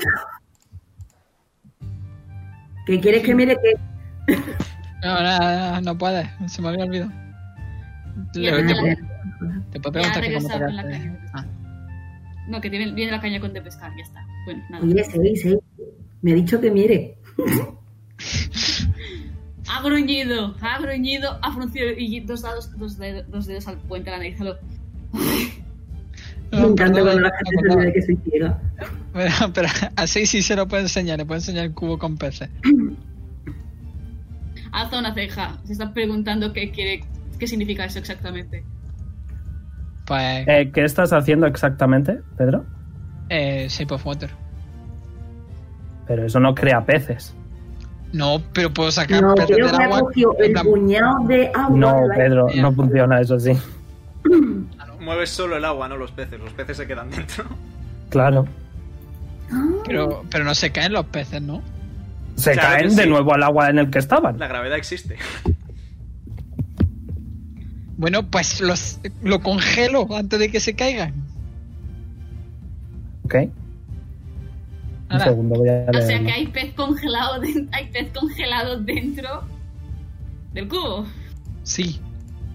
S10: ¿Qué quieres que mire que?
S1: No, no, no, no puedes. Se me había olvidado.
S5: Ya
S1: Le-
S10: Ah,
S1: te,
S5: te la-
S1: puedo- te puedo
S5: Ya
S1: preguntar
S5: ha
S1: que cómo te
S5: regresado con la
S1: quedaste.
S5: caña.
S1: Ah,
S5: No, que tiene- viene la caña con de pescar, ya está. Bueno, nada.
S10: Oye, sí, sí. Me ha dicho que mire.
S5: Ha gruñido, ha gruñido, ha fruncido y dos, dados, dos, dedos, dos dedos al puente de la nariz. a lo-
S10: Me encanta
S1: perdón,
S10: cuando la
S1: no,
S10: gente se
S1: perdón.
S10: olvida que soy ciega.
S1: Pero, pero a 6 sí se lo puedo enseñar. Le puedo enseñar el cubo con peces.
S5: Alza una ceja. Se está preguntando qué quiere, qué significa eso exactamente.
S1: Pues,
S2: Eh, ¿Qué estás haciendo exactamente, Pedro?
S1: eh, Shape of Water.
S2: Pero eso no crea peces.
S1: No, pero puedo sacar
S10: No,
S1: peces
S10: creo
S1: del
S10: que ha
S1: agua.
S10: cogido
S1: en
S10: el
S1: plan-
S10: puñado de ah,
S5: Ah,
S10: agua.
S2: No,
S10: de la-
S2: Pedro, no funciona eso así.
S3: Mueves solo el agua, no los peces. Los peces se quedan dentro.
S2: Claro.
S1: Pero, pero no se caen los peces, ¿no?
S2: Se
S3: Claro que
S2: caen
S3: sí.
S2: de nuevo al agua en el que estaban.
S3: La gravedad existe.
S1: Bueno, pues los, lo congelo antes de que se caigan.
S2: Ok. Un
S1: Ahora.
S2: segundo, voy a
S5: O sea
S2: leerlo.
S5: que hay pez congelado, de- hay pez congelado dentro del cubo.
S1: Sí.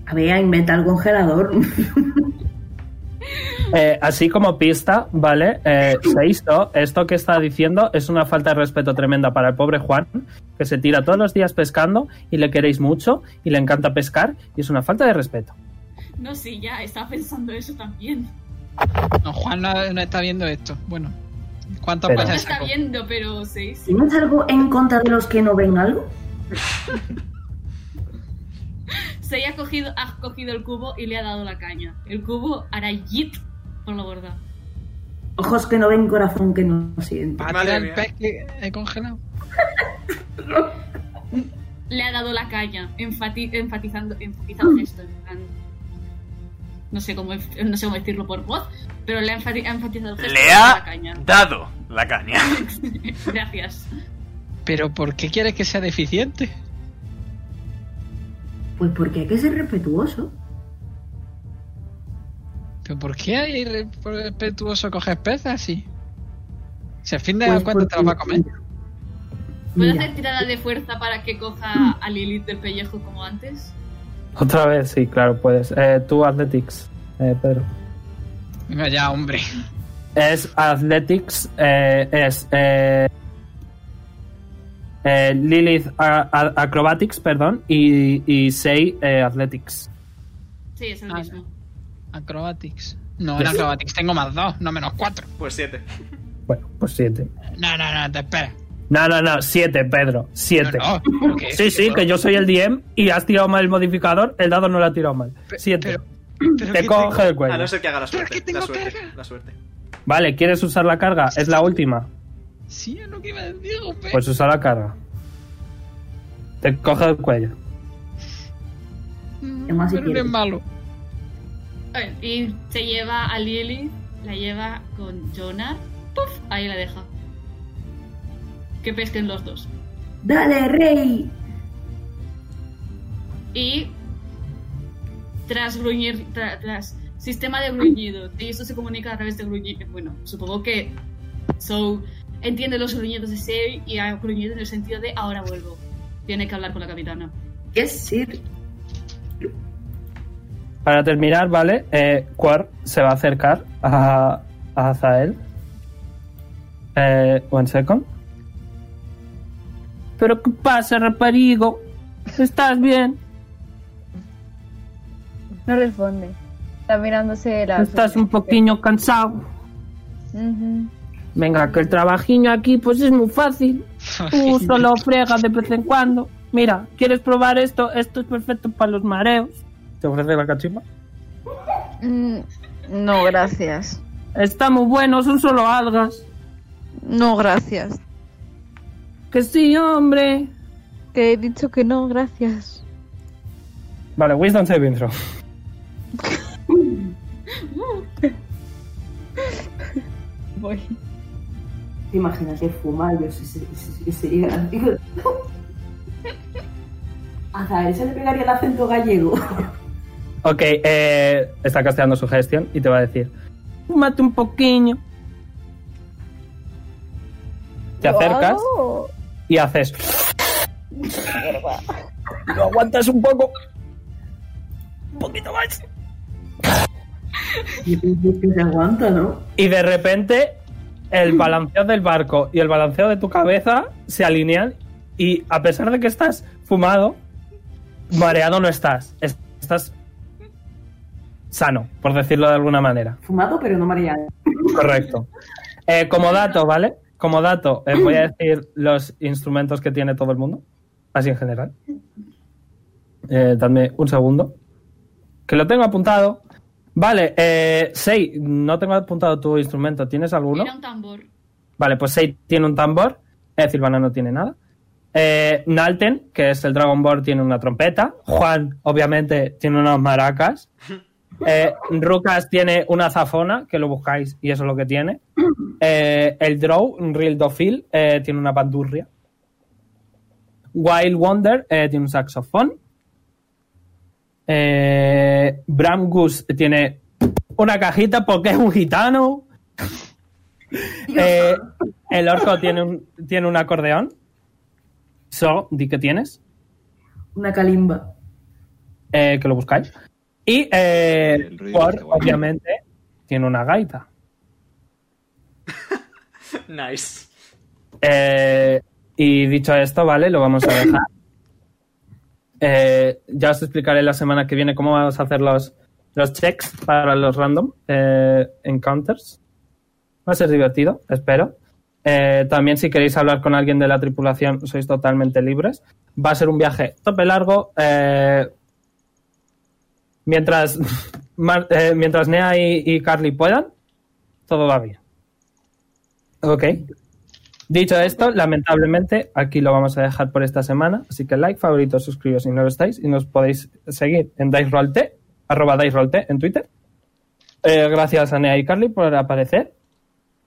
S10: A ver, inventa el congelador.
S2: Eh, así como pista, ¿vale? Eh, Seisto, esto que está diciendo es una falta de respeto tremenda para el pobre Juan, que se tira todos los días pescando y le queréis mucho y le encanta pescar y es una falta de respeto.
S5: No, sí, ya estaba pensando eso también.
S1: No, Juan no, no está viendo esto. Bueno, ¿cuántos
S2: Pero-
S5: No
S1: peces
S5: está
S1: sacó?
S5: viendo, pero sí, sí.
S10: ¿Tienes algo en contra de los que no ven algo?
S5: Se ha cogido, ha cogido el cubo y le ha dado la caña. El cubo hará yit por la borda.
S10: Ojos que no ven, corazón que no siente.
S1: ¿Para
S3: Madre
S1: tirar el
S3: mía.
S1: pez que he congelado?
S5: Le ha dado la caña, enfati- enfatizando,
S15: Mm.
S5: enfatizando esto. en plan- No sé, cómo, enf- no sé cómo decirlo por voz, pero le ha, enfati- ha enfatizado el gesto
S3: Le
S5: de
S3: ha
S5: la caña.
S3: dado la caña.
S5: Gracias.
S1: ¿Pero por qué quieres que sea deficiente?
S10: Pues porque hay que ser respetuoso.
S1: ¿Pero por qué hay re- por respetuoso coges peces así? Si al fin de
S10: Pues
S1: cuentas te los va a
S10: porque-
S1: comer.
S5: ¿Puedo
S10: Mira,
S5: hacer tirada de fuerza para que
S15: Mm.
S5: coja a Lilith del pellejo como antes?
S2: Otra vez, sí, claro, puedes. Eh, tú, Athletics, eh, Pedro.
S1: Venga ya, hombre.
S2: Es Athletics, eh, es. eh, eh, Lilith a- a- Acrobatics, perdón, y, y Sei eh, Athletics.
S5: Sí, es el
S1: Ah,
S5: mismo.
S1: Acrobatics. No, en
S2: Yes.
S1: acrobatics tengo más dos, no menos cuatro.
S3: Pues siete.
S2: Bueno, pues siete.
S1: No, no, no, te espera.
S2: No, no, no, siete, Pedro. Siete.
S1: No, no, ¿pero qué?
S2: sí, sí, que yo soy el DM y has tirado mal el modificador, el dado no lo ha tirado mal. Siete. te coge el cuello.
S3: A no ser que haga la suerte. la suerte. La suerte.
S2: Vale, ¿quieres usar la carga? Es la última.
S1: Sí, es lo que iba a decir, Ope.
S2: Pues usa la carga. Te coge el cuello.
S1: Mm,
S2: ¿Qué más si
S1: Pero no es
S2: quieres?
S1: malo.
S9: A ver, Y se lleva a Lily, la lleva con Jonah. ¡Puf! Ahí la deja. Que pesquen los dos.
S10: ¡Dale, rey!
S9: Y tras gruñir, tra- tras sistema de gruñidos, y esto se comunica a través de gruñidos. Bueno, supongo que So entiende los gruñidos de Sei y ha gruñido en el sentido de ahora vuelvo. Tiene que hablar con la capitana.
S10: Yes, sir.
S2: Para terminar, ¿vale? Eh, Quar se va a acercar a, a Azael. Eh, one second.
S7: ¿Pero qué pasa, raparigo? ¿Estás bien?
S15: No responde. Está mirándose la.
S7: ¿Estás un poquillo cansado?
S15: Ujú.
S7: Venga, que el trabajiño aquí pues es muy fácil. Tú
S2: Uh,
S7: solo fregas de vez en cuando. Mira, ¿quieres probar esto? Esto es perfecto para los mareos.
S2: ¿Te ofrece la cachimba?
S15: Mm, No, gracias.
S7: Está muy bueno, son solo algas.
S15: No, gracias.
S7: Que sí, hombre.
S15: Que he dicho que no, gracias.
S2: Vale, Wisdom Saving Throw.
S15: Voy.
S10: ¿Te imaginas que fumar? Yo sí, sí, sí, sí, sí. Hasta él se le pegaría el acento gallego.
S2: Ok, eh, está casteando su gestión y te va a decir.
S7: Fúmate un poquillo.
S2: Te acercas
S7: Oh.
S2: y haces. Lo aguantas un poco.
S7: Un poquito más.
S10: Yo pienso que se aguanta, ¿no?
S2: Y de repente, el balanceo del barco y el balanceo de tu cabeza se alinean. Y a pesar de que estás fumado, mareado no estás. Es- Estás sano, por decirlo de alguna manera.
S10: Fumado, pero no mareado.
S2: Correcto. Eh, como dato, ¿vale? Como dato, eh, voy a decir los instrumentos que tiene todo el mundo, así en general. Eh, dadme un segundo. Que lo tengo apuntado. Vale, eh, Sei, no tengo apuntado tu instrumento. ¿Tienes alguno?
S9: Era un tambor.
S2: Vale, pues Sei tiene un tambor. Eh, Silvana no tiene nada. Eh, Nalten, que es el Dragon Ball, tiene una trompeta. Juan, obviamente, tiene unas maracas. Eh, Rucas tiene una zafona, que lo buscáis y eso es lo que tiene. Eh, el Drow, un Real Dofil, eh, tiene una bandurria. Wild Wonder eh, tiene un saxofón. Eh, Bram Goose tiene una cajita porque es un gitano. Eh, el orco tiene un, tiene un acordeón. So, di que tienes,
S10: Una calimba.
S2: eh, que lo buscáis. Y eh,
S10: ruido
S2: Thor,
S10: está guay.
S2: obviamente, tiene una gaita.
S3: Nice.
S2: Eh, y dicho esto, vale, lo vamos a dejar. Eh, ya os explicaré la semana que viene cómo vamos a hacer los, los checks para los random eh, encounters. Va a ser divertido, espero. Eh, también si queréis hablar con alguien de la tripulación, sois totalmente libres. Va a ser un viaje tope largo. eh, mientras, Mar- eh, mientras Nea y, y Carly puedan, todo va bien. Ok. Dicho esto, lamentablemente aquí lo vamos a dejar por esta semana. Así que like, favorito, suscribiros si no lo estáis. Y nos podéis seguir en DiceRollT, arroba DiceRollT en Twitter. Eh, gracias a Nea y Carly por aparecer.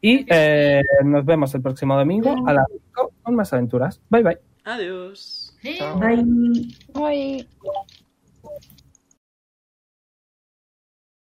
S2: Y eh, nos vemos el próximo domingo a las 5 con más aventuras. Bye bye.
S3: Adiós.
S10: Bye.
S15: Voy.